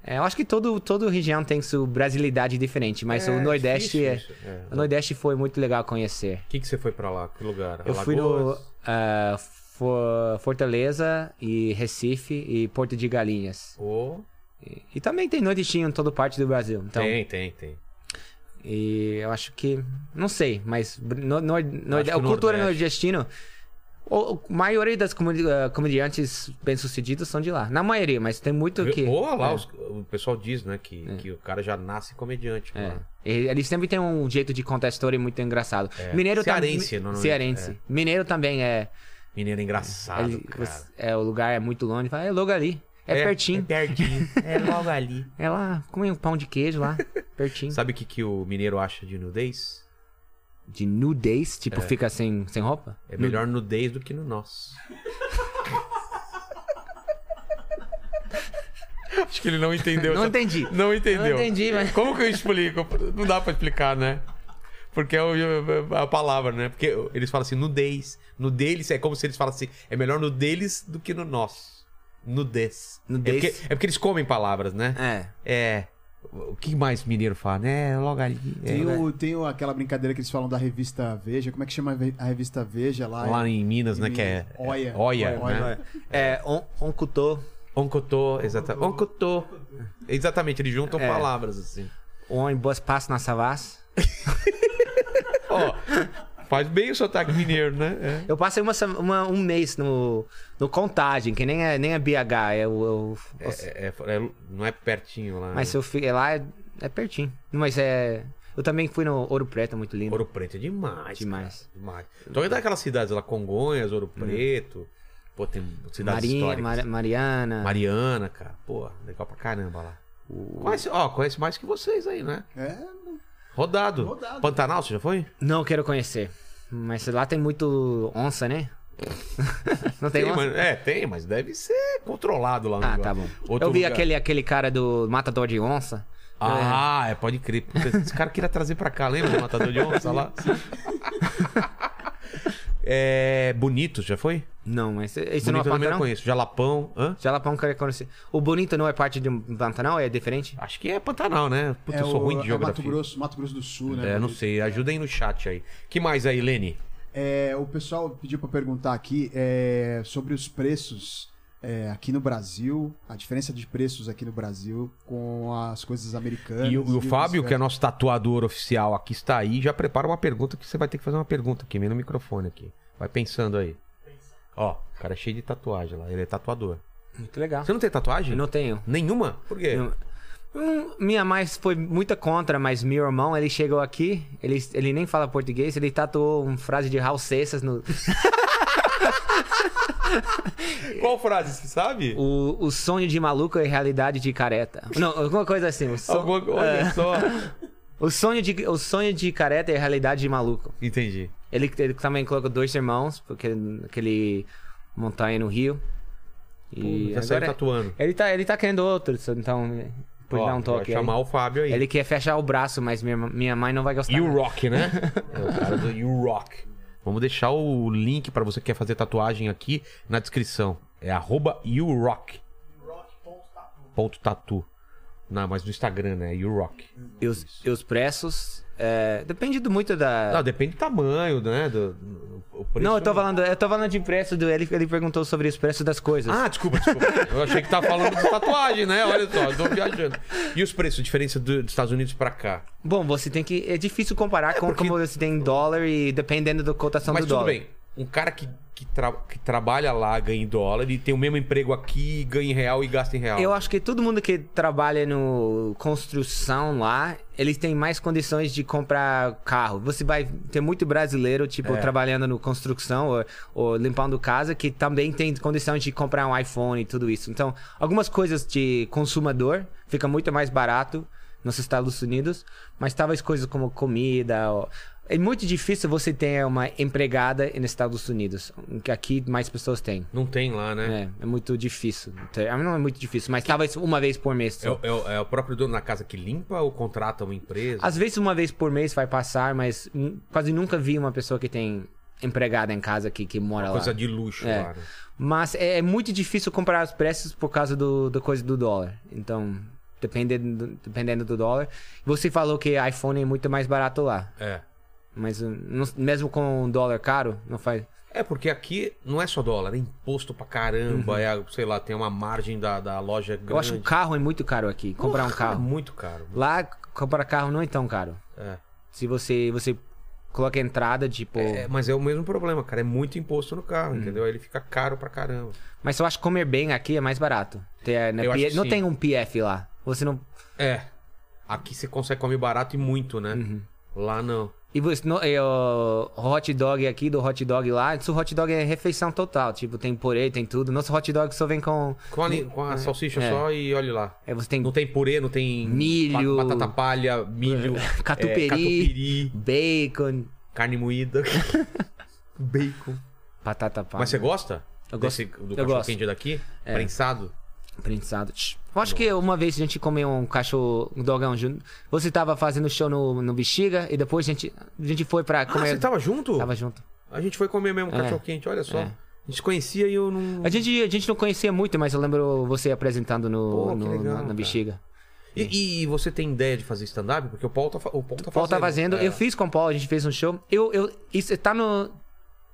Speaker 4: É, eu acho que todo, toda região tem sua brasilidade diferente, mas
Speaker 2: É,
Speaker 4: o Nordeste
Speaker 2: difícil
Speaker 4: é,
Speaker 2: isso, é.
Speaker 4: o Nordeste foi muito legal conhecer.
Speaker 2: O que, que você foi pra lá? Que lugar?
Speaker 4: Eu fui no
Speaker 2: Alagoas?
Speaker 4: ah, For- Fortaleza e Recife e Porto de Galinhas.
Speaker 2: Ô,
Speaker 4: E também tem nordestino em toda parte do Brasil. Então,
Speaker 2: Tem, tem, tem.
Speaker 4: E eu acho que. Não sei, mas. No, no, no,
Speaker 2: Acho que
Speaker 4: a cultura
Speaker 2: Nordeste.
Speaker 4: nordestina. o- A maioria das comedi- ah, comediantes bem-sucedidos são de lá. Na maioria, mas tem muito que.
Speaker 2: Ô, lá,
Speaker 4: é,
Speaker 2: os- o pessoal diz, né, que, que o cara já nasce comediante.
Speaker 4: é.
Speaker 2: mano.
Speaker 4: E Eles sempre têm um jeito de contar história muito engraçado. Mineiro
Speaker 2: É. Cearense, é?
Speaker 4: também.
Speaker 2: normalmente,
Speaker 4: Cearense. Mineiro também é.
Speaker 2: Mineiro engraçado,
Speaker 4: ele-
Speaker 2: Ah, cara.
Speaker 4: você- é, O lugar é muito longe. fala, É logo ali. É, pertinho.
Speaker 2: É pertinho. é logo ali.
Speaker 4: É lá. Come um pão de queijo lá. pertinho.
Speaker 2: Sabe o que, que o mineiro acha de nudez?
Speaker 4: De nudez, tipo, fica sem, sem roupa?
Speaker 2: É melhor nudez do que no nosso. Acho que ele não entendeu.
Speaker 4: Não
Speaker 2: essa-
Speaker 4: entendi.
Speaker 2: Não entendeu.
Speaker 4: Não entendi, mas-
Speaker 2: Como que eu explico? Não dá pra explicar, né? Porque é o- a palavra, né? Porque eles falam assim, nudez. No deles é como se eles falassem assim, é melhor no deles do que no nosso. Nudez.
Speaker 4: Nudez.
Speaker 2: É porque, é porque eles comem palavras, né?
Speaker 4: É.
Speaker 2: É. O que mais mineiro fala, né? É Logo ali. é-
Speaker 3: Tem, o, tem o- aquela brincadeira que eles falam da revista Veja. Como é que chama a ve- a revista Veja lá?
Speaker 2: Lá em Minas, né? Que é. é-
Speaker 3: Olha.
Speaker 2: Olha, né?
Speaker 4: É, on, oncutô.
Speaker 2: Oncotô, exatamente. Oncotô. Exatamente, eles juntam palavras assim.
Speaker 4: O ônibus passa na Savas.
Speaker 2: Ó, faz bem o sotaque mineiro, né?
Speaker 4: Eu passei uma sem- uma- um mês no, no Contagem, que nem é, nem é BH. É o, é o-
Speaker 2: É, é- é- não é pertinho lá.
Speaker 4: mas
Speaker 2: né?
Speaker 4: eu fui, é lá é, é pertinho. Mas é. Eu também fui no Ouro Preto, é muito lindo.
Speaker 2: Ouro Preto é demais.
Speaker 4: Demais.
Speaker 2: cara, demais. Então é daquelas cidades lá, Congonhas, Ouro Preto. Pô, tem cidades
Speaker 4: Marinha,
Speaker 2: históricas.
Speaker 4: Mar- Mariana.
Speaker 2: Mariana, cara. Pô, legal pra caramba lá. Conhece, ó, conhece mais que vocês aí, né?
Speaker 3: É,
Speaker 2: Rodado.
Speaker 3: Rodado.
Speaker 2: Pantanal, você já foi?
Speaker 4: Não quero conhecer. Mas lá tem muito onça, né? Não tem, onça?
Speaker 2: mas, é, tem, mas deve ser controlado lá no
Speaker 4: Ah,
Speaker 2: negócio.
Speaker 4: tá bom.
Speaker 2: Outro
Speaker 4: eu vi
Speaker 2: lugar-
Speaker 4: aquele, aquele cara do Matador de Onça.
Speaker 2: Ah, é, pode crer. Puta, esse cara queria trazer pra cá, lembra? O Matador de Onça lá. é. Bonito, já foi?
Speaker 4: Não, mas isso não é
Speaker 2: Bonito eu também não
Speaker 4: Pantanal?
Speaker 2: conheço. Jalapão. Hã?
Speaker 4: Jalapão quero conhecer. um O Bonito não é parte de um Pantanal? É diferente?
Speaker 2: Acho que é Pantanal, né? Puta,
Speaker 3: é
Speaker 2: eu sou
Speaker 3: o-
Speaker 2: ruim de
Speaker 3: é o Mato
Speaker 2: geografia.
Speaker 3: Grosso, Mato Grosso do Sul, né?
Speaker 2: É, não sei. Ajudem no chat aí. que mais aí, Lene?
Speaker 3: É, o pessoal pediu pra perguntar aqui é, sobre os preços é, aqui no Brasil, a diferença de preços aqui no Brasil com as coisas americanas.
Speaker 2: E o, e o Fábio, que é
Speaker 3: vice-versa.
Speaker 2: nosso tatuador oficial aqui, está aí, já prepara uma pergunta que você vai ter que fazer uma pergunta aqui, meio no microfone aqui. Vai pensando aí. Ó, o cara é cheio de tatuagem lá, ele é tatuador.
Speaker 4: Muito legal.
Speaker 2: Você não tem tatuagem?
Speaker 4: Eu não tenho.
Speaker 2: Nenhuma? Por quê?
Speaker 4: Nenhuma. Hum, Minha mãe foi muita contra, mas meu irmão, ele chegou aqui, ele, ele nem fala português, ele tatuou uma frase de Raul Seixas no...
Speaker 2: Qual frase, você sabe?
Speaker 4: O, o sonho de maluco é realidade de careta. Não, alguma coisa assim. O, son-
Speaker 2: Alguma coisa, olha só.
Speaker 4: o, sonho, de, o sonho de careta é realidade de maluco.
Speaker 2: Entendi.
Speaker 4: Ele, ele também colocou dois irmãos, porque aquele montanha no Rio. E
Speaker 2: já saiu
Speaker 4: agora-
Speaker 2: tatuando.
Speaker 4: ele tá, ele tá querendo outros, então por
Speaker 2: Ó,
Speaker 4: dar um toque.
Speaker 2: vai chamar
Speaker 4: aí.
Speaker 2: o Fábio aí.
Speaker 4: Ele quer fechar o braço, mas minha, minha mãe não vai gostar.
Speaker 2: You Rock, né? É o cara do You Rock. Vamos deixar o link pra você que quer fazer tatuagem aqui na descrição. É arroba You Rock. Ponto tatu. Não, mas no Instagram, né? You Rock.
Speaker 4: E os, e os preços. é, depende do- muito
Speaker 2: Não,
Speaker 4: da.
Speaker 2: depende do tamanho, né? Do, do- o preço- é
Speaker 4: Não, eu tô falando, eu tô falando de preço do. Ele, ele perguntou sobre os preços das coisas.
Speaker 2: Ah, desculpa, desculpa. Eu achei que tava falando de tatuagem, né? Olha só, eu tô viajando. E os preços, diferença do- dos Estados Unidos pra cá?
Speaker 4: Bom, você tem que. É difícil comparar com
Speaker 2: porque-
Speaker 4: como você tem em dólar e dependendo da cotação
Speaker 2: Mas
Speaker 4: do
Speaker 2: tudo
Speaker 4: dólar.
Speaker 2: bem. Um cara que, que, tra- que trabalha lá, ganha em dólar, ele tem o mesmo emprego aqui, ganha em real e gasta em real.
Speaker 4: Eu acho que todo mundo que trabalha no construção lá, eles têm mais condições de comprar carro. Você vai ter muito brasileiro, tipo, trabalhando no construção ou, ou limpando casa, que também tem condições de comprar um iPhone e tudo isso. Então, algumas coisas de consumador fica muito mais barato nos Estados Unidos, mas talvez coisas como comida ou- É muito difícil você ter uma empregada nos Estados Unidos, que aqui mais pessoas têm.
Speaker 2: Não tem lá, né?
Speaker 4: É, é muito difícil. Ter- ah, Não é muito difícil, mas talvez uma vez por mês.
Speaker 2: É,
Speaker 4: só.
Speaker 2: o- é o- é o próprio dono da casa que limpa ou contrata uma empresa?
Speaker 4: Às vezes uma vez por mês vai passar, mas hum, quase nunca vi uma pessoa que tem empregada em casa que, que mora lá.
Speaker 2: Coisa de luxo
Speaker 4: É.
Speaker 2: lá. né?
Speaker 4: Mas é, é muito difícil comparar os preços por causa do, da coisa do dólar. Então, dependendo, do- dependendo do dólar. Você falou que iPhone é muito mais barato lá.
Speaker 2: É.
Speaker 4: Mas hum, não- mesmo com o dólar caro, não faz.
Speaker 2: É, porque aqui não é só dólar, é imposto pra caramba, é, sei lá, tem uma margem da, da loja grande.
Speaker 4: Uhum. Eu acho que o carro é muito caro aqui. Comprar um
Speaker 2: É
Speaker 4: carro.
Speaker 2: muito caro.
Speaker 4: Lá, comprar carro não é tão caro.
Speaker 2: É.
Speaker 4: Se você, você coloca a entrada, tipo.
Speaker 2: É, mas é o mesmo problema, cara. É muito imposto no
Speaker 4: Uhum.
Speaker 2: carro, entendeu? Aí ele fica caro pra caramba.
Speaker 4: Mas eu acho que comer bem aqui é mais barato. Tem, né,
Speaker 2: Eu acho
Speaker 4: P-
Speaker 2: que
Speaker 4: não
Speaker 2: sim.
Speaker 4: tem um PF lá. Você não.
Speaker 2: É. Aqui você consegue comer barato e muito, né?
Speaker 4: Uhum.
Speaker 2: Lá não.
Speaker 4: E você não, e o hot dog aqui do hot dog lá, isso hot dog é refeição total. Tipo, tem purê, tem tudo. Nosso hot dog só vem com.
Speaker 2: Com a, li- com a salsicha
Speaker 4: É.
Speaker 2: só e olha lá.
Speaker 4: É, você tem
Speaker 2: Não tem purê, não tem
Speaker 4: Milho.
Speaker 2: ba- batata palha, milho, é,
Speaker 4: Catupiry.
Speaker 2: catupiry,
Speaker 4: bacon,
Speaker 2: carne moída, bacon.
Speaker 4: batata palha.
Speaker 2: Mas você gosta?
Speaker 4: Eu gosto.
Speaker 2: Desse, do
Speaker 4: Eu
Speaker 2: cachorro
Speaker 4: gosto. É.
Speaker 2: quente daqui? Prensado?
Speaker 4: Prensado. Tch. Eu acho que uma vez a gente comeu um cachorro, um dogão junto. Você tava fazendo show no, no Bexiga e depois a gente, a gente foi pra
Speaker 2: Ah,
Speaker 4: comer.
Speaker 2: você tava junto?
Speaker 4: tava junto.
Speaker 2: A gente foi comer mesmo
Speaker 4: É.
Speaker 2: cachorro quente, olha só.
Speaker 4: É.
Speaker 2: A gente se conhecia e eu não.
Speaker 4: A gente, a gente não conhecia muito, mas eu lembro você apresentando no,
Speaker 2: Pô, que
Speaker 4: no-
Speaker 2: legal,
Speaker 4: na, na
Speaker 2: cara.
Speaker 4: bexiga.
Speaker 2: E, e você tem ideia de fazer stand-up? Porque o Paul tá, fa- o Paul tá
Speaker 4: O Paul tá fazendo.
Speaker 2: é.
Speaker 4: Eu fiz com o Paul, a gente fez um show. Eu, eu, isso tá no.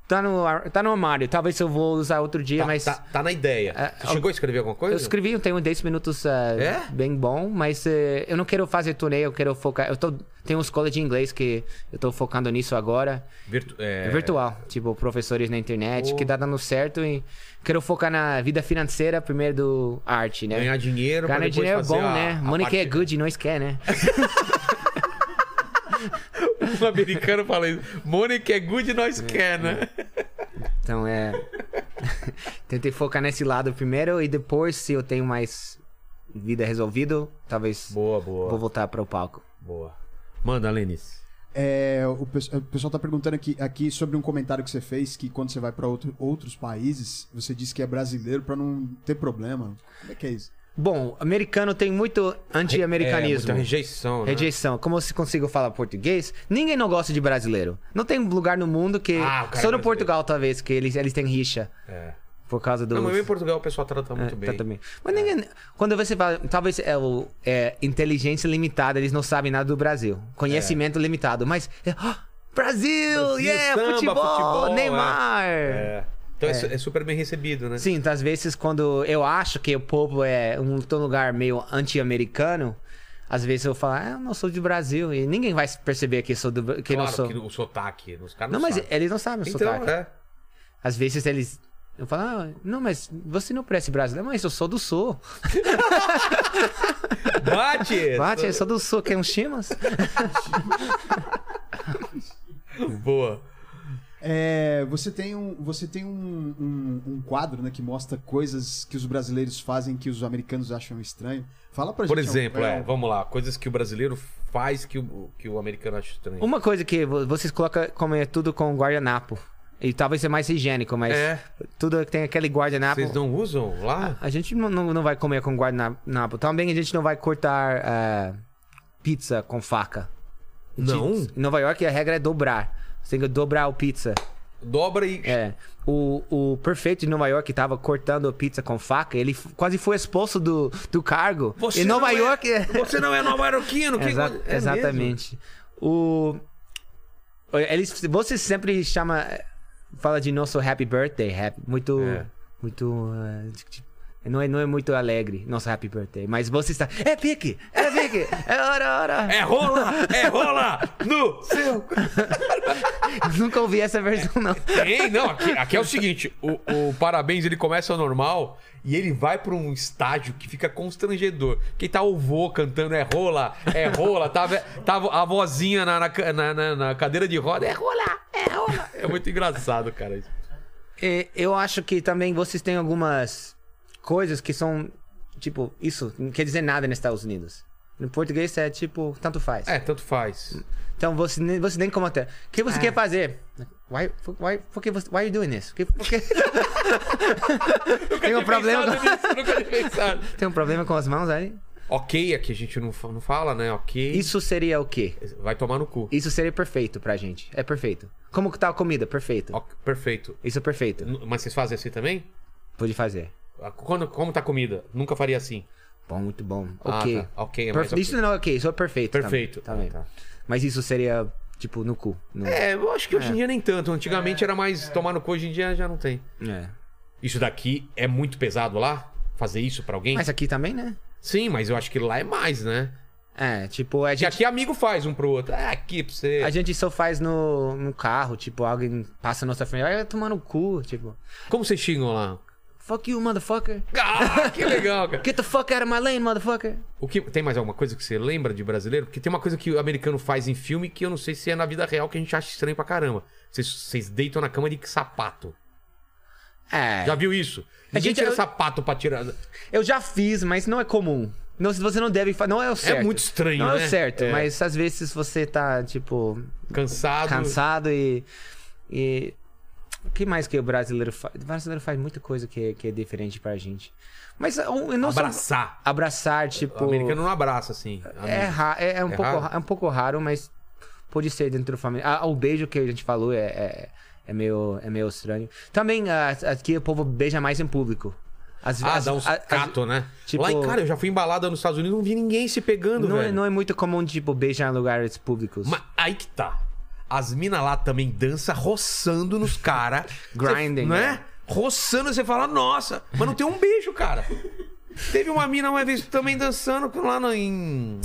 Speaker 4: Tá no, ar- tá no armário. Talvez eu vou usar outro dia,
Speaker 2: Tá,
Speaker 4: mas.
Speaker 2: tá, tá na ideia.
Speaker 4: É,
Speaker 2: você chegou a escrever alguma coisa?
Speaker 4: Eu escrevi, eu tenho 10 minutos eh,
Speaker 2: É?
Speaker 4: bem bom, mas eh, eu não quero fazer turnê, eu quero focar. Eu tô, tenho uma escola de inglês que eu tô focando nisso agora.
Speaker 2: Virtu- é,
Speaker 4: É virtual, tipo, professores na internet, que tá dando certo e quero focar na vida financeira primeiro do arte, né?
Speaker 2: Ganhar dinheiro pra
Speaker 4: Ganhar
Speaker 2: depois
Speaker 4: dinheiro é
Speaker 2: fazer
Speaker 4: bom,
Speaker 2: a-
Speaker 4: né?
Speaker 2: a
Speaker 4: Money que é
Speaker 2: parte-
Speaker 4: good, nós quer, né?
Speaker 2: O americano fala isso. Money que é good, nós quer, né?
Speaker 4: É. Então é. Tentei focar nesse lado primeiro e depois, se eu tenho mais vida resolvido, talvez
Speaker 2: Boa, boa.
Speaker 4: vou voltar para o palco.
Speaker 2: Boa. Manda, Lenis.
Speaker 3: É, o, pe- o pessoal tá perguntando aqui, aqui sobre um comentário que você fez que quando você vai pra outro- outros países, você diz que é brasileiro pra não ter problema. Como é que é isso?
Speaker 4: Bom, americano tem muito anti-americanismo.
Speaker 2: É, muita rejeição, né?
Speaker 4: Rejeição. Como se consigo falar português, ninguém não gosta de brasileiro. Não tem lugar no mundo que.
Speaker 2: Ah, o cara é
Speaker 4: Só no
Speaker 2: brasileiro.
Speaker 4: Portugal, talvez, que eles, eles têm rixa.
Speaker 2: É.
Speaker 4: Por causa do.
Speaker 2: Não, mas em Portugal o pessoal trata muito bem. É.
Speaker 4: Tá também. Mas ninguém. Quando você fala. Talvez é o é, inteligência limitada, eles não sabem nada do Brasil. Conhecimento limitado. Mas. é, "Ah, Brasil!
Speaker 2: Brasil,
Speaker 4: Yeah!
Speaker 2: samba,
Speaker 4: futebol,
Speaker 2: futebol,
Speaker 4: Neymar!
Speaker 2: É. Então é, su- é super bem recebido, né?
Speaker 4: Sim, então, às vezes quando eu acho que o povo é um, tô num lugar meio anti-americano, às vezes eu falo, ah, eu não sou do Brasil. E ninguém vai perceber que, sou do, Bra- que
Speaker 2: claro
Speaker 4: não sou.
Speaker 2: que o sotaque, os caras
Speaker 4: Não, mas
Speaker 2: sabem.
Speaker 4: eles não sabem o
Speaker 2: Então,
Speaker 4: sotaque.
Speaker 2: é.
Speaker 4: Às vezes eles. Eu falo, ah, não, mas você não parece brasileiro, mas eu sou do sul.
Speaker 2: Bate!
Speaker 4: Bate, eu sou do sul, que é um chimas.
Speaker 2: Boa.
Speaker 3: É, você tem um, você tem um, um- um quadro né, que mostra coisas que os brasileiros fazem que os americanos acham estranho. Fala pra
Speaker 2: Por
Speaker 3: gente.
Speaker 2: exemplo,
Speaker 3: é,
Speaker 2: é,
Speaker 3: um-
Speaker 2: vamos lá, coisas que o brasileiro faz que o, que o americano acha estranho.
Speaker 4: Uma coisa que vo- vocês colocam comer tudo com guardanapo. E talvez seja mais higiênico, mas
Speaker 2: É.
Speaker 4: tudo que tem aquele guardanapo.
Speaker 2: Vocês não usam lá?
Speaker 4: A gente não, não não vai comer com guardanapo. Também a gente não vai cortar eh, pizza com faca.
Speaker 2: Não.
Speaker 4: Em Nova York a regra é dobrar. Você tem que dobrar o pizza.
Speaker 2: Dobra e.
Speaker 4: É. O, o prefeito de Nova York que tava cortando a pizza com faca, ele f- quase foi expulso do, do cargo.
Speaker 2: Você
Speaker 4: em Nova
Speaker 2: não é-
Speaker 4: York. é-
Speaker 2: Você não é nova iorquino? que-
Speaker 4: Exa-
Speaker 2: É mesmo?
Speaker 4: exatamente. O. Eles, você sempre chama. Fala de nosso happy birthday. happy- muito.
Speaker 2: É.
Speaker 4: Muito. eh, tipo, tipo, não é, não é muito alegre, nosso happy birthday. Mas você está. É pique! É pique! É hora, hora!
Speaker 2: É rola! É rola! No seu.
Speaker 4: Nunca ouvi essa versão, não.
Speaker 2: Tem, não. Aqui, aqui é o seguinte: o, o parabéns ele começa normal e ele vai pra um estágio que fica constrangedor. Porque tá o vô cantando é rola, é rola. Tava, tava a vozinha na, na, ca- na- na- na cadeira de roda, é rola, é rola. É muito engraçado, cara. isso.
Speaker 4: É, eu acho que também vocês têm algumas coisas que são. Tipo, isso não quer dizer nada nos Estados Unidos. No português é tipo, tanto faz.
Speaker 2: É, tanto faz.
Speaker 4: Então você nem, você nem como até. O que você
Speaker 2: É.
Speaker 4: quer fazer? Why, why, por que você, why are you doing this? Que- por que- tem um problema
Speaker 2: Pensado
Speaker 4: com,
Speaker 2: nisso, nunca tinha pensado.
Speaker 4: tem um problema com as mãos aí?
Speaker 2: Ok, aqui a gente não, fa- não fala, né? Ok.
Speaker 4: Isso seria o quê?
Speaker 2: Vai tomar no cu.
Speaker 4: Isso seria perfeito pra gente. É perfeito. Como que tá a comida? Perfeito.
Speaker 2: Ok, perfeito.
Speaker 4: Isso é perfeito.
Speaker 2: N- Mas vocês fazem assim também?
Speaker 4: Pode fazer.
Speaker 2: Ah, Quando, como tá a comida? Nunca faria assim.
Speaker 4: Bom, muito bom.
Speaker 2: Ah,
Speaker 4: Ok.
Speaker 2: tá. Ok, é mais
Speaker 4: Perfe-
Speaker 2: ok.
Speaker 4: Isso não é ok, isso é perfeito. tam-
Speaker 2: Perfeito.
Speaker 4: Também.
Speaker 2: Ah, tá.
Speaker 4: Mas isso seria, tipo, no cu. no-
Speaker 2: É, eu acho que hoje em dia nem tanto. Antigamente era mais tomar no cu, hoje em dia já não tem.
Speaker 4: É.
Speaker 2: Isso daqui é muito pesado lá? Fazer isso pra alguém?
Speaker 4: Mas aqui também, né?
Speaker 2: Sim, mas eu acho que lá é mais, né?
Speaker 4: É, tipo, a
Speaker 2: E
Speaker 4: gente
Speaker 2: aqui amigo faz um pro outro. Ah, aqui pra você.
Speaker 4: A gente só faz no, no carro, tipo, alguém passa na nossa frente, vai tomar no cu, tipo,
Speaker 2: Como vocês xingam lá?
Speaker 4: fuck you, motherfucker.
Speaker 2: Ah, que legal, cara.
Speaker 4: Get the fuck out of my lane, motherfucker.
Speaker 2: O que, tem mais alguma coisa que você lembra de brasileiro? Porque tem uma coisa que o americano faz em filme que eu não sei se é na vida real que a gente acha estranho pra caramba. Vocês, vocês deitam na cama de sapato.
Speaker 4: É.
Speaker 2: Já viu isso? Ninguém
Speaker 4: gente-
Speaker 2: tira
Speaker 4: eu-
Speaker 2: sapato pra tirar. É
Speaker 4: Eu já fiz, mas não é comum. Não, se você não deve fazer. Não é o certo.
Speaker 2: muito estranho,
Speaker 4: Não é
Speaker 2: né?
Speaker 4: o certo,
Speaker 2: É.
Speaker 4: mas às vezes você tá, tipo,
Speaker 2: Cansado.
Speaker 4: cansado e. E. O que mais que o brasileiro faz? O brasileiro faz muita coisa que, que é diferente pra gente. Mas eu eu não sou-
Speaker 2: Abraçar.
Speaker 4: Abraçar,
Speaker 2: O
Speaker 4: tipo.
Speaker 2: americano não abraça, assim.
Speaker 4: É,
Speaker 2: amigo.
Speaker 4: ra- é, é um
Speaker 2: É
Speaker 4: pouco,
Speaker 2: raro?
Speaker 4: ra- é um pouco raro, mas pode ser dentro da família. Ah, o beijo que a gente falou é, é, é meio, é meio estranho. Também ah, aqui o povo beija mais em público. Às,
Speaker 2: Ah,
Speaker 4: às-
Speaker 2: dá uns
Speaker 4: às-
Speaker 2: cato, né?
Speaker 4: tipo-
Speaker 2: Lá em cara, eu já fui embalada nos Estados Unidos não vi ninguém se pegando,
Speaker 4: Não, é-
Speaker 2: velho.
Speaker 4: não é muito comum, tipo, beijar em lugares públicos.
Speaker 2: Mas aí que tá. As minas lá também dança roçando nos cara.
Speaker 4: Grinding,
Speaker 2: Cê- Né?
Speaker 4: né?
Speaker 2: Roçando, você fala, nossa, mas não tem um beijo, cara. Teve uma mina uma vez também dançando lá no, em.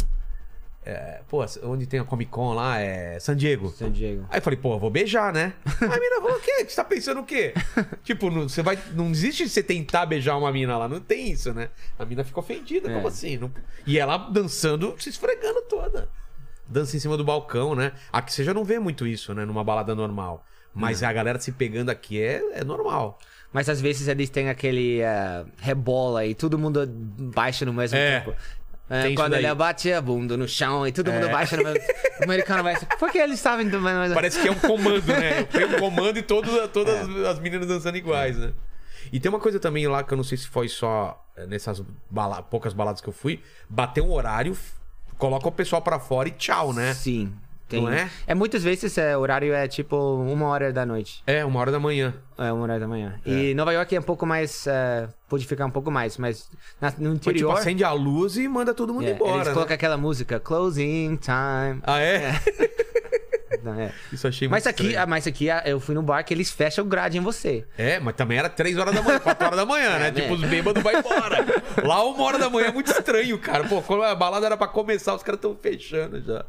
Speaker 2: é, pô, onde tem a Comic Con lá, é. San Diego.
Speaker 4: San Diego.
Speaker 2: Aí eu falei, pô, eu vou beijar, né? Aí a mina falou, o quê? Você tá pensando o quê? tipo, não, você vai, não existe você tentar beijar uma mina lá, não tem isso, né? A mina ficou ofendida, como assim? Não- E ela dançando, se esfregando toda. Dança em cima do balcão, né? Aqui você já não vê muito isso, né? Numa balada normal. Mas a galera se pegando aqui é, é normal.
Speaker 4: Mas às vezes eles têm aquele ah, rebola e todo mundo baixa no mesmo
Speaker 2: É.
Speaker 4: tempo. É,
Speaker 2: Tem isso
Speaker 4: quando
Speaker 2: daí. É.
Speaker 4: ele bate a bunda no chão e todo mundo baixa no mesmo O americano vai assim, por que eles estavam tomando mais
Speaker 2: Parece que é um comando, né? Tem um comando e todos, todas
Speaker 4: É.
Speaker 2: as meninas dançando iguais, né? E tem uma coisa também lá que eu não sei se foi só eh, nessas bala- poucas baladas que eu fui, bater um horário, f- coloca o pessoal pra fora e tchau, né?
Speaker 4: Sim. Tem.
Speaker 2: Não é?
Speaker 4: é muitas vezes é, o horário é tipo uma hora da noite.
Speaker 2: É, uma hora da manhã.
Speaker 4: É uma hora da manhã. E Nova York é um pouco mais. eh, pode ficar um pouco mais, mas na- no
Speaker 2: Mas, tipo,
Speaker 4: interior.
Speaker 2: acende a luz e manda todo mundo
Speaker 4: é,
Speaker 2: embora.
Speaker 4: eles
Speaker 2: né?
Speaker 4: colocam aquela música, closing time.
Speaker 2: Ah, é?
Speaker 4: não, é.
Speaker 2: Isso eu achei
Speaker 4: Mas
Speaker 2: muito
Speaker 4: aqui,
Speaker 2: estranho.
Speaker 4: ah, mas aqui ah, eu fui no bar que eles fecham o grade em você.
Speaker 2: É, mas também era 3 horas da manhã, 4 horas da manhã, né?
Speaker 4: né?
Speaker 2: Tipo, os bêbados vão embora. Lá, uma hora da manhã é muito estranho, cara. Pô, quando a balada era pra começar, os caras estão fechando já.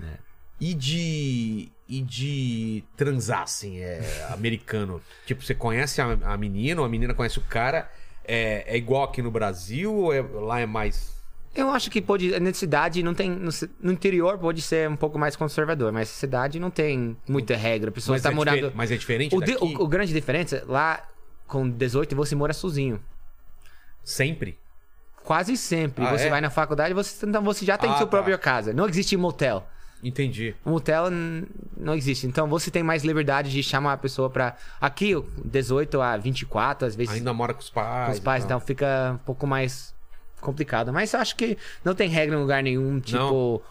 Speaker 4: É.
Speaker 2: E de. E de transar, assim, é americano. tipo, você conhece a, a menina, ou a menina conhece o cara. É, é igual aqui no Brasil, ou é- lá é mais.
Speaker 4: Eu acho que pode, na cidade não tem, no, ci- no interior pode ser um pouco mais conservador, mas na cidade não tem muita regra. A pessoa
Speaker 2: Mas,
Speaker 4: está
Speaker 2: é,
Speaker 4: tá morando...
Speaker 2: difer- mas é diferente
Speaker 4: O, de-
Speaker 2: daqui?
Speaker 4: o- o grande diferença, lá com 18 você mora sozinho.
Speaker 2: Sempre?
Speaker 4: Quase sempre.
Speaker 2: Ah,
Speaker 4: você
Speaker 2: é?
Speaker 4: vai na faculdade, você, então você já tem
Speaker 2: Ah,
Speaker 4: sua
Speaker 2: tá.
Speaker 4: própria casa. Não existe motel.
Speaker 2: Entendi.
Speaker 4: O motel hum, não existe. Então você tem mais liberdade de chamar a pessoa pra. Aqui, 18 a 24, às vezes
Speaker 2: Ainda mora com os pais.
Speaker 4: com os pais,
Speaker 2: e
Speaker 4: então
Speaker 2: tal.
Speaker 4: fica um pouco mais complicado. Mas eu acho que não tem regra em lugar nenhum, tipo.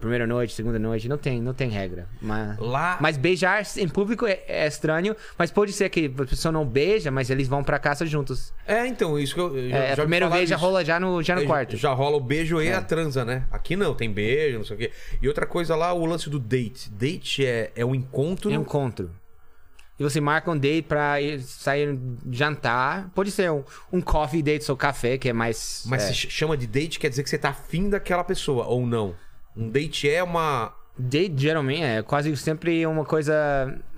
Speaker 4: Primeira noite, segunda noite, não tem, não tem regra. Mas,
Speaker 2: Lá.
Speaker 4: então. mas beijar em público é, é estranho, mas pode ser que a pessoa não beija, mas eles vão pra caça juntos.
Speaker 2: É, então, isso que eu. eu
Speaker 4: É,
Speaker 2: já
Speaker 4: a
Speaker 2: me
Speaker 4: primeira
Speaker 2: falaram
Speaker 4: vez já
Speaker 2: isso.
Speaker 4: rola já no, já no
Speaker 2: É,
Speaker 4: quarto. É.
Speaker 2: Já rola o beijo e a transa, né? Aqui não, tem beijo, não sei o quê. E outra coisa lá, o lance do date. Date é, é um encontro.
Speaker 4: É um encontro. E você marca um date pra ir- sair jantar. Pode ser um, um coffee date ou café, que é mais.
Speaker 2: Mas
Speaker 4: é,
Speaker 2: se ch- chama de date, quer dizer que você tá afim daquela pessoa, ou não. Um date é uma.
Speaker 4: Date geralmente é quase sempre uma coisa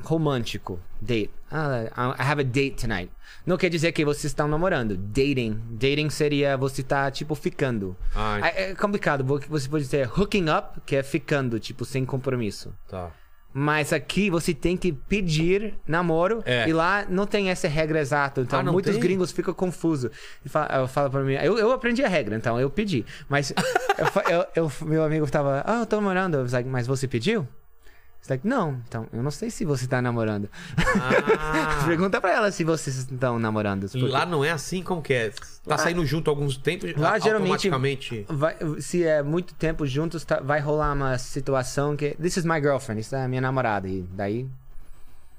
Speaker 4: romântico. Date. Ah, I have a date tonight. Não quer dizer que vocês estão namorando. Dating. Dating seria você tá, tipo, ficando.
Speaker 2: Ah,
Speaker 4: É, é complicado. vo- Você pode dizer hooking up, que é ficando, tipo, sem compromisso.
Speaker 2: tá.
Speaker 4: Mas aqui você tem que pedir namoro
Speaker 2: É.
Speaker 4: e lá não tem essa regra exata. Então
Speaker 2: Ah, não
Speaker 4: muitos
Speaker 2: tem?
Speaker 4: gringos ficam confusos. E fala, fala pra mim, eu, eu aprendi a regra, então eu pedi. Mas eu fa- eu- eu- meu amigo tava, ah, eu tô namorando. Eu was like, mas você pediu? It's like, não, então eu não sei se você tá namorando.
Speaker 2: Ah,
Speaker 4: Pergunta pra ela se vocês estão namorando. porque-
Speaker 2: lá não é assim, como que é? Tá saindo junto há alguns tempos,
Speaker 4: Lá,
Speaker 2: a-
Speaker 4: geralmente-
Speaker 2: automaticamente.
Speaker 4: Vai- se é muito tempo juntos, tá- vai rolar uma situação que. This is my girlfriend, isso é a minha namorada. E daí.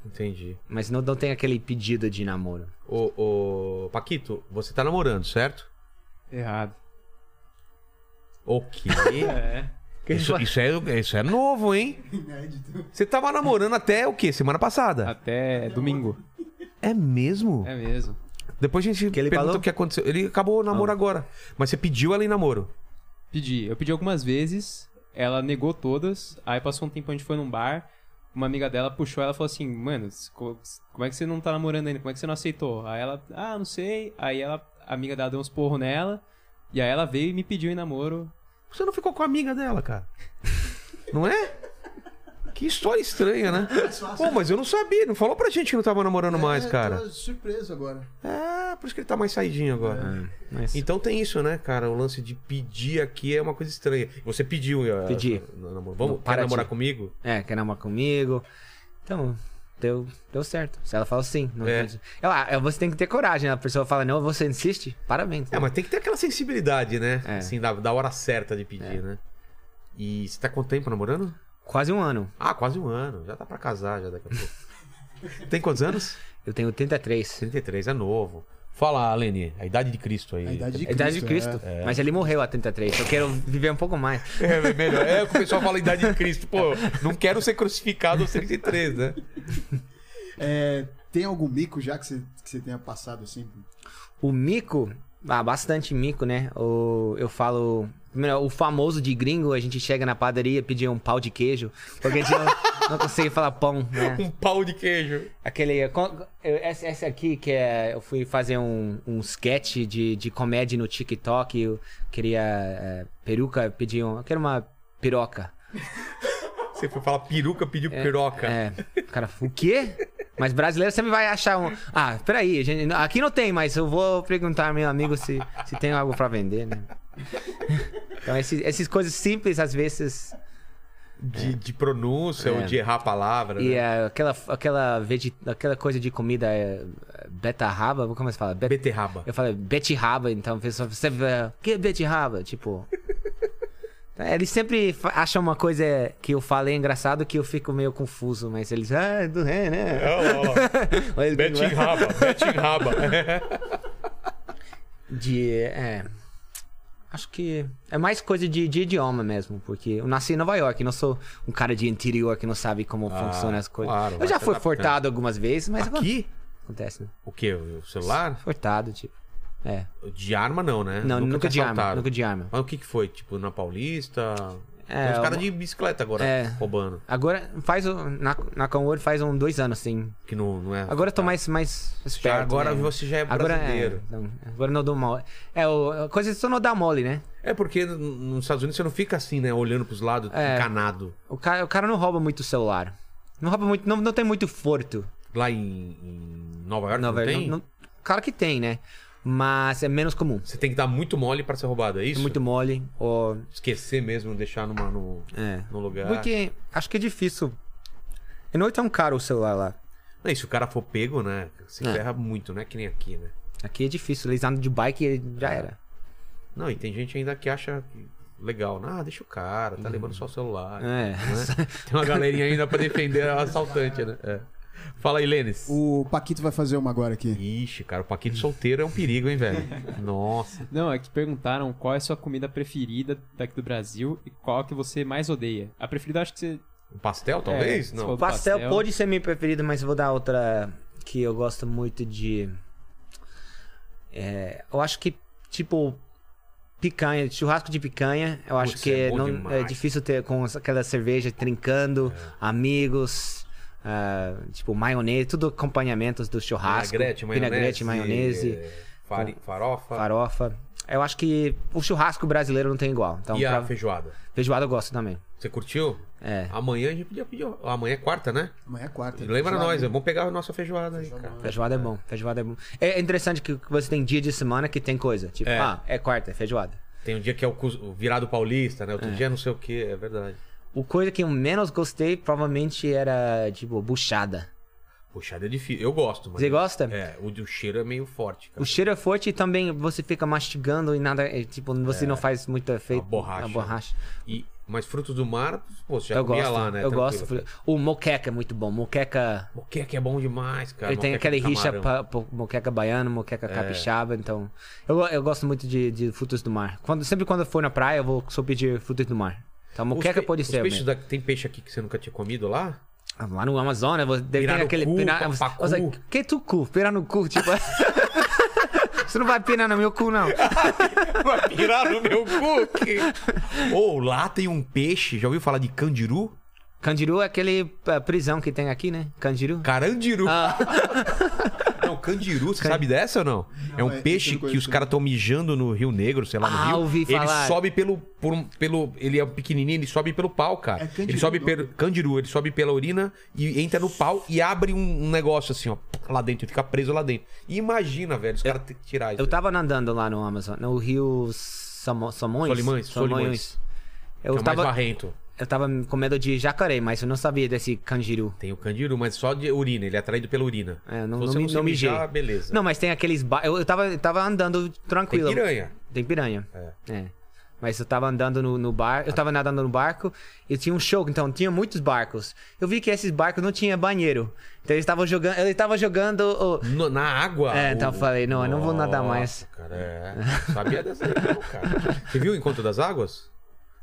Speaker 2: Entendi.
Speaker 4: Mas não, não tem aquele pedido de namoro.
Speaker 2: Ô, ô, Paquito, você tá namorando, certo?
Speaker 5: Errado.
Speaker 2: O quê?
Speaker 5: É.
Speaker 2: Isso, isso é, isso é novo, hein?
Speaker 3: Inédito.
Speaker 2: Você tava namorando até o quê? Semana passada?
Speaker 5: Até domingo.
Speaker 2: É mesmo?
Speaker 5: É mesmo.
Speaker 2: Depois a gente
Speaker 4: Que ele
Speaker 2: pergunta
Speaker 4: falou? Ah.
Speaker 2: o que aconteceu. Ele acabou o namoro agora. Mas você pediu ela em namoro.
Speaker 5: Pedi. Eu pedi algumas vezes, ela negou todas. Aí passou um tempo, a gente foi num bar. Uma amiga dela puxou ela e falou assim: Mano, co- como é que você não tá namorando ainda? Como é que você não aceitou? Aí ela, ah, não sei. Aí ela, a amiga dela deu uns porros nela. E aí ela veio e me pediu em namoro.
Speaker 2: Você não ficou com a amiga dela, cara. Não é? Que história estranha, né? Pô, mas eu não sabia. Não falou pra gente que não tava namorando mais,
Speaker 4: É,
Speaker 2: cara.
Speaker 3: é, Tô surpreso agora.
Speaker 2: É, por isso que ele tá mais saidinho
Speaker 4: É.
Speaker 2: agora.
Speaker 4: Mas...
Speaker 2: Então tem isso, né, cara? O lance de pedir aqui é uma coisa estranha. Você pediu. eh,
Speaker 4: Pedi.
Speaker 2: no namoro. Vamos,
Speaker 4: No
Speaker 2: quer
Speaker 4: Paraty.
Speaker 2: namorar comigo?
Speaker 4: É, quer namorar comigo. Então, deu, deu certo. Se ela fala sim, não
Speaker 2: É.
Speaker 4: entendi. Ela, ah, você tem que ter coragem. A pessoa fala não, você insiste, parabéns.
Speaker 2: É, mas tem que ter aquela sensibilidade, né?
Speaker 4: É.
Speaker 2: Assim, da, da hora certa de pedir, né? E você tá quanto tempo namorando?
Speaker 4: Quase um ano.
Speaker 2: Ah, quase um ano. Já tá pra casar já daqui a pouco. Tem quantos anos?
Speaker 4: Eu tenho 33.
Speaker 2: 33, é novo. Fala, Leni, a idade de Cristo aí.
Speaker 3: A idade de
Speaker 4: É a
Speaker 3: Cristo.
Speaker 4: idade de Cristo. Mas ele morreu há 33. Eu quero viver um pouco mais.
Speaker 2: É, melhor. É o que o pessoal fala idade de Cristo. Pô, não quero ser crucificado aos 33, né?
Speaker 3: É. É, tem algum mico já que você, que você tenha passado assim?
Speaker 4: O mico, ah, bastante mico, né? O, eu falo. primeiro, O famoso de gringo, a gente chega na padaria pedir um pau de queijo. Porque a gente não, não consegue falar pão, né?
Speaker 2: Um pau de queijo.
Speaker 4: Aquele. co- eu- Essa essa aqui que é. Eu fui fazer um, um sketch de, de comédia no TikTok. Eu queria. é, peruca, pedi um. Eu quero uma piroca.
Speaker 2: Você foi falar peruca, pediu piroca.
Speaker 4: É. O cara, o quê? Mas brasileiro sempre vai achar um. Ah, peraí, gente, aqui não tem, mas eu vou perguntar ao meu amigo se, se tem algo pra vender, né? Então, esses, essas coisas simples às vezes.
Speaker 2: De, de pronúncia ou
Speaker 4: É.
Speaker 2: de errar a palavra.
Speaker 4: E
Speaker 2: né?
Speaker 4: é, aquela, aquela, vege- aquela coisa de comida é, é, betarraba, como é que se fala? Bet-
Speaker 2: Beterraba.
Speaker 4: Eu falei, beterraba, então a pessoa você o que é beterraba? Tipo. É, Eles sempre fa- acham uma coisa que eu falei engraçado que eu fico meio confuso, mas eles. Ah, é do ré, né? é Ou eles-
Speaker 2: Beterraba, beterraba.
Speaker 4: De. É. Acho que é mais coisa de, de idioma mesmo, porque eu nasci em Nova York, não sou um cara de interior que não sabe como
Speaker 2: Ah,
Speaker 4: funcionam as coisas.
Speaker 2: claro, vai
Speaker 4: eu já
Speaker 2: se
Speaker 4: fui
Speaker 2: adaptando.
Speaker 4: furtado algumas vezes, mas
Speaker 2: Aqui?
Speaker 4: acontece, né?
Speaker 2: O quê? O celular?
Speaker 4: Furtado, tipo. É.
Speaker 2: De arma não, né?
Speaker 4: Não, nunca,
Speaker 2: te
Speaker 4: de arma.
Speaker 2: assaltaram.
Speaker 4: Nunca de arma.
Speaker 2: Mas o que que foi? Tipo, na Paulista?
Speaker 4: É,
Speaker 2: Tem os caras
Speaker 4: uma-
Speaker 2: de bicicleta agora
Speaker 4: É.
Speaker 2: roubando.
Speaker 4: Agora faz o. Na, na Conword faz um dois anos, sim.
Speaker 2: Que não, não é...
Speaker 4: Agora eu tô mais, mais
Speaker 2: Já
Speaker 4: esperto.
Speaker 2: agora
Speaker 4: né?
Speaker 2: você já é
Speaker 4: Agora, é,
Speaker 2: brasileiro.
Speaker 4: não, agora não dou mole. É, o, a coisa é só não dar mole, né?
Speaker 2: É. porque n- nos Estados Unidos você não fica assim, né? Olhando pros lados,
Speaker 4: É.
Speaker 2: encanado.
Speaker 4: O cara, o cara não rouba muito o celular. Não rouba muito. Não, não tem muito furto.
Speaker 2: Lá em, em Nova York
Speaker 4: Nova
Speaker 2: não
Speaker 4: York.
Speaker 2: tem?
Speaker 4: não- não- claro que tem, né? Mas é menos comum.
Speaker 2: Você tem que dar muito mole pra ser roubado, é
Speaker 4: É
Speaker 2: isso?
Speaker 4: muito mole. Ou.
Speaker 2: Esquecer mesmo, deixar numa, no,
Speaker 4: É.
Speaker 2: no lugar.
Speaker 4: Porque acho que é difícil. E não é tão caro o celular lá.
Speaker 2: Não, e se o cara for pego, né? Se ferra muito, não é que nem aqui, né?
Speaker 4: Aqui é difícil. Eles andam de bike e já era.
Speaker 2: Não, e tem gente ainda que acha legal. né? Ah, deixa o cara,
Speaker 4: Uhum.
Speaker 2: tá levando só o celular.
Speaker 4: É.
Speaker 2: né? Tem uma galerinha ainda pra defender o assaltante, né? É. Fala aí, Lênis.
Speaker 3: O Paquito vai fazer uma agora aqui.
Speaker 2: Ixi, cara, o Paquito solteiro é um perigo, hein, velho? Nossa.
Speaker 5: Não, é que perguntaram qual é a sua comida preferida daqui do Brasil e qual é que você mais odeia. A preferida acho que você.
Speaker 2: Um pastel, talvez?
Speaker 5: É,
Speaker 2: não.
Speaker 5: se for-
Speaker 4: Pastel,
Speaker 5: Pastel.
Speaker 4: pode ser minha preferida, mas eu vou dar outra que eu gosto muito de. É, eu acho que, tipo, picanha, churrasco de picanha, eu acho
Speaker 2: Putz,
Speaker 4: que
Speaker 2: é
Speaker 4: é,
Speaker 2: bom
Speaker 4: não,
Speaker 2: demais. É.
Speaker 4: é difícil ter com essa- aquela cerveja trincando, amigos. ah, tipo, maionese, tudo acompanhamentos do churrasco.
Speaker 2: Vinagrete, maionese.
Speaker 4: vinagrete, maionese,
Speaker 2: eh, fari- farofa.
Speaker 4: farofa. Eu acho que o churrasco brasileiro não tem igual. Então,
Speaker 2: E a
Speaker 4: pra...
Speaker 2: feijoada?
Speaker 4: feijoada eu gosto também.
Speaker 2: Você curtiu?
Speaker 4: É.
Speaker 2: Amanhã a gente podia pedir. Amanhã é quarta, né?
Speaker 3: Amanhã é quarta.
Speaker 2: Lembra
Speaker 3: Já-
Speaker 2: nós, vamos pegar a nossa feijoada aí, cara.
Speaker 4: né? Feijoada é bom, feijoada é bom. É interessante que você tem dia de semana que tem coisa. Tipo,
Speaker 2: É.
Speaker 4: ah, é quarta, é feijoada.
Speaker 2: Tem um dia que é o cus- o virado paulista, né? Outro dia não sei o que, é verdade.
Speaker 4: O coisa que eu menos gostei provavelmente era, tipo, buchada.
Speaker 2: Puxada é difícil. Eu gosto, mas.
Speaker 4: Você gosta?
Speaker 2: É, o, o cheiro é meio forte, cara.
Speaker 4: O cheiro é forte e também você fica mastigando e nada. é, tipo, você não faz muito efeito.
Speaker 2: Uma borracha.
Speaker 4: Uma borracha.
Speaker 2: E, mas frutos do mar, pô, você já
Speaker 4: eu
Speaker 2: comia
Speaker 4: gosto.
Speaker 2: lá, né?
Speaker 4: eu
Speaker 2: Tranquilo.
Speaker 4: gosto. O moqueca é muito bom. Moqueca.
Speaker 2: O que é que é bom demais, cara?
Speaker 4: ele tem
Speaker 2: Moqueca
Speaker 4: aquele
Speaker 2: com
Speaker 4: rixa
Speaker 2: camarão. É.
Speaker 4: pra, pra moqueca baiana, moqueca capixaba, então. Eu, eu gosto muito de, de frutos do mar. Quando, sempre quando eu for na praia, eu vou só pedir frutos do mar. Então,
Speaker 2: Os
Speaker 4: moqueca
Speaker 2: pe-
Speaker 4: pode
Speaker 2: os
Speaker 4: ser.
Speaker 2: peixes
Speaker 4: mesmo.
Speaker 2: daqui- tem peixe aqui que você nunca tinha comido lá?
Speaker 4: Lá no Amazonas, você deve
Speaker 2: Pirar
Speaker 4: ter
Speaker 2: no
Speaker 4: aquele.
Speaker 2: cu,
Speaker 4: pirar-
Speaker 2: pa- pa-
Speaker 4: Você-
Speaker 2: cu.
Speaker 4: que tu cu? Pirar no cu, tipo. você não vai pirar no meu cu, não.
Speaker 2: Vai pirar no meu cookie! Ou lá tem um peixe, já ouviu falar de candiru?
Speaker 4: Candiru é aquele eh, prisão que tem aqui, né? Candiru.
Speaker 2: Carandiru.
Speaker 4: Ah.
Speaker 2: Não, candiru, você sabe dessa ou não? é um
Speaker 3: é, isso eu
Speaker 2: peixe
Speaker 3: não
Speaker 2: que
Speaker 3: conheço,
Speaker 2: os caras estão mijando no Rio Negro, sei lá, no
Speaker 4: Ah,
Speaker 2: Rio.
Speaker 4: ouvi falar.
Speaker 2: Ele sobe pelo, por um- pelo. Ele é pequenininho, ele sobe pelo pau, cara.
Speaker 3: É candiru,
Speaker 2: ele sobe
Speaker 3: não?
Speaker 2: pelo. Candiru, ele sobe pela urina e entra no pau e abre um, um negócio assim, ó, lá dentro, ele fica preso lá dentro. Imagina, velho, os caras te- tirar isso.
Speaker 4: Eu tava nadando lá no Amazonas, no rio Samo- Samões.
Speaker 2: Solimões, Solimões.
Speaker 4: Eu,
Speaker 2: que é o mais
Speaker 4: tava,
Speaker 2: barrento.
Speaker 4: eu tava com medo de jacaré, mas eu não sabia desse candiru.
Speaker 2: Tem o candiru, mas só de urina, ele é atraído pela urina.
Speaker 4: É, não,
Speaker 2: Se
Speaker 4: não,
Speaker 2: você
Speaker 4: me-
Speaker 2: se
Speaker 4: não mijei.
Speaker 2: mijar, beleza.
Speaker 4: Não, mas tem aqueles. Ba... Eu, eu tava, eu tava andando
Speaker 2: é. Tem
Speaker 4: tranquilo.
Speaker 2: piranha.
Speaker 4: Tem piranha.
Speaker 2: É.
Speaker 4: É. Mas eu tava andando no, no bar, eu tava nadando no barco e tinha um show, então tinha muitos barcos. Eu vi que esses barcos não tinha banheiro. Então eles estavam jogando, eles estavam jogando o-
Speaker 2: No- na água?
Speaker 4: É, então
Speaker 2: O-
Speaker 4: eu falei, não, eu não vou nadar
Speaker 2: Nossa,
Speaker 4: mais.
Speaker 2: Cara, é. Não Sabia dessa aí, não, cara. Você viu o Encontro das Águas?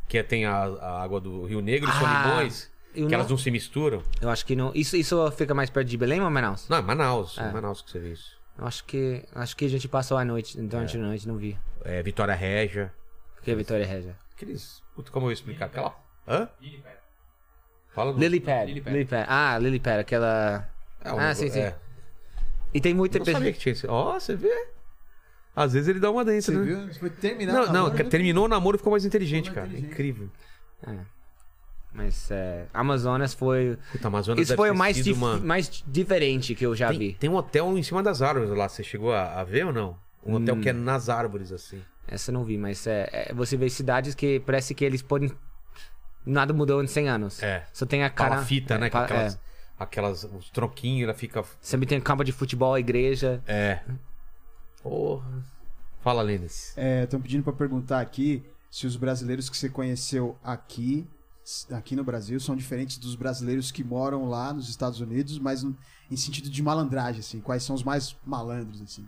Speaker 2: Que é- tem a, a água do Rio Negro e
Speaker 4: Ah,
Speaker 2: Solimões. Que
Speaker 4: eu não-
Speaker 2: elas não se misturam.
Speaker 4: Eu acho que não, isso isso fica mais perto de Belém ou Manaus?
Speaker 2: Não, é Manaus. É Manaus que você vê isso.
Speaker 4: Eu acho que acho que a gente passou a noite, durante a noite não vi.
Speaker 2: É, Vitória Régia.
Speaker 4: Porque é Vitória Regia.
Speaker 2: Aqueles. Puta, como eu vou explicar? Aquela. Hã? Fala no...
Speaker 4: Lilypad.
Speaker 5: Lilypad.
Speaker 4: Lilypad. Ah, Lilypad, aquela
Speaker 2: É, um
Speaker 4: Ah,
Speaker 2: negócio-
Speaker 4: sim, sim.
Speaker 2: é.
Speaker 4: E tem muita
Speaker 2: Eu não sabia que tinha esse. Ó, você vê? Às vezes ele dá uma dentro,
Speaker 3: Você
Speaker 2: né?
Speaker 3: viu? Você foi terminar o
Speaker 2: Não, não,
Speaker 3: namoro, né?
Speaker 2: terminou o namoro e ficou mais inteligente,
Speaker 3: Ficou
Speaker 2: cara.
Speaker 3: mais inteligente.
Speaker 2: Incrível.
Speaker 4: Mas é, Amazonas foi
Speaker 2: Puta, Amazonas
Speaker 4: Isso
Speaker 2: deve
Speaker 4: foi
Speaker 2: ter
Speaker 4: o mais
Speaker 2: sido
Speaker 4: dif-
Speaker 2: uma-
Speaker 4: mais diferente que eu já
Speaker 2: Tem,
Speaker 4: vi.
Speaker 2: tem um hotel em cima das árvores lá, você chegou a, a ver ou não?
Speaker 4: Hum.
Speaker 2: Um hotel que é nas árvores, assim.
Speaker 4: Essa eu não vi, mas é, é- você vê cidades que parece que eles podem. Nada mudou em 100 anos.
Speaker 2: É.
Speaker 4: Só tem a cara.
Speaker 2: Palafita,
Speaker 4: é,
Speaker 2: né? Com
Speaker 4: pa-
Speaker 2: aquelas,
Speaker 4: é.
Speaker 2: aquelas. Os tronquinhos, ela fica.
Speaker 4: Sempre tem campo de futebol, igreja.
Speaker 2: É. Porra. Fala, Lênis.
Speaker 4: É.
Speaker 3: Estão É, pedindo pra perguntar aqui se os brasileiros que você conheceu aqui, s- aqui no Brasil, são diferentes dos brasileiros que moram lá nos Estados Unidos, mas no- em sentido de malandragem, assim. Quais são os mais malandros, assim?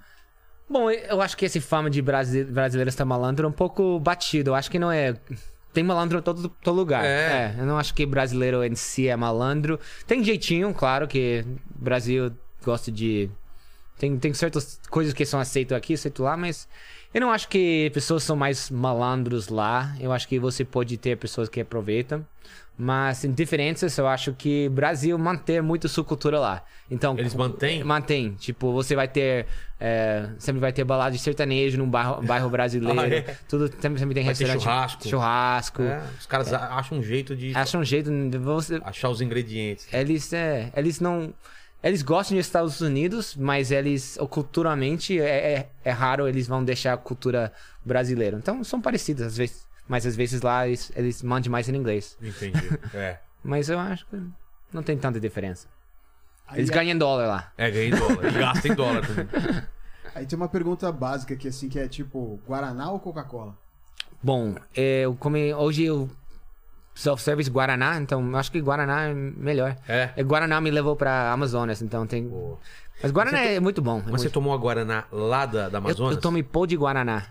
Speaker 4: Bom, eu acho que esse fama de brasi- brasileiro está malandro é um pouco batido. Eu acho que não é. Tem malandro em todo, todo lugar.
Speaker 2: É.
Speaker 4: eu não acho que brasileiro em si é malandro. Tem jeitinho, claro, que Brasil gosta de. Tem, tem certas coisas que são aceitas aqui, aceito lá, mas eu não acho que pessoas são mais malandros lá. Eu acho que você pode ter pessoas que aproveitam. Mas em diferenças, eu acho que Brasil mantém muito sua cultura lá. Então,
Speaker 2: Eles
Speaker 4: cu-
Speaker 2: mantêm?
Speaker 4: Mantém. Tipo, você vai ter. é, sempre vai ter balada de sertanejo num bairro, bairro brasileiro.
Speaker 2: Ah, é?
Speaker 4: Tudo, sempre, sempre tem
Speaker 2: Vai ter
Speaker 4: restaurante.
Speaker 2: churrasco.
Speaker 4: Churrasco.
Speaker 2: É, os caras a- acham um jeito de
Speaker 4: Acham um jeito. de Você,
Speaker 2: achar os ingredientes.
Speaker 4: eles, é, eles não. Eles gostam dos Estados Unidos, mas eles, ou culturalmente, é, é, é raro eles vão deixar a cultura brasileira. Então são parecidos às vezes. Mas às vezes lá eles, eles mandam mais em inglês.
Speaker 2: Entendi. É.
Speaker 4: Mas eu acho que não tem tanta diferença.
Speaker 3: Aí
Speaker 4: Eles
Speaker 3: é-
Speaker 4: ganham em dólar lá.
Speaker 2: É, ganha em dólar. E gasta em dólar também.
Speaker 3: Aí tem uma pergunta básica aqui, assim, que é tipo, Guaraná ou Coca-Cola?
Speaker 4: Bom, é, eu come, hoje eu self-service Guaraná, então eu acho que Guaraná é melhor.
Speaker 2: É.
Speaker 4: É, Guaraná me levou pra Amazonas, então tem.
Speaker 2: Boa.
Speaker 4: Mas Guaraná é muito bom. é
Speaker 2: Mas você
Speaker 4: muito-
Speaker 2: tomou a Guaraná lá da, da
Speaker 4: eu,
Speaker 2: Amazonas?
Speaker 4: eu tomei pó de Guaraná.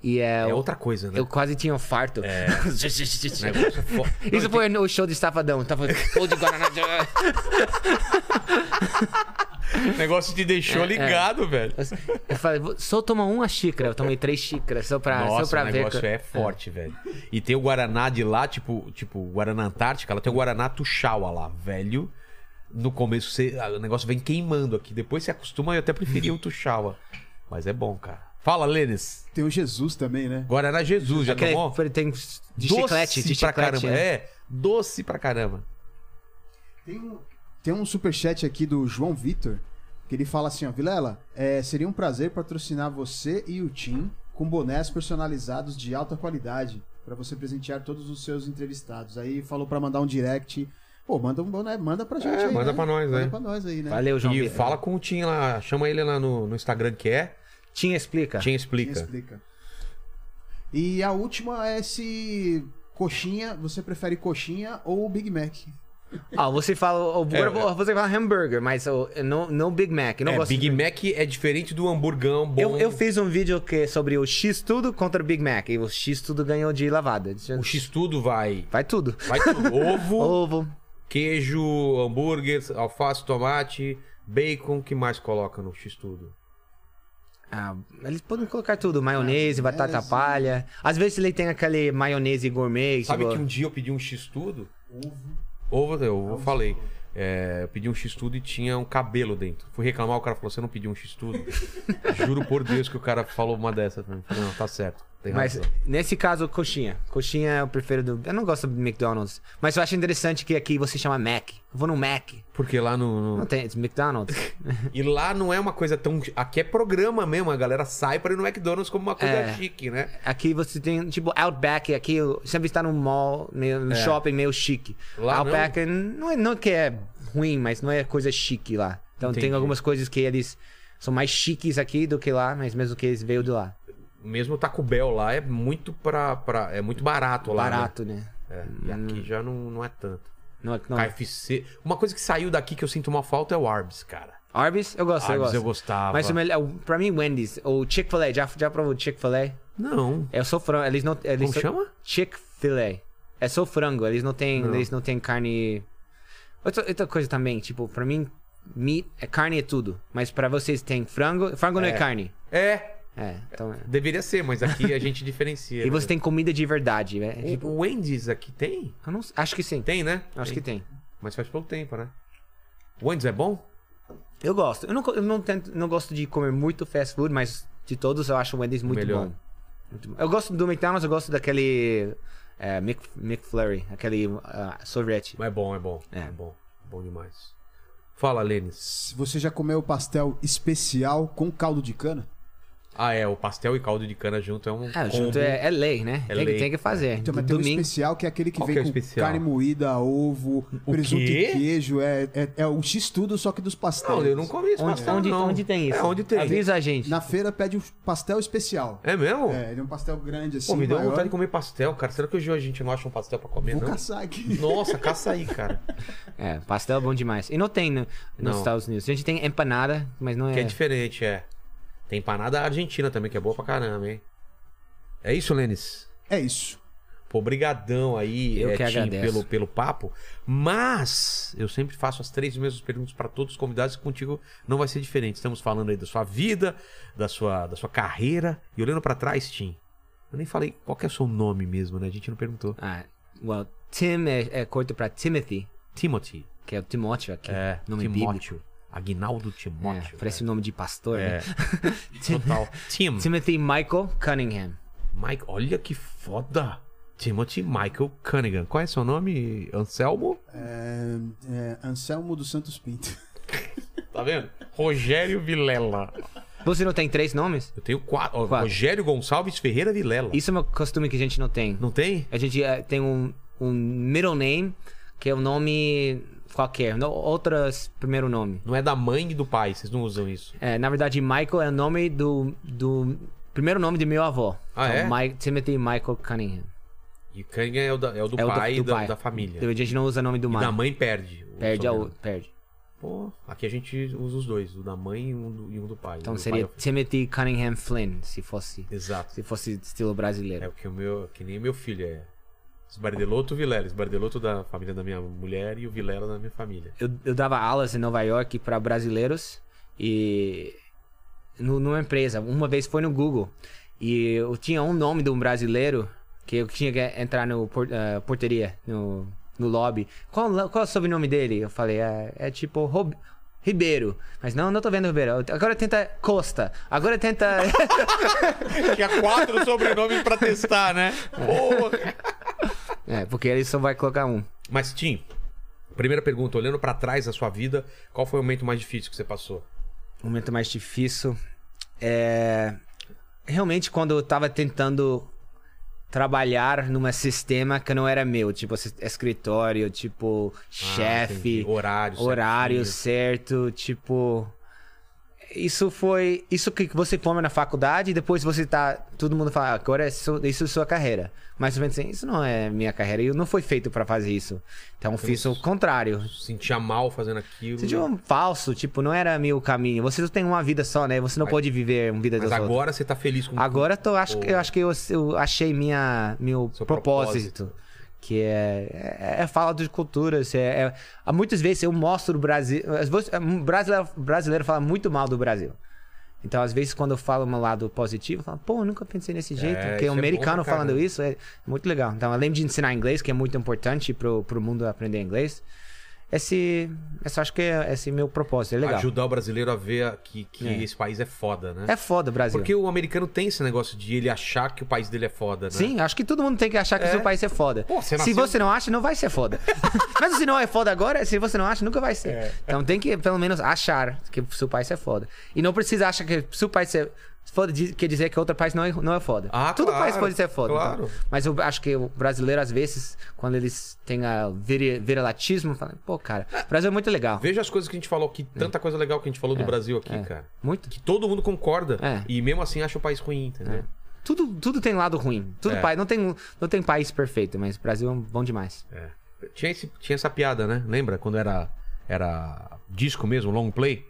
Speaker 4: E é,
Speaker 2: É
Speaker 4: eu,
Speaker 2: outra coisa, né?
Speaker 4: eu quase tinha um farto.
Speaker 2: Negócio é fo-
Speaker 4: Isso foi no show de Safadão. Tava pó de Guaraná.
Speaker 2: O negócio te
Speaker 4: É,
Speaker 2: deixou ligado, velho.
Speaker 4: Eu falei, "Vou- só toma uma xícara. Eu tomei três xícaras, só pra,
Speaker 2: Nossa,
Speaker 4: só pra
Speaker 2: o
Speaker 4: ver.
Speaker 2: negócio é forte, velho. E tem o Guaraná de lá, tipo, tipo o Guaraná Antártica, ela tem o Guaraná Tuxaua lá, velho. No começo você- ah, o negócio vem queimando aqui, depois você acostuma, eu até preferia o Tuxaua. Mas é bom, cara. Fala, Lênis.
Speaker 3: Tem o Jesus também, né?
Speaker 2: Guaraná Jesus, já
Speaker 4: Aquele-
Speaker 2: tomou?
Speaker 4: tem de chiclete, de
Speaker 2: pra
Speaker 4: chiclete. né?
Speaker 2: caramba. É, doce pra caramba.
Speaker 3: Tem um, tem um superchat aqui do João Vitor, que ele fala assim, ó, Vilela, é, seria um prazer patrocinar você e o Tim com bonés personalizados de alta qualidade, pra você presentear todos os seus entrevistados. Aí falou pra mandar um direct. Pô, manda um boné, manda pra gente
Speaker 2: É,
Speaker 3: aí,
Speaker 2: manda
Speaker 3: né?
Speaker 2: pra nós,
Speaker 3: Manda
Speaker 2: né?
Speaker 3: pra nós aí, né?
Speaker 4: Valeu, João.
Speaker 2: e
Speaker 4: Vitor.
Speaker 2: fala com o Tim lá, chama ele lá no, no Instagram que é.
Speaker 4: Tinha Tá. explica.
Speaker 2: Tim
Speaker 3: Quem
Speaker 2: explica.
Speaker 3: explica. E a última é se coxinha, você prefere coxinha ou Big Mac?
Speaker 4: Ah, você fala. o-
Speaker 2: É,
Speaker 4: agora eu- você fala hambúrguer, mas o- não, não Big Mac. Eu, não
Speaker 2: É,
Speaker 4: gosto
Speaker 2: Big
Speaker 4: de-
Speaker 2: Mac é diferente do hamburgão bom.
Speaker 4: Eu, eu fiz um vídeo que é sobre o X tudo contra o Big Mac. E o X tudo ganhou de lavada.
Speaker 2: O X-Tudo vai.
Speaker 4: Vai tudo.
Speaker 2: Vai tudo. Ovo,
Speaker 4: Ovo.
Speaker 2: queijo, hambúrguer, alface, tomate, bacon, que mais coloca no X-Tudo?
Speaker 4: Ah, eles podem colocar tudo. Maionese, batata
Speaker 3: Maionese.
Speaker 4: palha. Às vezes ele tem aquele maionese gourmet.
Speaker 2: Sabe
Speaker 4: tipo-
Speaker 2: que um dia eu pedi um X-Tudo? Ovo. eu falei. É, eu pedi um X-Tudo e tinha um cabelo dentro. Fui reclamar, o cara falou: Você não pediu um X-Tudo? Juro por Deus que o cara falou uma dessa. pra mim. Falei, não, tá certo. Tem
Speaker 4: Mas
Speaker 2: razão.
Speaker 4: nesse caso, coxinha. Coxinha eu prefiro do. Eu não gosto do McDonald's. Mas eu acho interessante que aqui você chama Mac. Eu vou no Mac.
Speaker 2: Porque lá no- no,
Speaker 4: Não tem. It's McDonald's.
Speaker 2: E lá não é uma coisa tão. Aqui é programa mesmo, a galera sai pra ir no McDonald's como uma coisa
Speaker 4: É.
Speaker 2: chique, né?
Speaker 4: Aqui você tem, tipo, Outback, aqui eu- sempre está num mall, meio, no shopping meio chique.
Speaker 2: É. Lá
Speaker 4: Outback não é, não é que é ruim, mas não é coisa chique lá. Então
Speaker 2: Entendi.
Speaker 4: tem algumas coisas que eles são mais chiques aqui do que lá, mas mesmo que eles veio de lá.
Speaker 2: Mesmo o Taco Bell lá é muito pra. pra- é muito barato lá. né?
Speaker 4: Barato, né?
Speaker 2: É, e aqui já não, não é tanto.
Speaker 4: Não, é- não.
Speaker 2: KFC. Uma coisa que saiu daqui que eu sinto uma falta é o Arbs, cara.
Speaker 4: Arby's, eu gosto, eu
Speaker 2: Arby's
Speaker 4: gosto.
Speaker 2: eu gostava.
Speaker 4: Mas o melhor, o- pra mim, Wendy's, ou Chick-fil-A, já, já provou Chick-fil-A?
Speaker 2: Não.
Speaker 4: Eu sou É frango, eles não... Eles
Speaker 2: Como
Speaker 4: só-
Speaker 2: chama?
Speaker 4: Chick-fil-A. É só frango, eles não têm, eles não têm carne. Outra, outra coisa também, tipo, pra mim, meat, é carne é tudo. Mas pra vocês tem frango, frango não é
Speaker 2: É.
Speaker 4: carne.
Speaker 2: É,
Speaker 4: É, então é.
Speaker 2: deveria ser, mas aqui a gente diferencia.
Speaker 4: E
Speaker 2: né?
Speaker 4: você tem comida de verdade, né?
Speaker 2: O-
Speaker 4: Tipo,
Speaker 2: O Wendy's aqui tem?
Speaker 4: eu não, acho que sim.
Speaker 2: Tem, né?
Speaker 4: Acho que tem.
Speaker 2: Mas faz pouco tempo, né? O Wendy's é bom?
Speaker 4: Eu gosto. Eu não, co- eu não, tento- não gosto de comer muito fast food, mas de todos eu acho o Wendy's muito
Speaker 2: Melhor.
Speaker 4: bom. Muito bom. Eu gosto do McDonald's, eu gosto daquele é, Mc, McFlurry, aquele ah, sorvete.
Speaker 2: É bom, é bom. É,
Speaker 4: É.
Speaker 2: bom. Bom demais. Fala, Lênis.
Speaker 3: Você já comeu pastel especial com caldo de cana?
Speaker 2: Ah, é, o pastel e caldo de cana junto é um.
Speaker 4: Ah,
Speaker 2: combo.
Speaker 4: junto é, é lei, né?
Speaker 2: É
Speaker 4: tem, que-
Speaker 2: lei.
Speaker 4: tem que fazer.
Speaker 3: Então, mas tem um
Speaker 4: Domingo.
Speaker 3: especial que é aquele que
Speaker 2: Qual
Speaker 3: vem
Speaker 2: que é o
Speaker 3: com
Speaker 2: especial?
Speaker 3: carne moída, ovo, presunto
Speaker 2: quê?
Speaker 3: e queijo. É, é, é o X-tudo, só que dos pastéis.
Speaker 2: Não, eu não comi esse
Speaker 4: Onde,
Speaker 2: pastel.
Speaker 4: onde,
Speaker 2: não.
Speaker 4: onde tem isso?
Speaker 2: É, onde tem.
Speaker 4: Avisa a gente.
Speaker 3: Na feira pede um pastel especial.
Speaker 2: É mesmo?
Speaker 3: É, ele é um pastel grande assim.
Speaker 2: Pô, me deu
Speaker 3: maior.
Speaker 2: vontade de comer pastel, cara. Será que hoje a gente não acha um pastel pra comer,
Speaker 3: Vou
Speaker 2: não?
Speaker 3: caçar aqui.
Speaker 2: Nossa, caça aí, cara.
Speaker 4: É, pastel é bom demais. E não tem no- nos
Speaker 2: Não.
Speaker 4: Estados Unidos. A gente tem empanada, mas não é.
Speaker 2: Que é diferente, é. Tem empanada argentina também, que é boa pra caramba, hein? É isso, Lênis?
Speaker 3: É isso.
Speaker 2: Pô, brigadão aí,
Speaker 4: Eu
Speaker 2: eh,
Speaker 4: que
Speaker 2: Tim,
Speaker 4: agradeço.
Speaker 2: pelo, pelo papo. Mas eu sempre faço as três mesmas perguntas para todos os convidados e contigo não vai ser diferente. Estamos falando aí da sua vida, da sua, da sua carreira. E olhando para trás, Tim, eu nem falei qual que é o seu nome mesmo, né? A gente não perguntou.
Speaker 4: Ah, well, Tim é, é curto pra Timothy,
Speaker 2: Timothy.
Speaker 4: que é o Timóteo aqui.
Speaker 2: É,
Speaker 4: nome bíblico.
Speaker 2: Timóteo. Aguinaldo Timóteo.
Speaker 4: É, parece o nome de pastor,
Speaker 2: É,
Speaker 4: né? Tim-
Speaker 2: total. Tim.
Speaker 4: Timothy Michael Cunningham.
Speaker 2: Mike, olha que foda. Timothy Michael Cunningham. Qual é seu nome, Anselmo?
Speaker 3: É, é, Anselmo dos Santos Pinto.
Speaker 2: Tá vendo? Rogério Vilela.
Speaker 4: Você não tem três nomes?
Speaker 2: Eu tenho quatro. Ó,
Speaker 4: Quatro.
Speaker 2: Rogério Gonçalves Ferreira Vilela.
Speaker 4: Isso é um costume que a gente não tem.
Speaker 2: Não tem?
Speaker 4: A gente eh, tem um, um middle name, que é um nome qualquer, no, outras primeiro nome.
Speaker 2: Não é da mãe e do pai, vocês não usam isso.
Speaker 4: É, na verdade, Michael é o nome do, do primeiro nome de meu avô. Então,
Speaker 2: Ah, é?
Speaker 4: Mi- Timothy Michael Cunningham.
Speaker 2: E o Cunningham é o, da- é o do
Speaker 4: é o
Speaker 2: pai e
Speaker 4: do
Speaker 2: da,
Speaker 4: pai.
Speaker 2: da família.
Speaker 4: A gente não usa o nome do
Speaker 2: E
Speaker 4: mãe.
Speaker 2: da mãe perde. o
Speaker 4: Perde, a, o-
Speaker 2: sobrenome.
Speaker 4: perde.
Speaker 2: Pô, aqui a gente usa os dois, o da mãe e um do, e um do pai.
Speaker 4: Então
Speaker 2: O do
Speaker 4: seria
Speaker 2: pai é o-
Speaker 4: Timothy Cunningham Flynn, se fosse,
Speaker 2: Exato.
Speaker 4: se fosse estilo brasileiro.
Speaker 2: É o que o meu. Que nem meu filho é. Esbardeloto Vilela. Esbardeloto da família da minha mulher e o Vilela da minha família.
Speaker 4: eu, eu dava aulas em Nova York para brasileiros e nu- numa empresa. Uma vez foi no Google e eu tinha um nome de um brasileiro que eu tinha que entrar no por- eh, porteria, no, no lobby. Qual, la- qual é o sobrenome dele? Eu falei, é, é tipo Rob- Ribeiro. Mas não, não tô vendo Ribeiro. Agora tenta Costa. Agora tenta.
Speaker 2: Tinha quatro sobrenomes pra testar, né? Porra.
Speaker 4: é, porque ele só vai colocar um.
Speaker 2: Mas, Tim, primeira pergunta, olhando pra trás da sua vida, qual foi o momento mais difícil que você passou?
Speaker 4: O momento mais difícil é realmente quando eu tava tentando trabalhar num sistema que não era meu, tipo esse- escritório, tipo chefe,
Speaker 2: Ah, entendi. horário,
Speaker 4: horário
Speaker 2: certinho.
Speaker 4: certo, tipo isso foi isso que você forma na faculdade e depois você tá todo mundo fala agora é su- isso é sua carreira, mas ou menos assim, isso não é minha carreira, eu não fui feito pra fazer isso. Então eu fiz o contrário,
Speaker 2: sentia mal fazendo aquilo.
Speaker 4: Sentiu um falso, tipo, não era meu caminho. Você só tem uma vida só, né? Você não pode viver uma vida
Speaker 2: Mas
Speaker 4: dos outros.
Speaker 2: agora você tá feliz com
Speaker 4: Agora eu tô, acho, que-
Speaker 2: Ou-
Speaker 4: eu acho que eu, eu achei minha, meu
Speaker 2: Seu
Speaker 4: propósito, Que é, é, é falar de culturas. É, é- há muitas vezes eu mostro o Brasil. às vezes, é, um Brasileiro, brasileiro fala muito mal do Brasil. Então, às vezes, quando eu falo um lado positivo, eu falo, pô, eu nunca pensei nesse jeito.
Speaker 2: É,
Speaker 4: Porque
Speaker 2: isso
Speaker 4: o
Speaker 2: é bom
Speaker 4: americano
Speaker 2: pra
Speaker 4: falando
Speaker 2: caramba.
Speaker 4: isso é muito legal. Então, além de ensinar inglês, que é muito importante pro, pro mundo aprender inglês, esse, esse acho que é esse é meu propósito. É legal.
Speaker 2: ajudar o brasileiro a ver a- que, que
Speaker 4: É.
Speaker 2: esse país é foda, né?
Speaker 4: É foda o Brasil.
Speaker 2: Porque o americano tem esse negócio de ele achar que o país dele é foda, né?
Speaker 4: Sim, acho que todo mundo tem que achar que o seu país é foda.
Speaker 2: Pô, você
Speaker 4: Se
Speaker 2: nasceu-
Speaker 4: você não acha, não vai ser foda. Mas se não é foda agora, se você não acha, nunca vai ser.
Speaker 2: É.
Speaker 4: Então tem que, pelo menos, achar que o seu país é foda. E não precisa achar que o seu país é foda, diz- quer dizer que outro país não é, não é foda.
Speaker 2: Ah,
Speaker 4: Todo
Speaker 2: claro,
Speaker 4: país pode ser foda.
Speaker 2: claro.
Speaker 4: então. Mas eu acho que o brasileiro, às vezes, quando eles têm a vira- viralatismo, falam, pô, cara, o Brasil é muito legal.
Speaker 2: Veja as coisas que a gente falou aqui, tanta coisa legal que a gente falou do Brasil aqui, cara.
Speaker 4: É. Muito.
Speaker 2: Que todo mundo concorda
Speaker 4: É.
Speaker 2: e mesmo assim acha o país ruim, entendeu?
Speaker 4: Tudo, tudo tem lado ruim. Tudo
Speaker 2: É.
Speaker 4: país, não tem, não tem país perfeito, mas o Brasil é bom demais.
Speaker 2: É. Tinha, esse- tinha essa piada, né? Lembra? Quando era, era disco mesmo, long play?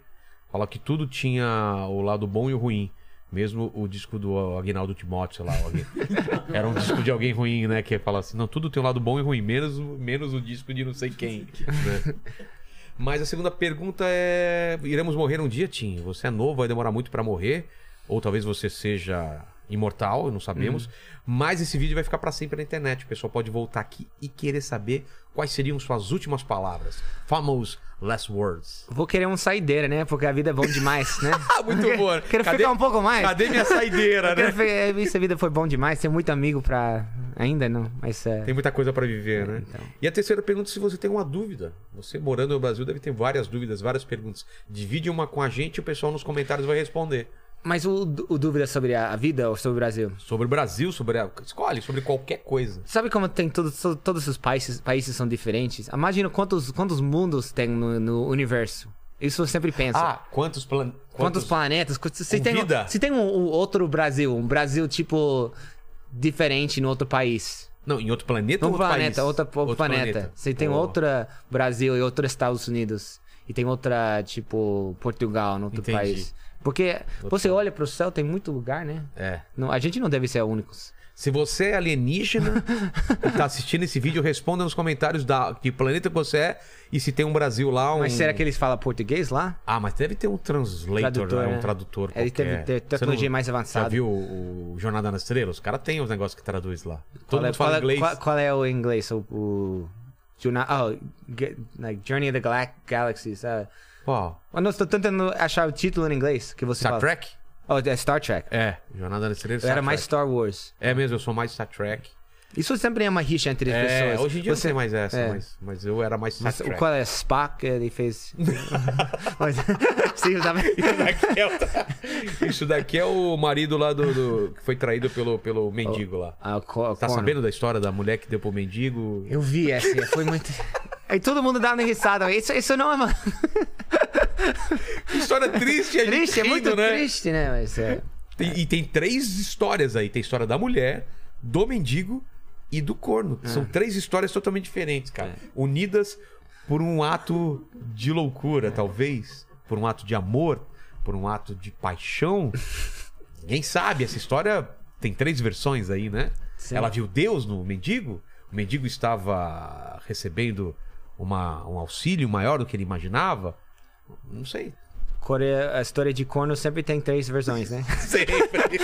Speaker 2: Fala que tudo tinha o lado bom e o ruim. Mesmo o disco do Agnaldo Timóteo, sei lá. o Agui- Era um disco de alguém ruim, né? Que fala assim, não, tudo tem um lado bom e ruim, menos, o- menos o disco de não sei quem. né? Mas a segunda pergunta é... Iremos morrer um dia, Tim? Você é novo, vai demorar muito pra morrer. Ou talvez você seja imortal, não sabemos.
Speaker 4: Uhum.
Speaker 2: Mas esse vídeo vai ficar pra sempre na internet. O pessoal pode voltar aqui e querer saber quais seriam suas últimas palavras. Famous last words.
Speaker 4: Vou querer um saideira, né? Porque a vida é bom demais, né?
Speaker 2: Ah, muito bom. né?
Speaker 4: Quero ficar um pouco mais.
Speaker 2: Cadê minha saideira,
Speaker 4: Quero
Speaker 2: né?
Speaker 4: fi- é, isso, a vida foi bom demais. Tem muito amigo pra. Ainda não, mas. é,
Speaker 2: Tem muita coisa pra viver, né?
Speaker 4: Então.
Speaker 2: E a terceira pergunta, se você tem uma dúvida. Você morando no Brasil deve ter várias dúvidas, várias perguntas. Divide uma com a gente e o pessoal nos comentários vai responder.
Speaker 4: Mas o, o dúvida sobre a a vida ou sobre o Brasil?
Speaker 2: Sobre o Brasil, sobre a... Escolhe, sobre qualquer coisa.
Speaker 4: Sabe como tem todos, to- todos os países, países são diferentes? Imagina quantos, quantos mundos tem no, no universo. Isso eu sempre penso.
Speaker 2: Ah, quantos planos...
Speaker 4: Quantos, planetas? Se- Se
Speaker 2: Com
Speaker 4: tem,
Speaker 2: vida?
Speaker 4: se tem um, um outro Brasil, um Brasil tipo diferente no outro país.
Speaker 2: Não, em outro planeta
Speaker 4: Num
Speaker 2: ou outro
Speaker 4: planeta,
Speaker 2: país?
Speaker 4: tá outra, outro, planeta. Se tem
Speaker 2: Pô.
Speaker 4: outra Brasil e outro Estados Unidos. E tem outra, tipo, Portugal, no outro
Speaker 2: Entendi.
Speaker 4: país. Porque você olha pro céu, tem muito lugar, né?
Speaker 2: É.
Speaker 4: Não, a gente não deve ser únicos.
Speaker 2: Se você é alienígena e tá assistindo esse vídeo, responda nos comentários da que planeta que você é e se tem um Brasil lá. Um...
Speaker 4: Mas será que eles falam português lá?
Speaker 2: Ah, mas deve ter um translator,
Speaker 4: Tradutor,
Speaker 2: né?
Speaker 4: né?
Speaker 2: um tradutor.
Speaker 4: Ele
Speaker 2: qualquer.
Speaker 4: deve ter
Speaker 2: Você
Speaker 4: tecnologia
Speaker 2: não-
Speaker 4: mais
Speaker 2: Já
Speaker 4: avançada.
Speaker 2: viu o, o Jornada nas Estrelas? Os caras têm os negócios que traduz lá. Todo
Speaker 4: Qual é,
Speaker 2: mundo fala
Speaker 4: qual é-
Speaker 2: inglês.
Speaker 4: Qual, qual é o inglês? O, o Jorna- oh, Ga- like Journey of the Galax Galaxy, sabe?
Speaker 2: Qual?
Speaker 4: Eu não estou tentando achar o título em inglês que você
Speaker 2: Star
Speaker 4: fala.
Speaker 2: Trek?
Speaker 4: Oh, é Star Trek.
Speaker 2: É, Jornada nas Estrelas.
Speaker 4: Eu era
Speaker 2: Star
Speaker 4: mais
Speaker 2: Trek.
Speaker 4: Star Wars.
Speaker 2: É mesmo, eu sou mais Star Trek.
Speaker 4: Isso sempre é uma rixa entre as
Speaker 2: É,
Speaker 4: pessoas.
Speaker 2: hoje em dia
Speaker 4: Você-
Speaker 2: eu não sei mais essa,
Speaker 4: é.
Speaker 2: mas, mas eu era mais Star
Speaker 4: Mas
Speaker 2: Trek.
Speaker 4: qual é Spock? Ele fez. Mas- Sim, sabe?
Speaker 2: Daqui é o- Isso daqui é o marido lá do. do- que foi traído pelo, pelo mendigo lá.
Speaker 4: Ah, co-
Speaker 2: Tá
Speaker 4: corno.
Speaker 2: sabendo da história da mulher que deu pro mendigo?
Speaker 4: Eu vi essa, foi muito. Aí todo mundo dá uma risada. Isso, isso não é uma...
Speaker 2: História triste, a gente
Speaker 4: triste, é
Speaker 2: rindo,
Speaker 4: muito
Speaker 2: né?
Speaker 4: triste, né? Mas, é...
Speaker 2: Tem- e tem três histórias aí. Tem história da mulher, do mendigo e do corno.
Speaker 4: É.
Speaker 2: São três histórias totalmente diferentes, cara. Unidas por um ato de loucura, talvez. Por um ato de amor, por um ato de paixão. Ninguém sabe. Essa história tem três versões aí, né?
Speaker 4: Sim.
Speaker 2: Ela viu Deus no mendigo. O mendigo estava recebendo uma, um auxílio maior do que ele imaginava. Não sei.
Speaker 4: Coreia- a história de corno sempre tem três versões, né?
Speaker 2: Sempre.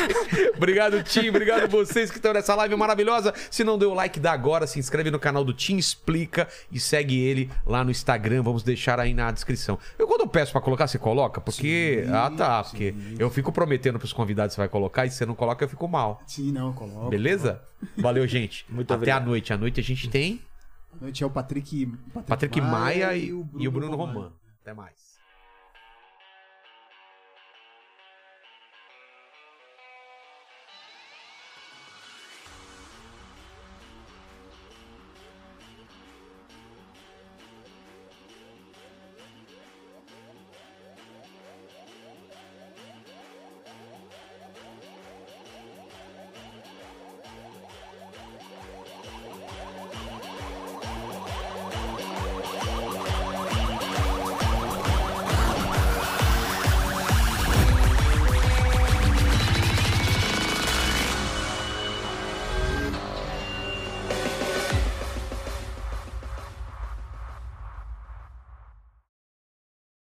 Speaker 2: obrigado, Tim. Obrigado vocês que estão nessa live maravilhosa. Se não deu o like, dá agora. Se inscreve no canal do Tim Explica e segue ele lá no Instagram. Vamos deixar aí na descrição. Eu quando eu peço pra colocar, você coloca? Porque. ah, tá. Porque eu fico prometendo pros convidados que você vai colocar e se você não coloca, eu fico mal.
Speaker 3: Sim, não, coloca.
Speaker 2: Beleza? Valeu, gente.
Speaker 4: Muito
Speaker 2: Até
Speaker 4: obrigado.
Speaker 2: a noite. À noite a gente tem
Speaker 3: A noite é o Patrick,
Speaker 2: Patrick Maia e, e o Bruno, Romano. Até mais.